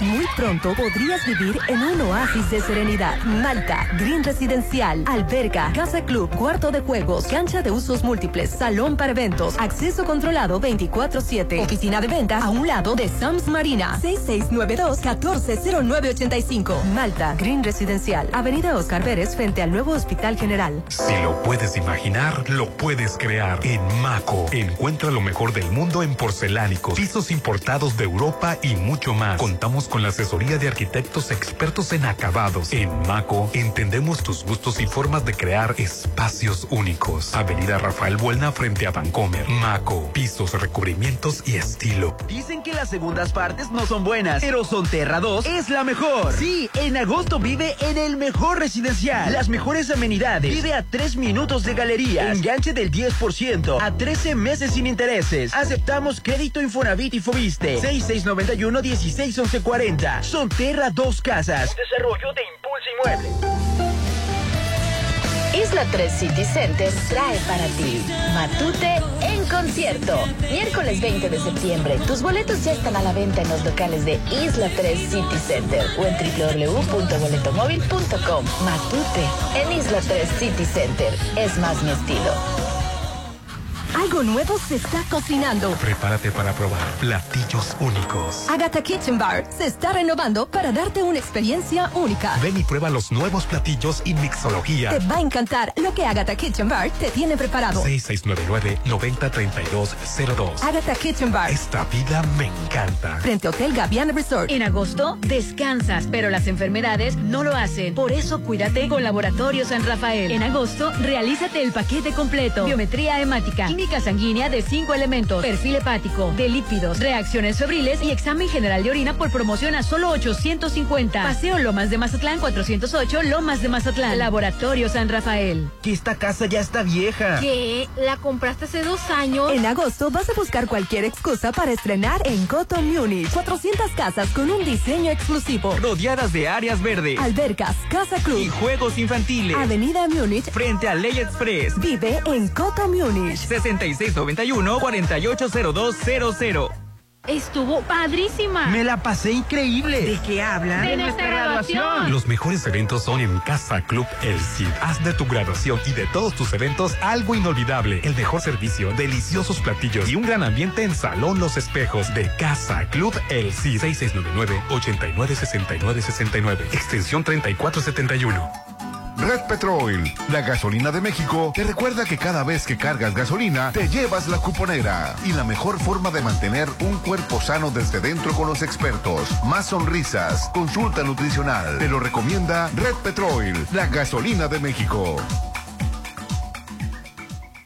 Muy pronto podrías vivir en un oasis de serenidad. Malta, Green Residencial, alberca, casa club, cuarto de juegos, cancha de usos múltiples, salón para eventos, acceso controlado 24/7, oficina de ventas a un lado de Sams Marina, 6692-140985. Malta, Green Residencial, Avenida Oscar Pérez frente al nuevo Hospital General.
Si lo puedes imaginar, lo puedes crear. En Maco, encuentra lo mejor del mundo en porcelánicos, pisos importados de Europa y mucho más. Contamos con la asesoría de arquitectos expertos en acabados. En Maco, entendemos tus gustos y formas de crear espacios únicos. Avenida Rafael Buelna frente a Vancomer. Maco, pisos, recubrimientos y estilo.
Dicen que las segundas partes no son buenas, pero Sonterra 2 es la mejor. Sí, en agosto vive en el mejor residencial. Las mejores amenidades. Vive a 3 minutos de galería. Enganche del 10% a 13 meses sin intereses. Aceptamos crédito Infonavit y Fobiste. 6691-161140. Sonterra 2 Casas. Desarrollo de Impulso Inmueble.
Isla 3 City Center trae para ti Matute en concierto. Miércoles 20 de septiembre. Tus boletos ya están a la venta en los locales de Isla 3 City Center o en www.boletomóvil.com. Matute en Isla 3 City Center es más mi estilo.
Algo nuevo se está cocinando.
Prepárate para probar platillos únicos.
Agatha Kitchen Bar se está renovando para darte una experiencia única.
Ven y prueba los nuevos platillos y mixología.
Te va a encantar lo que Agatha Kitchen Bar te tiene preparado.
6699-903202.
Agatha Kitchen Bar.
Esta vida me encanta.
Frente a Hotel Gaviana Resort.
En agosto descansas, pero las enfermedades no lo hacen. Por eso cuídate con Laboratorio San Rafael. En agosto realízate el paquete completo. Biometría hemática, química química sanguínea de cinco elementos, perfil hepático, de lípidos, reacciones febriles y examen general de orina por promoción a solo 850. Paseo Lomas de Mazatlán 408, Lomas de Mazatlán. Laboratorio San Rafael.
Que esta casa ya está vieja.
¿Qué? ¿La compraste hace dos años?
En agosto vas a buscar cualquier excusa para estrenar en Coto Munich. 400 casas con un diseño exclusivo.
Rodeadas de áreas verdes.
Albercas, Casa Club.
Y juegos infantiles.
Avenida Munich.
Frente a Ley Express.
Vive en Coto Munich.
6691-480200.
Estuvo padrísima.
Me la pasé increíble.
¿De qué hablan?
De nuestra graduación.
Los mejores eventos son en Casa Club El Cid. Haz de tu graduación y de todos tus eventos algo inolvidable. El mejor servicio, deliciosos platillos y un gran ambiente en Salón Los Espejos de Casa Club El Cid. 6699-896969. Extensión 3471.
Red Petrol, la gasolina de México, te recuerda que cada vez que cargas gasolina, te llevas la cuponera. Y la mejor forma de mantener un cuerpo sano desde dentro con los expertos. Más sonrisas, consulta nutricional. Te lo recomienda Red Petrol, la gasolina de México.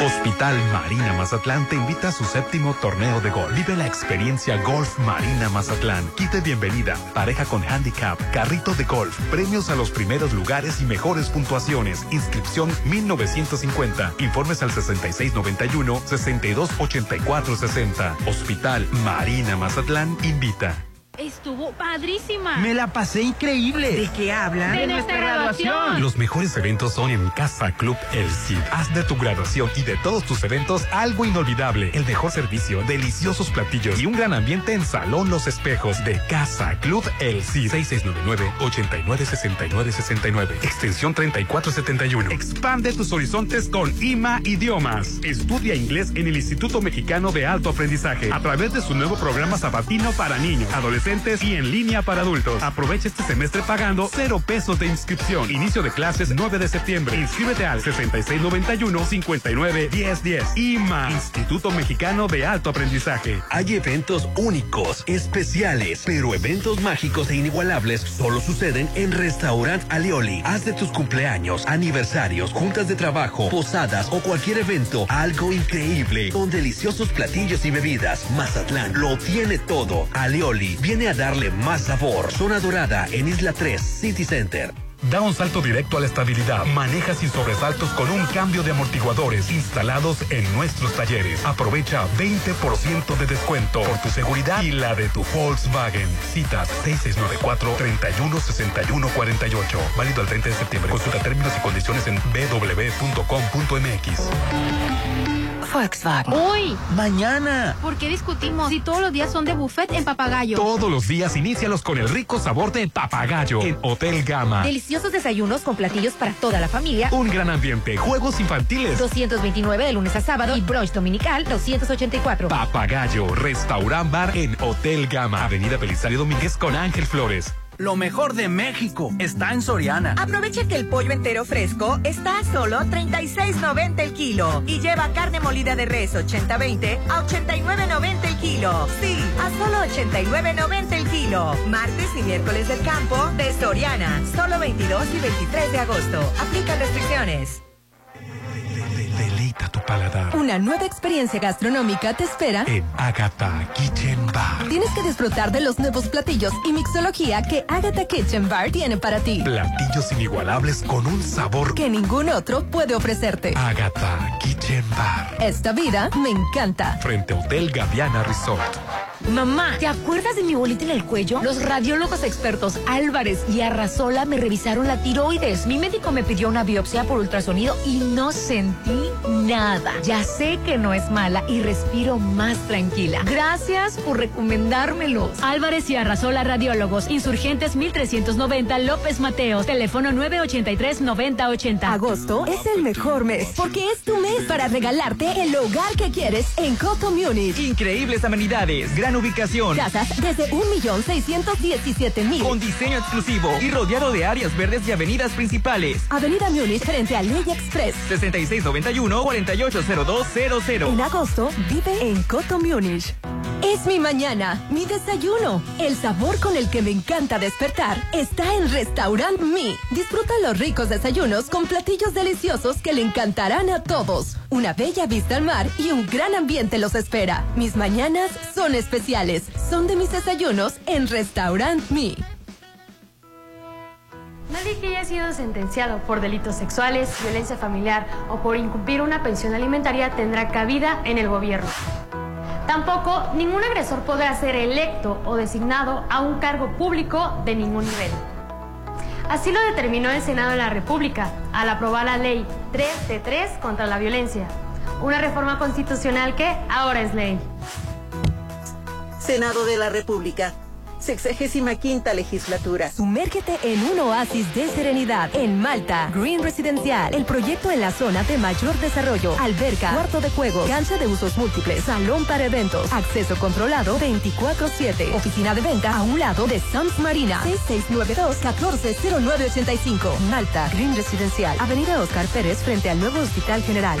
Hospital Marina Mazatlán te invita a su séptimo torneo de golf. Vive la experiencia Golf Marina Mazatlán. Quite bienvenida, pareja con handicap, carrito de golf, premios a los primeros lugares y mejores puntuaciones. Inscripción 1950. Informes al 6691-628460. Hospital Marina Mazatlán invita.
Estuvo padrísima.
Me la pasé increíble.
¿De qué hablan?
De, nuestra graduación.
Los mejores eventos son en Casa Club El Cid. Haz de tu graduación y de todos tus eventos algo inolvidable. El mejor servicio, deliciosos platillos y un gran ambiente en Salón Los Espejos de Casa Club El Cid. 6699-896969. Extensión 3471. Expande tus horizontes con IMA Idiomas. Estudia inglés en el Instituto Mexicano de Alto Aprendizaje a través de su nuevo programa sabatino para niños, adolescentes y en línea para adultos. Aprovecha este semestre pagando cero pesos de inscripción. Inicio de clases 9 de septiembre. Inscríbete al 6691-591010. IMA, Instituto Mexicano de Alto Aprendizaje.
Hay eventos únicos, especiales, pero eventos mágicos e inigualables solo suceden en Restaurant Alioli. Haz de tus cumpleaños, aniversarios, juntas de trabajo, posadas o cualquier evento algo increíble con deliciosos platillos y bebidas. Mazatlán lo tiene todo. Alioli, bien a darle más sabor. Zona Dorada en Isla 3, City Center.
Da un salto directo a la estabilidad. Maneja sin sobresaltos con un cambio de amortiguadores instalados en nuestros talleres. Aprovecha 20% de descuento por tu seguridad y la de tu Volkswagen. Citas 6694-316148. Válido al 30 de septiembre. Consulta términos y condiciones en www.com.mx.
Volkswagen. Hoy.
Mañana.
¿Por qué discutimos si todos los días son de buffet en Papagayo?
Todos los días inícialos con el rico sabor de Papagayo en Hotel Gama.
Deliciosos desayunos con platillos para toda la familia.
Un gran ambiente, juegos infantiles.
229 de lunes a sábado y brunch dominical 284.
Papagayo, restaurant bar en Hotel Gama. Avenida Belisario Domínguez con Ángel Flores.
Lo mejor de México está en Soriana.
Aprovecha que el pollo entero fresco está a solo 36.90 el kilo y lleva carne molida de res 80-20 a 89.90 el kilo. Sí, a solo 89.90 el kilo. Martes y miércoles del campo de Soriana, solo 22 y 23 de agosto. Aplica restricciones.
Deleita tu paladar.
Una nueva experiencia gastronómica te espera
en Agatha Kitchen Bar.
Tienes que disfrutar de los nuevos platillos y mixología que Agatha Kitchen Bar tiene para ti.
Platillos inigualables con un sabor
que ningún otro puede ofrecerte.
Ah.
Agatha Kitchen Bar.
Esta vida me encanta.
Frente a Hotel Gaviana Resort.
Mamá, ¿te acuerdas de mi bolita en el cuello? Los radiólogos expertos Álvarez y Arrazola me revisaron la tiroides. Mi médico me pidió una biopsia por ultrasonido y no sentí nada. Ya sé que no es mala y respiro más tranquila. Gracias por recomendármelos.
Álvarez y Arrazola Radiólogos, Insurgentes 1390 López Mateos, teléfono 983-9080.
Agosto es el mejor mes porque es tu mes para regalarte el hogar que quieres en Coto Munich.
Increíbles amenidades, gran ubicación.
Casas desde 1.617.000.
Con diseño exclusivo y rodeado de áreas verdes y avenidas principales.
Avenida Múnich frente a Ley Express.
6691-480200.
En agosto vive en Coto Múnich. Es mi mañana, mi desayuno. El sabor con el que me encanta despertar está en Restaurant Mi. Disfruta los ricos desayunos con platillos deliciosos que le encantarán a todos. Una bella vista al mar y un gran ambiente los espera. Mis mañanas son especiales. Son de mis desayunos en Restaurant Mi.
Nadie que haya sido sentenciado por delitos sexuales, violencia familiar o por incumplir una pensión alimentaria tendrá cabida en el gobierno. Tampoco ningún agresor podrá ser electo o designado a un cargo público de ningún nivel. Así lo determinó el Senado de la República al aprobar la ley 3 de 3 contra la violencia, una reforma constitucional que ahora es ley.
Senado de la República. Sexagésima quinta legislatura.
Sumérgete en un oasis de serenidad en Malta. Green Residencial, el proyecto en la zona de mayor desarrollo. Alberca, cuarto de juegos, cancha de usos múltiples, salón para eventos, acceso controlado 24/7, oficina de venta a un lado de Sams Marina. 6692-140985. Malta, Green Residencial, Avenida Oscar Pérez frente al nuevo Hospital General.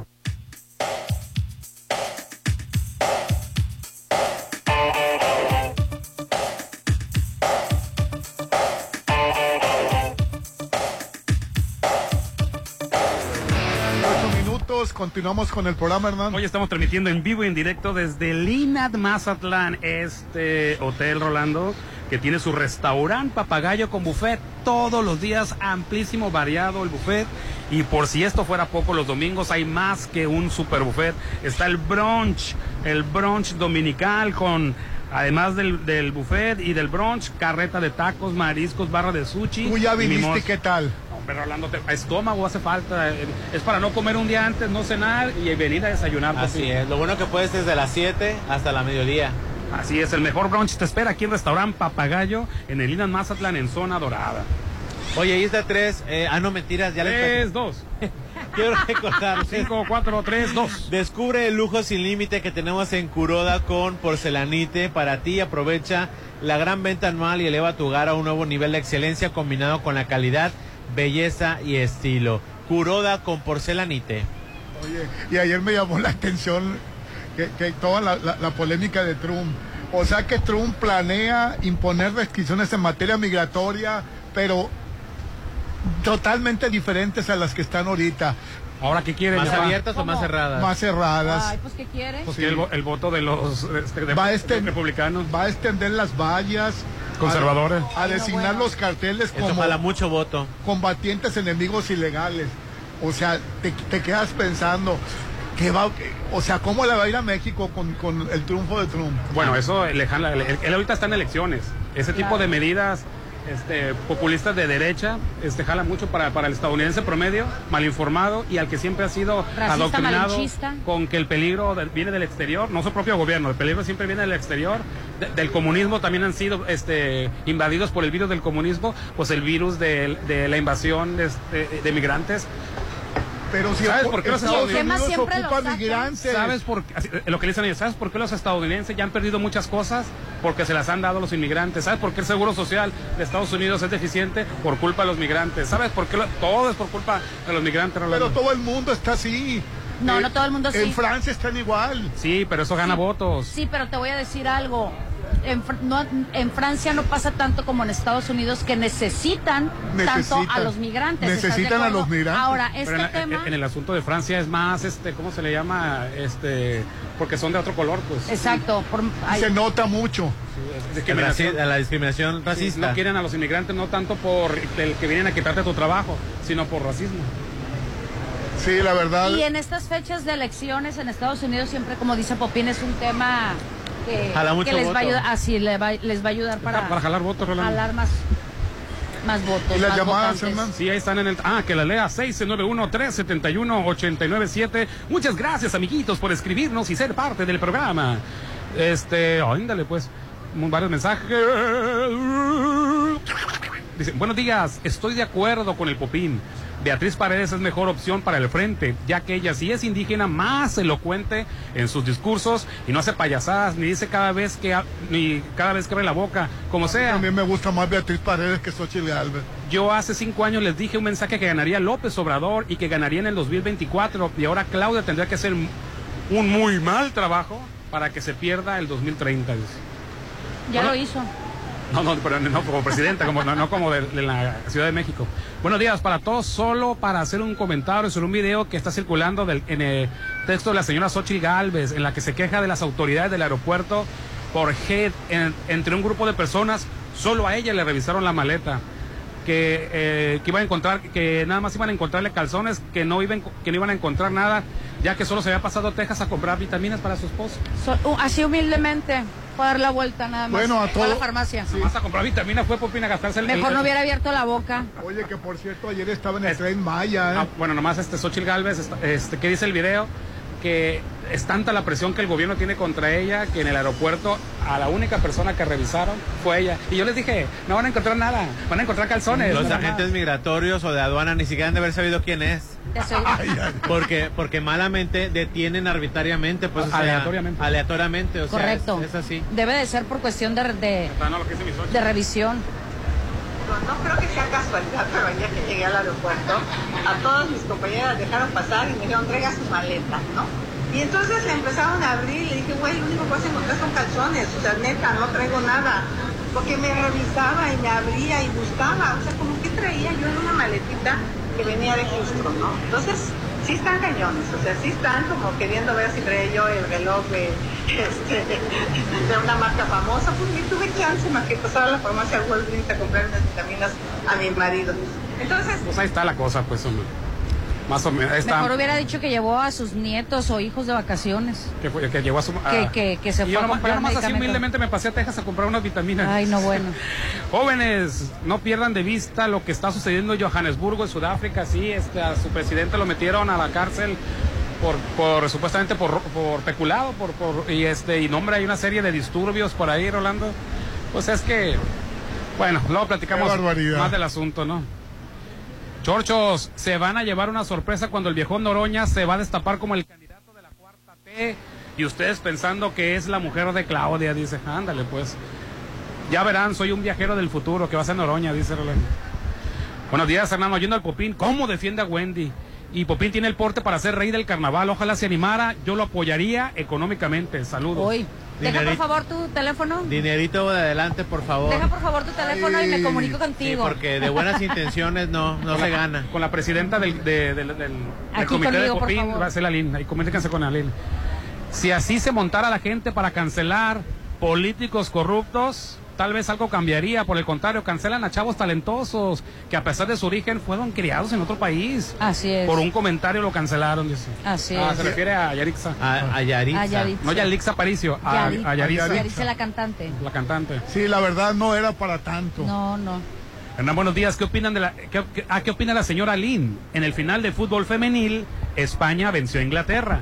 continuamos con el programa, Hernán.
Hoy estamos transmitiendo en vivo y en directo desde Linat Mazatlán, este hotel Rolando, que tiene su restaurante papagayo con buffet todos los días, amplísimo, variado el buffet. Y por si esto fuera poco, los domingos hay más que un super buffet. Está el brunch, el brunch dominical con Además del, del, buffet y del brunch, carreta de tacos, mariscos, barra de sushi.
Uy, ya viniste, ¿qué tal?
Hombre, Rolando, te, a estómago hace falta. eh, Es para no comer un día antes, no cenar y venir a desayunar.
Así sí. es, lo bueno que puedes desde las 7 hasta la mediodía.
Así es, el mejor brunch te espera aquí en Restaurante Papagayo, en el Inan Mazatlán, en Zona Dorada.
Oye, Isla 3, eh, ah, no, mentiras, ya
les... 3, 2.
Quiero recordarles.
5, 4, 3, 2.
Descubre el lujo sin límite que tenemos en Curoda con Porcelanite. Para ti, aprovecha la gran venta anual y eleva tu hogar a un nuevo nivel de excelencia combinado con la calidad, belleza y estilo. Curoda con Porcelanite.
Oye, y ayer me llamó la atención que, que toda la, la, la polémica de Trump. O sea que Trump planea imponer restricciones en materia migratoria, pero totalmente diferentes a las que están ahorita.
Ahora, ¿qué quieren?
¿Más papá? abiertas ¿Cómo? o más cerradas?
Más cerradas.
Ay, pues, ¿qué quieren?
Pues sí. el, el, voto de los este, de,
va a extend,
de republicanos.
Va a extender las vallas.
Conservadores.
A, a designar Ay, no, bueno. los carteles
como... Eso mucho voto.
Combatientes enemigos ilegales. O sea, te, te quedas pensando, que va, o sea, ¿cómo le va a ir a México con, con el triunfo de Trump?
Bueno, eso, él, él ahorita está en elecciones. Ese claro. tipo de medidas este, populistas de derecha, este, jala mucho para, para el estadounidense promedio, mal informado y al que siempre ha sido
Racista,
adoctrinado
malinchista.
con que el peligro de, viene del exterior, no su propio gobierno, el peligro siempre viene del exterior, de, del comunismo también han sido este, invadidos por el virus del comunismo, pues el virus de, de la invasión este, de migrantes.
Pero si
¿Sabes por qué los
estadounidenses ocupan migrantes?
¿Sabes por eh, lo que dicen ellos? ¿Sabes por qué los estadounidenses ya han perdido muchas cosas? Porque se las han dado los inmigrantes. ¿Sabes por qué el seguro social de Estados Unidos es deficiente? Por culpa de los migrantes. ¿Sabes por qué lo, todo es por culpa de los migrantes?
Pero todo el mundo está así.
No, eh, no todo el mundo sí.
En Francia están igual.
Sí, pero eso gana
sí,
votos.
Sí, pero te voy a decir algo. En, no, en, Francia no pasa tanto como en Estados Unidos que necesitan, necesitan tanto a los migrantes.
Necesitan a los migrantes.
Ahora, este
en,
tema...
En, el asunto de Francia es más, este, ¿cómo se le llama? este Porque son de otro color, pues.
Exacto. Por,
se nota mucho.
Sí, a la discriminación racista.
Sí, no quieren a los inmigrantes no tanto por el que vienen a quitarte tu trabajo, sino por racismo.
Sí, la verdad.
Y en estas fechas de elecciones en Estados Unidos siempre, como dice Popín, es un tema que, que les, va ayudar, ah, sí, les va a ayudar, así les va a ayudar para,
para jalar votos, Rolando.
Jalar más más votos.
¿Y las llamadas,
hermano? Sí, ahí están en el. Ah, que la lea 691-371-897. Muchas gracias, amiguitos, por escribirnos y ser parte del programa. Este, ándale, oh, pues. Varios mensajes. Dicen, buenos días, estoy de acuerdo con el Popín. Beatriz Paredes es mejor opción para el frente, ya que ella sí es indígena más elocuente en sus discursos y no hace payasadas ni dice cada vez que ha- ni cada vez que abre la boca, como sea.
También me gusta más Beatriz Paredes que Xochitl Galvez.
Yo hace cinco años les dije un mensaje que ganaría López Obrador y que ganaría en el 2024 y ahora Claudia tendría que hacer un muy mal trabajo para que se pierda el 2030. dice.
Ya
Bueno.
lo hizo.
No, no, pero no como presidenta, como, no, no como de, de la Ciudad de México. Buenos días para todos, solo para hacer un comentario sobre un video que está circulando del- en el texto de la señora Xochitl Galvez, en la que se queja de las autoridades del aeropuerto por head en- entre un grupo de personas, solo a ella le revisaron la maleta. Que, eh, que iba a encontrar, que nada más iban a encontrarle calzones, que no, iban, que no iban a encontrar nada, ya que solo se había pasado a Texas a comprar vitaminas para su esposo.
So- uh, así humildemente fue a dar la vuelta nada más.
Bueno, a
Fue la
todo-
farmacia.
Nomás a comprar vitaminas fue por fin a gastarse el
Mejor
el-
no hubiera abierto la boca.
Oye, que por cierto, ayer estaba en el tren Maya. ¿eh?
Ah, bueno, nomás este Xochitl Galvez, esta- este, ¿qué dice el video? Que es tanta la presión que el gobierno tiene contra ella que en el aeropuerto a la única persona que revisaron fue ella. Y yo les dije, no van a encontrar nada, van a encontrar calzones.
Los
nada más".
agentes migratorios o de aduana ni siquiera han de haber sabido quién es. Porque, porque malamente detienen arbitrariamente, pues o sea,
Aleatoriamente.
aleatoriamente, o sea,
Correcto.
es- es así.
Debe de ser por cuestión de, de, de revisión.
No creo que sea casualidad, pero ayer que llegué al aeropuerto, a todas mis compañeras dejaron pasar y me dijeron, traiga su maleta, ¿no? Y entonces le empezaron a abrir y le dije, güey, lo único que puedes encontrar son calzones, o sea, neta, no traigo nada. Porque me revisaba y me abría y buscaba, o sea, como que traía yo en una maletita que venía de Houston, ¿no? Entonces, sí están cañones, o sea, sí están como queriendo ver si traía yo el reloj de, este, de una marca famosa, pues ni tuve chance más que pasar a la farmacia Walgreens a comprar unas vitaminas a mi marido. Entonces,
Pues ahí está la cosa, pues hombre. Más o menos, ahí está.
Mejor hubiera dicho que llevó a sus nietos o hijos de vacaciones.
Que, fue- que llegó a su...
Que,
a-
que, que se
Y
fue
yo
a
nomás, yo
comprar
nomás así
medicamento.
humildemente me pasé a Texas a comprar unas vitaminas.
Ay, no, bueno.
Jóvenes, no pierdan de vista lo que está sucediendo en Johannesburgo, en Sudáfrica. Sí, este, a su presidente lo metieron a la cárcel por, por supuestamente por, ro- por peculado, por, por- y este y nombre hay una serie de disturbios por ahí, Rolando. Pues es que, bueno, luego platicamos
Qué barbaridad.
más del asunto, ¿no? Chorchos, se van a llevar una sorpresa cuando el viejo Noroña se va a destapar como el candidato de la cuarta T y ustedes pensando que es la mujer de Claudia, dice, ándale pues. Ya verán, soy un viajero del futuro que va a ser Noroña, dice Rolando. Buenos días, Hernando. Yendo al Popín, ¿cómo defiende a Wendy? Y Popín tiene el porte para ser rey del carnaval. Ojalá se animara. Yo lo apoyaría económicamente. Saludos.
Deja por favor tu teléfono.
Dinerito de adelante, por favor.
Deja por favor tu teléfono y me comunico
Sí,
contigo.
porque de buenas intenciones no, no se gana.
Con la presidenta del, de- del- del- del
Aquí
comité
conmigo,
de
por
Popín
favor.
va a ser la Lina. Y comuníquense con la Lina. Si así se montara la gente para cancelar políticos corruptos, tal vez algo cambiaría. Por el contrario, cancelan a chavos talentosos que a pesar de su origen fueron criados en otro país.
Así es.
Por un comentario lo cancelaron, dice.
Así
Ah,
es.
se refiere a Yarixa.
A, Yarixa.
A Yaritza.
No Yarixa Aparicio, a,
Yaritza.
a Yaritza.
Yaritza, la cantante.
La cantante.
Sí, la verdad no era para tanto.
No, no.
Hernán, buenos días. ¿Qué opinan de la, qué, qué- ah, qué opina la señora Lynn? En el final de fútbol femenil, España venció a Inglaterra.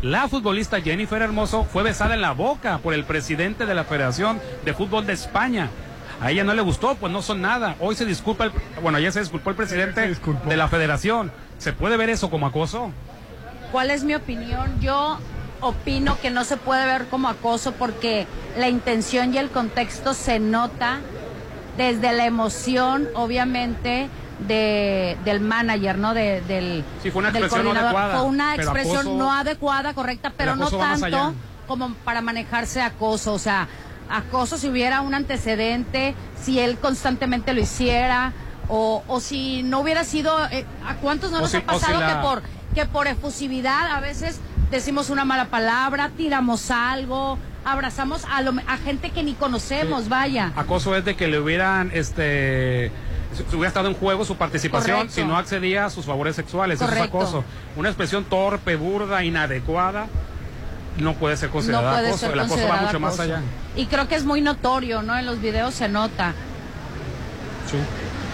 La futbolista Jennifer Hermoso fue besada en la boca por el presidente de la Federación de Fútbol de España. A ella no le gustó, pues no son nada. Hoy se disculpa, el, bueno, ayer se disculpó el presidente de la Federación. ¿Se puede ver eso como acoso?
¿Cuál es mi opinión? Yo opino que no se puede ver como acoso porque la intención y el contexto se nota desde la emoción, obviamente, de, del manager, ¿no? De- del,
Sí, fue una
del
expresión no
coordinador.
adecuada,
Fue una
pero
expresión
acoso-
no adecuada, correcta, pero
el
no
acoso va más allá.
tanto como para manejarse acoso. O sea, acoso si hubiera un antecedente, si él constantemente lo hiciera. O, o si no hubiera sido, eh, ¿a cuántos no
O
nos
si-
ha
o si
pasado
la-
que por que por efusividad a veces decimos una mala palabra, tiramos algo, abrazamos a, lo- a gente que ni conocemos, vaya.
Acoso es de que le hubieran, este, si- si hubiera estado en juego su participación
Correcto.
si no accedía a sus favores sexuales.
Correcto.
Eso es acoso. Una expresión torpe, burda, inadecuada, no puede ser
No
considerada
puede
acoso.
ser
El acoso va
considerada
mucho más
acoso.
allá.
Y creo que es muy notorio, ¿no? En los videos se nota.
Sí.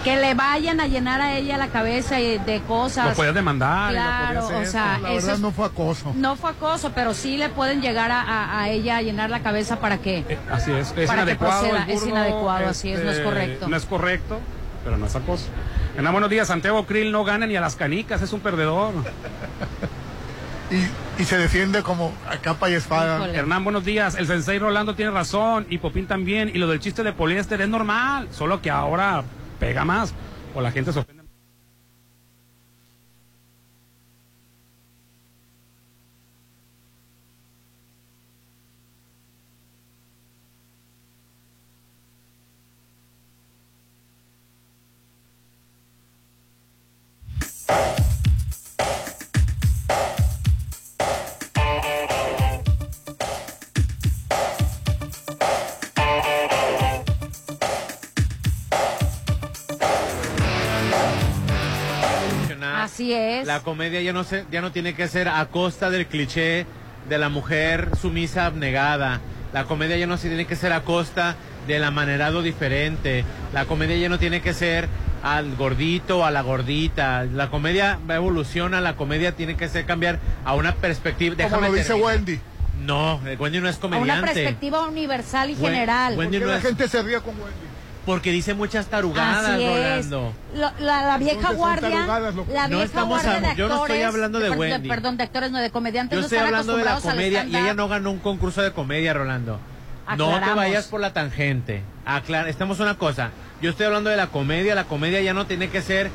Que le vayan a llenar a ella la cabeza y de cosas.
Lo podías demandar. lo
Claro,
podías pues,
o
esto.
sea,
La
eso
verdad
es-
no fue acoso.
no fue acoso, pero sí le pueden llegar a, a- a ella a llenar la cabeza para que...
Así Eh, es, es
Para que
inadecuado.
proceda,
el este,
es
burdo,
inadecuado, así es, no es correcto.
No es correcto. pero no es acoso. Ana, buenos días. Santiago Krill no gana ni a las canicas, es un perdedor.
Y se defiende como a capa y espada.
Hernán, buenos días. El sensei Rolando tiene razón y Popín también. Y lo del chiste de poliéster es normal, solo que ahora pega más o la gente se ofende.
Así es.
La comedia ya no, se, ya no tiene que ser a costa del cliché de la mujer sumisa abnegada. La comedia ya no se tiene que ser a costa del amanerado diferente. La comedia ya no tiene que ser al gordito, a la gordita. La comedia va- evoluciona, la comedia tiene que ser cambiar a una perspectiva.
Como lo
Déjame
dice
terminar.
Wendy.
No, eh, Wendy no es
A una
comediante.
perspectiva universal y
Wen-
general.
Wendy no
La
es-
gente se ríe con Wendy.
porque dice muchas tarugadas,
Así es.
Rolando.
Lo- la, la vieja
Entonces son
guardia,
tarugadas, loco.
la
No
vieja
estamos
guardia de
hab- yo no estoy
actores,
hablando de
perdón,
Wendy.
Perdón, de actores, no de comediantes.
Yo
no
estoy
están
hablando de la
acostumbrados al
comedia y ella
stand-up.
no ganó un concurso de comedia, Rolando. No te
Aclaramos.
vayas por la tangente. Aclara, estamos una cosa. Yo estoy hablando de la comedia, la comedia ya no tiene que ser,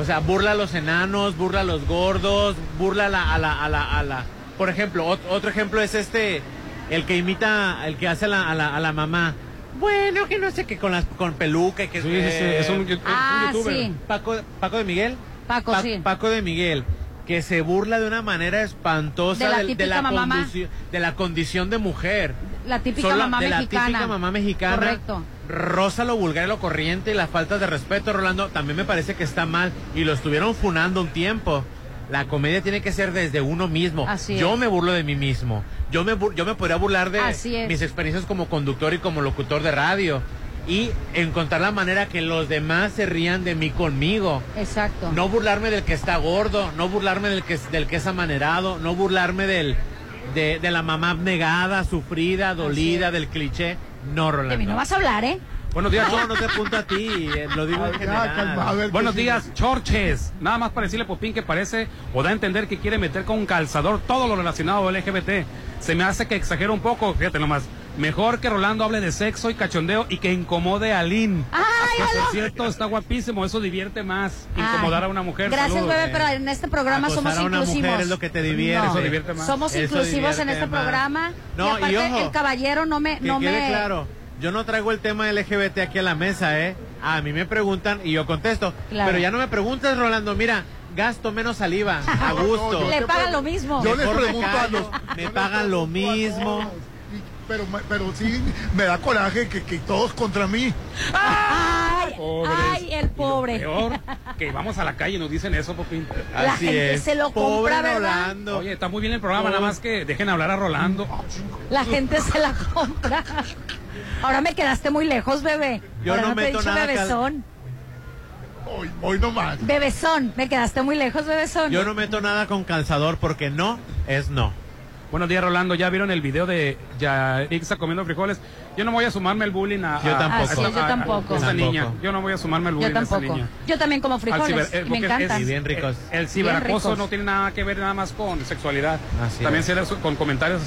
o sea, burla a los enanos, burla a los gordos, burla a la, a la, a la, a la- Por ejemplo, ot- otro ejemplo es este, el que imita, el que hace a la, a la, a la mamá. Bueno, que no sé qué, con, las, con peluca y que... eh,
Sí, sí, sí, es un yout-
Ah, un youtuber. sí.
Paco, Paco de Miguel.
Paco,
Pa-
sí.
Paco de Miguel, que se burla de una manera espantosa
De la
del- de,
típica
la,
mamá.
condici- de la condición de mujer.
La típica
Solo
mamá
de la
mexicana.
típica mamá mexicana.
Correcto.
Rosa lo vulgar y lo corriente y las faltas de respeto, Rolando, también me parece que está mal y lo estuvieron funando un tiempo. La comedia tiene que ser desde uno mismo.
Así
yo
es.
me burlo de mí mismo. Yo me, bur- yo me podría burlar de
Así es.
mis experiencias como conductor y como locutor de radio y encontrar la manera que los demás se rían de mí conmigo.
Exacto.
No burlarme del que está gordo, no burlarme del que, es- del que es amanerado, no burlarme del, de, de la mamá abnegada, sufrida, dolida, del cliché. No, Rolando.
De mí no vas a hablar, ¿eh?
Buenos días, no, no te apunto a ti, eh, lo digo en general.
Buenos días, Chorches. Nada más para decirle a Popín que parece o da a entender que quiere meter con un calzador todo lo relacionado al LGBT. Se me hace que exagera un poco, fíjate nomás. Mejor que Rolando hable de sexo y cachondeo y que incomode a Lynn. Que, por cierto, está guapísimo, eso divierte más. Incomodar a una mujer.
Gracias,
Saludos.
bebé, pero en este programa
Acosar
somos
a una
inclusivos.
mujer es lo que te divierte. Eso divierte más.
Somos
Eso
inclusivos en
divierte
este
más.
programa.
No, y
y aparte,
ojo,
el caballero no me.
Que
no
quede
me...
claro, yo no traigo el tema LGBT aquí a la mesa, ¿eh? A mí me preguntan y yo contesto.
Claro.
Pero ya no me preguntes, Rolando, mira, gasto menos saliva, a gusto.
Le pagan lo mismo.
Yo les
Mejor me
pregunto a
callo,
los.
Me pagan lo mismo.
Pero, me- pero sí, me da coraje que, que todos contra mí.
Ay,
Pobres.
ay, el pobre.
Peor que vamos a la calle y nos dicen eso, Popín.
La Así gente es. se lo Pobre compra, ¿verdad? Rolando.
Oye, está muy bien el programa, nada más que dejen hablar a Rolando.
La gente se la compra. Ahora me quedaste muy lejos, bebé.
Yo
Ahora
no
te he
meto
dicho
nada, Cal-
bebezón.
Hoy, hoy no más.
Bebezón, me quedaste muy lejos, bebezón.
Yo no meto nada con calzador porque no es no.
Buenos días, Rolando. ¿Ya vieron el video de Yaixa comiendo frijoles? Yo no voy a sumarme el bullying a.
Yo
a-
tampoco.
a
Así
esta-
es, yo
a- a-
tampoco.
a esta
Tampoco.
niña. Yo no voy a sumarme al bullying
Yo
a esta
tampoco.
niña.
Yo también como
Al
frijoles.
ciber- eh,
me
porque
encantan.
es-
bien ricos.
El, el ciberacoso
ricos.
no tiene nada que ver nada más con sexualidad.
Así
También
es.
se da su- con comentarios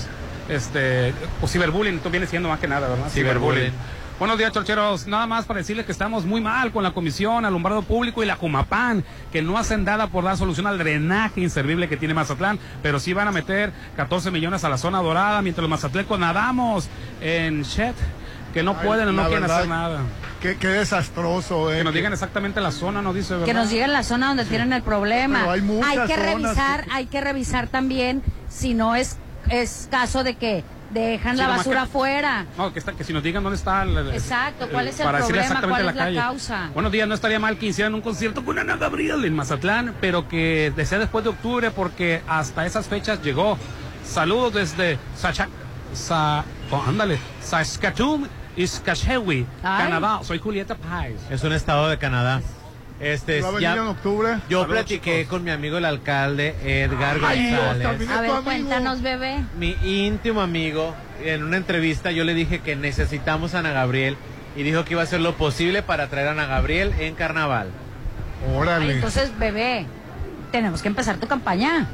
este o ciberbullying, tú vienes siendo más que nada, ¿verdad?
Ciberbullying.
Buenos días, chorcheros. Nada más para decirles que estamos muy mal con la Comisión Alumbrado Público y la Comapán, que no hacen nada por dar solución al drenaje inservible que tiene Mazatlán, pero sí van a meter 14 millones a la zona dorada, mientras los mazatlecos nadamos en shit, que no
Ay,
pueden o no
la
quieren
verdad,
hacer nada.
Qué, qué desastroso, eh.
Que nos
que-
digan exactamente la zona, nos dice, ¿verdad?
que nos digan la zona donde tienen el problema.
Pero hay muchas
que
zonas
revisar,
que-
hay que revisar también si no es es caso de que dejan
Sí,
la
nomás
basura
que-
afuera.
No, que, está- que si nos digan dónde está. el- el-
Exacto, ¿cuál es el
para decirle
problema?
exactamente
¿Cuál es la
calle.
causa?
Buenos días, no estaría mal que hicieran un concierto con Ana Gabriel en Mazatlán, pero que desea después de octubre porque hasta esas fechas llegó. Saludos desde Sacha, Sa, oh, ándale, Saskatoon, Iskashewi,
Ay.
Canadá. Soy Julieta Páez.
Es un estado de Canadá. Este,
¿Va a
ya-
venir en
octubre?
Yo platiqué con mi amigo el alcalde Edgar
Ay,
González.
A ver, cuéntanos, bebé.
mi íntimo amigo, en una entrevista yo le dije que necesitamos a Ana Gabriel y dijo que iba a hacer lo posible para traer a Ana Gabriel en carnaval.
Órale.
Entonces, bebé, tenemos que empezar tu campaña.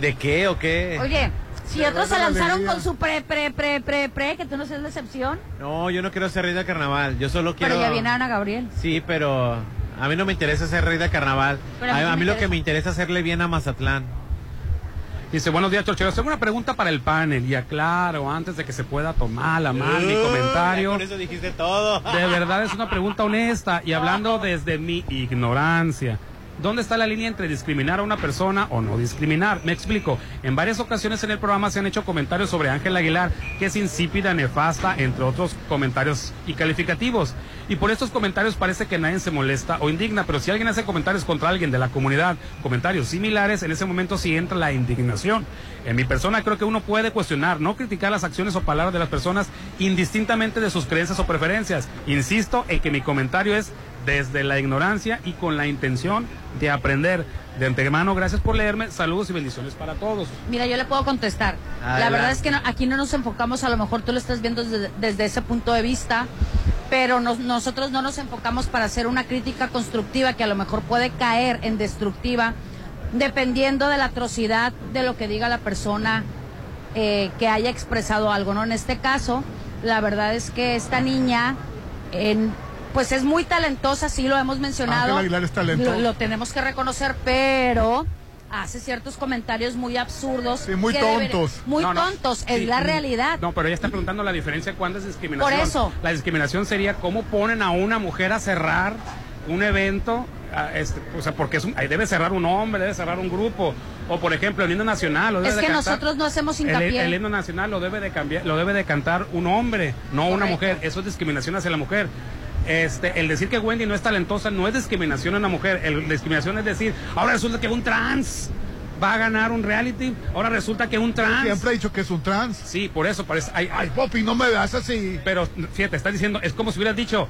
¿De qué o qué?
Oye, si
Se
otros se
gana la
lanzaron
alegría.
con su pre, pre, pre, pre, pre, que tú no seas la excepción,
No, yo no quiero ser rey del carnaval. Yo solo quiero.
pero ya viene Ana Gabriel.
Sí, pero a mí no me interesa ser rey de carnaval.
Pero
a,
a mí sí
a
me
mí lo
interesa.
que me interesa es hacerle bien a Mazatlán.
Dice, buenos días, Chorcheros. Tengo una pregunta para el panel. Y aclaro, antes de que se pueda tomar la mal mi
Uh,
comentario.
ya Con eso dijiste todo.
De verdad es una pregunta honesta y hablando desde mi ignorancia. ¿Dónde está la línea entre discriminar a una persona o no discriminar? Me explico. En varias ocasiones en el programa se han hecho comentarios sobre Ángel Aguilar, que es insípida, nefasta, entre otros comentarios y calificativos. Y por estos comentarios parece que nadie se molesta o indigna, pero si alguien hace comentarios contra alguien de la comunidad, comentarios similares, en ese momento sí entra la indignación. En mi persona creo que uno puede cuestionar, no criticar las acciones o palabras de las personas indistintamente de sus creencias o preferencias. Insisto en que mi comentario es desde la ignorancia y con la intención de aprender. De antemano, gracias por leerme. Saludos y bendiciones para todos.
Mira, yo le puedo contestar. La
Adelante.
verdad es que no- aquí no nos enfocamos, a lo mejor tú lo estás viendo desde, desde ese punto de vista, pero nos- nosotros no nos enfocamos para hacer una crítica constructiva que a lo mejor puede caer en destructiva, dependiendo de la atrocidad de lo que diga la persona eh, que haya expresado algo, ¿no? En este caso, la verdad es que esta niña, en- pues es muy talentosa, sí lo hemos mencionado.
Ángela Aguilar es talentosa.
Lo- lo tenemos que reconocer, pero hace ciertos comentarios muy absurdos.
muy
que debería- muy
No, no.
tontos, es
Sí,
la
mm,
realidad.
No, pero ella está preguntando la diferencia cuándo es discriminación.
Por eso.
La discriminación sería cómo ponen a una mujer a cerrar un evento, a, este, o sea, porque es un- ahí debe cerrar un hombre, debe cerrar un grupo, o por ejemplo el himno nacional. Lo debe
es
de
que
cantar-
nosotros no hacemos
el,
hincapié.
el himno nacional lo debe de cambiar, lo debe de cantar un hombre, no una mujer. Eso es discriminación hacia la mujer. Este, el decir que Wendy no es talentosa no es discriminación a una mujer. El, discriminación es decir, ahora resulta que un trans va a ganar un reality, ahora resulta que un trans.
Siempre he dicho que es un trans.
Sí, por eso parece. Ay, ay, Poppy, no me das así. Pero fíjate, estás diciendo, es como si hubieras dicho,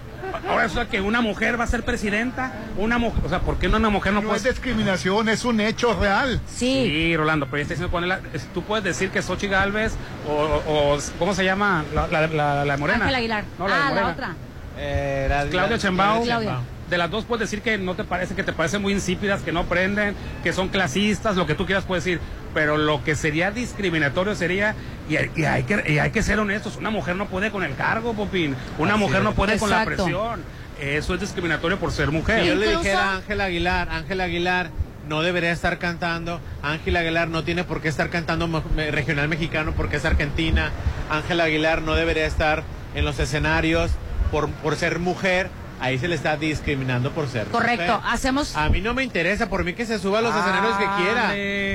ahora resulta que una mujer va a ser presidenta, una mujer, o sea, ¿por qué no una mujer no, puede
es discriminación, es un hecho real.
Sí.
Sí, Rolando, pero ya está diciendo ponerla. es- Tú puedes decir que Sochi Galvez o, o- o- ¿cómo se llama? La, la, la- la morena.
Ángela Aguilar.
No, la de
ah, la
Morena.
otra.
Eh,
Claudia Chembao.
Claudia.
De las dos puedes decir que no te parece, que te parecen muy insípidas, que no aprenden, que son clasistas, lo que tú quieras puedes decir. Pero lo que sería discriminatorio sería, y, hay- y hay, que, y hay que ser honestos, una mujer no puede con el cargo, Popín. Una
Así
mujer
es.
no puede con la
Exacto.
presión. Eso es discriminatorio por ser mujer.
Si yo le dijera a Ángel Aguilar, Ángel Aguilar no debería estar cantando, Ángel Aguilar no tiene por qué estar cantando mo- me- regional mexicano porque es argentina, Ángel Aguilar no debería estar en los escenarios por, por ser mujer, ahí se le está discriminando por ser
Correcto,
mujer.
hacemos
A mí no me interesa, por mí que se suba a los escenarios que quiera.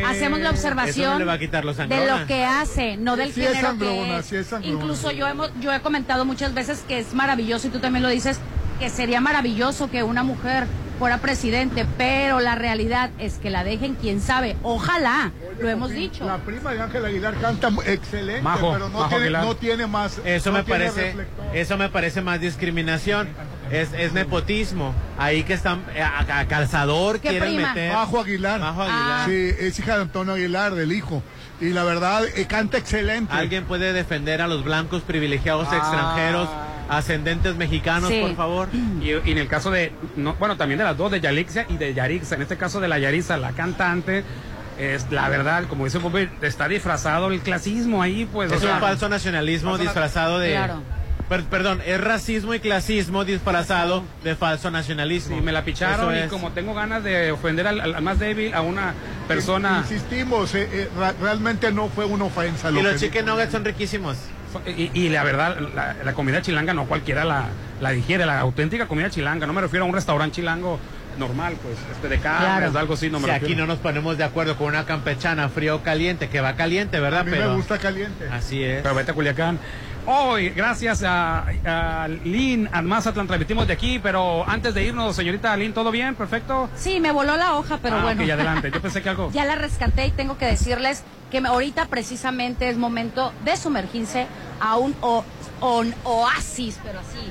Hacemos
Eh,
la observación
Eso no le va a quitar los
de lo que hace, no del
Sí es
género
sangrona,
que es.
sí es sangrona.
Incluso yo hemos, yo he comentado muchas veces que es maravilloso y tú también lo dices que sería maravilloso que una mujer fuera presidente, pero la realidad es que la dejen quien sabe. Ojalá, lo hemos dicho.
La prima de Ángel Aguilar canta mu- excelente,
Majo,
pero no
Majo
tiene,
Aguilar.
no tiene más.
Eso
no
me
tiene
parece,
reflector.
eso me parece más discriminación. Es, es nepotismo. Ahí que están eh, a, a calzador quieren meter.
Majo Aguilar.
Aguilar.
Sí, es hija de Antonio Aguilar, del hijo. Y la verdad, eh, canta excelente.
Alguien puede defender a los blancos privilegiados
Ah.
extranjeros, ascendentes mexicanos,
Sí.
por favor.
Y, y en el caso de, no, bueno, también de las dos, de Yalixia y de Yarixa, en este caso de la Yarixa, la cantante, es la verdad, como dice Pope, está disfrazado el clasismo ahí, pues.
es un falso nacionalismo
falso na-
disfrazado de.
Claro.
Per- perdón, es racismo y clasismo disfrazado de falso nacionalismo.
Y me la picharon
Eso
y
es.
como tengo ganas de ofender al, al más débil, a una persona.
Insistimos, eh, eh, ra- realmente no fue una ofensa.
Y los
chicken nuggets son riquísimos.
Y, y la verdad, la, la comida chilanga no cualquiera la, la digiere, la auténtica comida chilanga. No me refiero a un restaurante chilango normal, pues, este de carnes, algo así, no me
Ah, si
refiero.
aquí no nos ponemos de acuerdo con una campechana frío o caliente, que va caliente, ¿verdad?
A mí me gusta
caliente.
Así es.
Pero vete a Culiacán. Hoy, gracias a, a Lynn Almazatlan, transmitimos de aquí, pero antes de irnos, señorita Lynn, ¿todo bien? ¿Perfecto?
Sí, me voló la hoja, pero
Ah,
bueno.
ok, adelante, yo pensé que algo...
Ya la rescaté y tengo que decirles que me- ahorita precisamente es momento de sumergirse a un o- un oasis, pero así,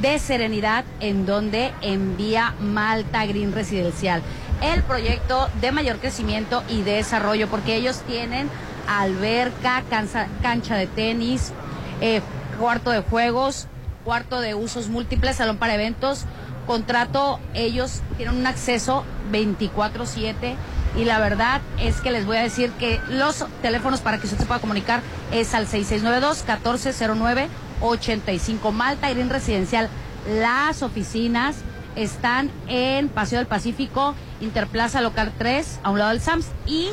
de serenidad en donde envía Malta Green Residencial. El proyecto de mayor crecimiento y desarrollo, porque ellos tienen alberca, cansa- cancha de tenis, eh, cuarto de juegos, cuarto de usos múltiples, salón para eventos, contrato, ellos tienen un acceso 24/7 y la verdad es que les voy a decir que los teléfonos para que usted se pueda comunicar es al 6692-1409-85 Malta Irene Residencial. Las oficinas están en Paseo del Pacífico, Interplaza Local 3, a un lado del SAMS y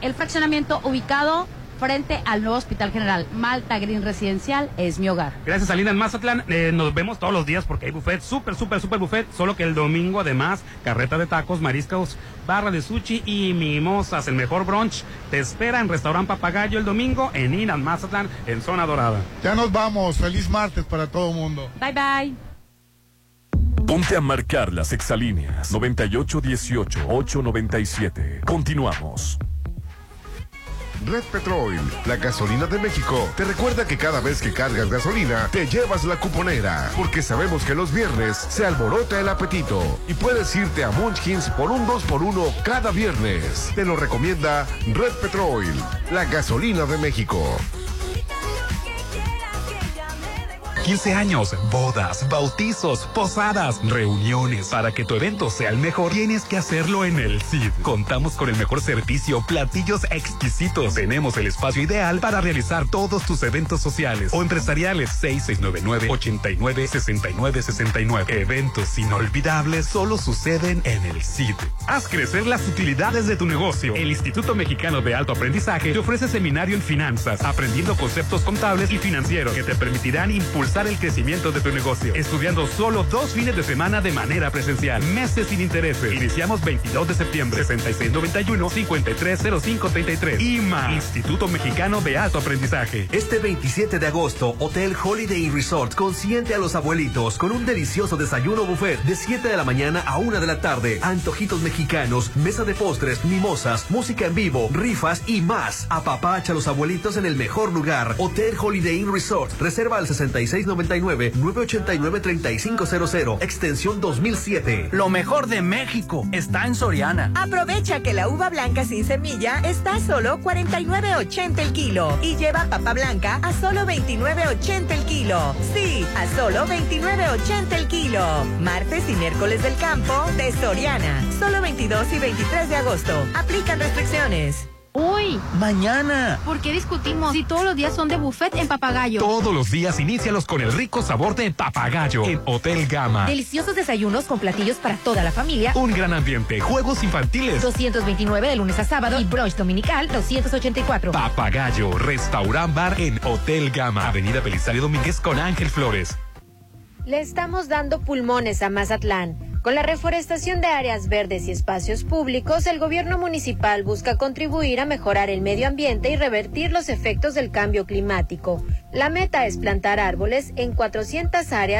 el fraccionamiento ubicado frente al nuevo Hospital General. Malta Green Residencial es mi hogar.
Gracias, Alina. En Mazatlán eh, nos vemos todos los días porque hay buffet, súper, súper, súper buffet. Solo que el domingo, además, carreta de tacos, mariscos, barra de sushi y mimosas. El mejor brunch te espera en Restaurante Papagayo el domingo en Inan, Mazatlán, en Zona Dorada.
Ya nos vamos. Feliz martes para todo el mundo.
Bye bye.
Ponte a marcar las exalíneas 9818-897. Continuamos.
Red Petrol, la gasolina de México. Te recuerda que cada vez que cargas gasolina, te llevas la cuponera, porque sabemos que los viernes se alborota el apetito y puedes irte a Munchkins por un 2x1 cada viernes. Te lo recomienda Red Petrol, la gasolina de México.
15 años, bodas, bautizos, posadas, reuniones. Para que tu evento sea el mejor, tienes que hacerlo en el CID. Contamos con el mejor servicio, platillos exquisitos. Tenemos el espacio ideal para realizar todos tus eventos sociales o empresariales. 6699-896969. Eventos inolvidables solo suceden en el CID. Haz crecer las utilidades de tu negocio. El Instituto Mexicano de Alto Aprendizaje te ofrece seminario en finanzas, aprendiendo conceptos contables y financieros que te permitirán impulsar el crecimiento de tu negocio, estudiando solo dos fines de semana de manera presencial, meses sin intereses. Iniciamos 22 de septiembre, 6691-530533. IMA, Instituto Mexicano de Alto Aprendizaje.
Este 27 de agosto, Hotel Holiday Inn Resort consiente a los abuelitos con un delicioso desayuno buffet de 7 de la mañana a 1 de la tarde. Antojitos mexicanos, mesa de postres, mimosas, música en vivo, rifas y más. Apapacha a los abuelitos en el mejor lugar. Hotel Holiday Inn Resort. Reserva al 6699-989-3500. Extensión 2007.
Lo mejor de México está en Soriana.
Aprovecha que la uva blanca sin semilla está a solo 49.80 el kilo y lleva papa blanca a solo 29.80 el kilo. Sí, a solo 29.80 el kilo. Martes y miércoles del campo de Soriana. Solo 22 y 23 de agosto. Aplican restricciones.
Uy,
mañana.
¿Por qué discutimos si todos los días son de buffet en Papagayo?
Todos los días inícialos con el rico sabor de papagayo en Hotel Gama.
Deliciosos desayunos con platillos para toda la familia.
Ah. Un gran ambiente, juegos infantiles.
229 de lunes a sábado y brunch dominical 284.
Papagayo, restaurant bar en Hotel Gama. Avenida Belisario Domínguez con Ángel Flores.
Le estamos dando pulmones a Mazatlán. Con la reforestación de áreas verdes y espacios públicos, el gobierno municipal busca contribuir a mejorar el medio ambiente y revertir los efectos del cambio climático. La meta es plantar árboles en 400 áreas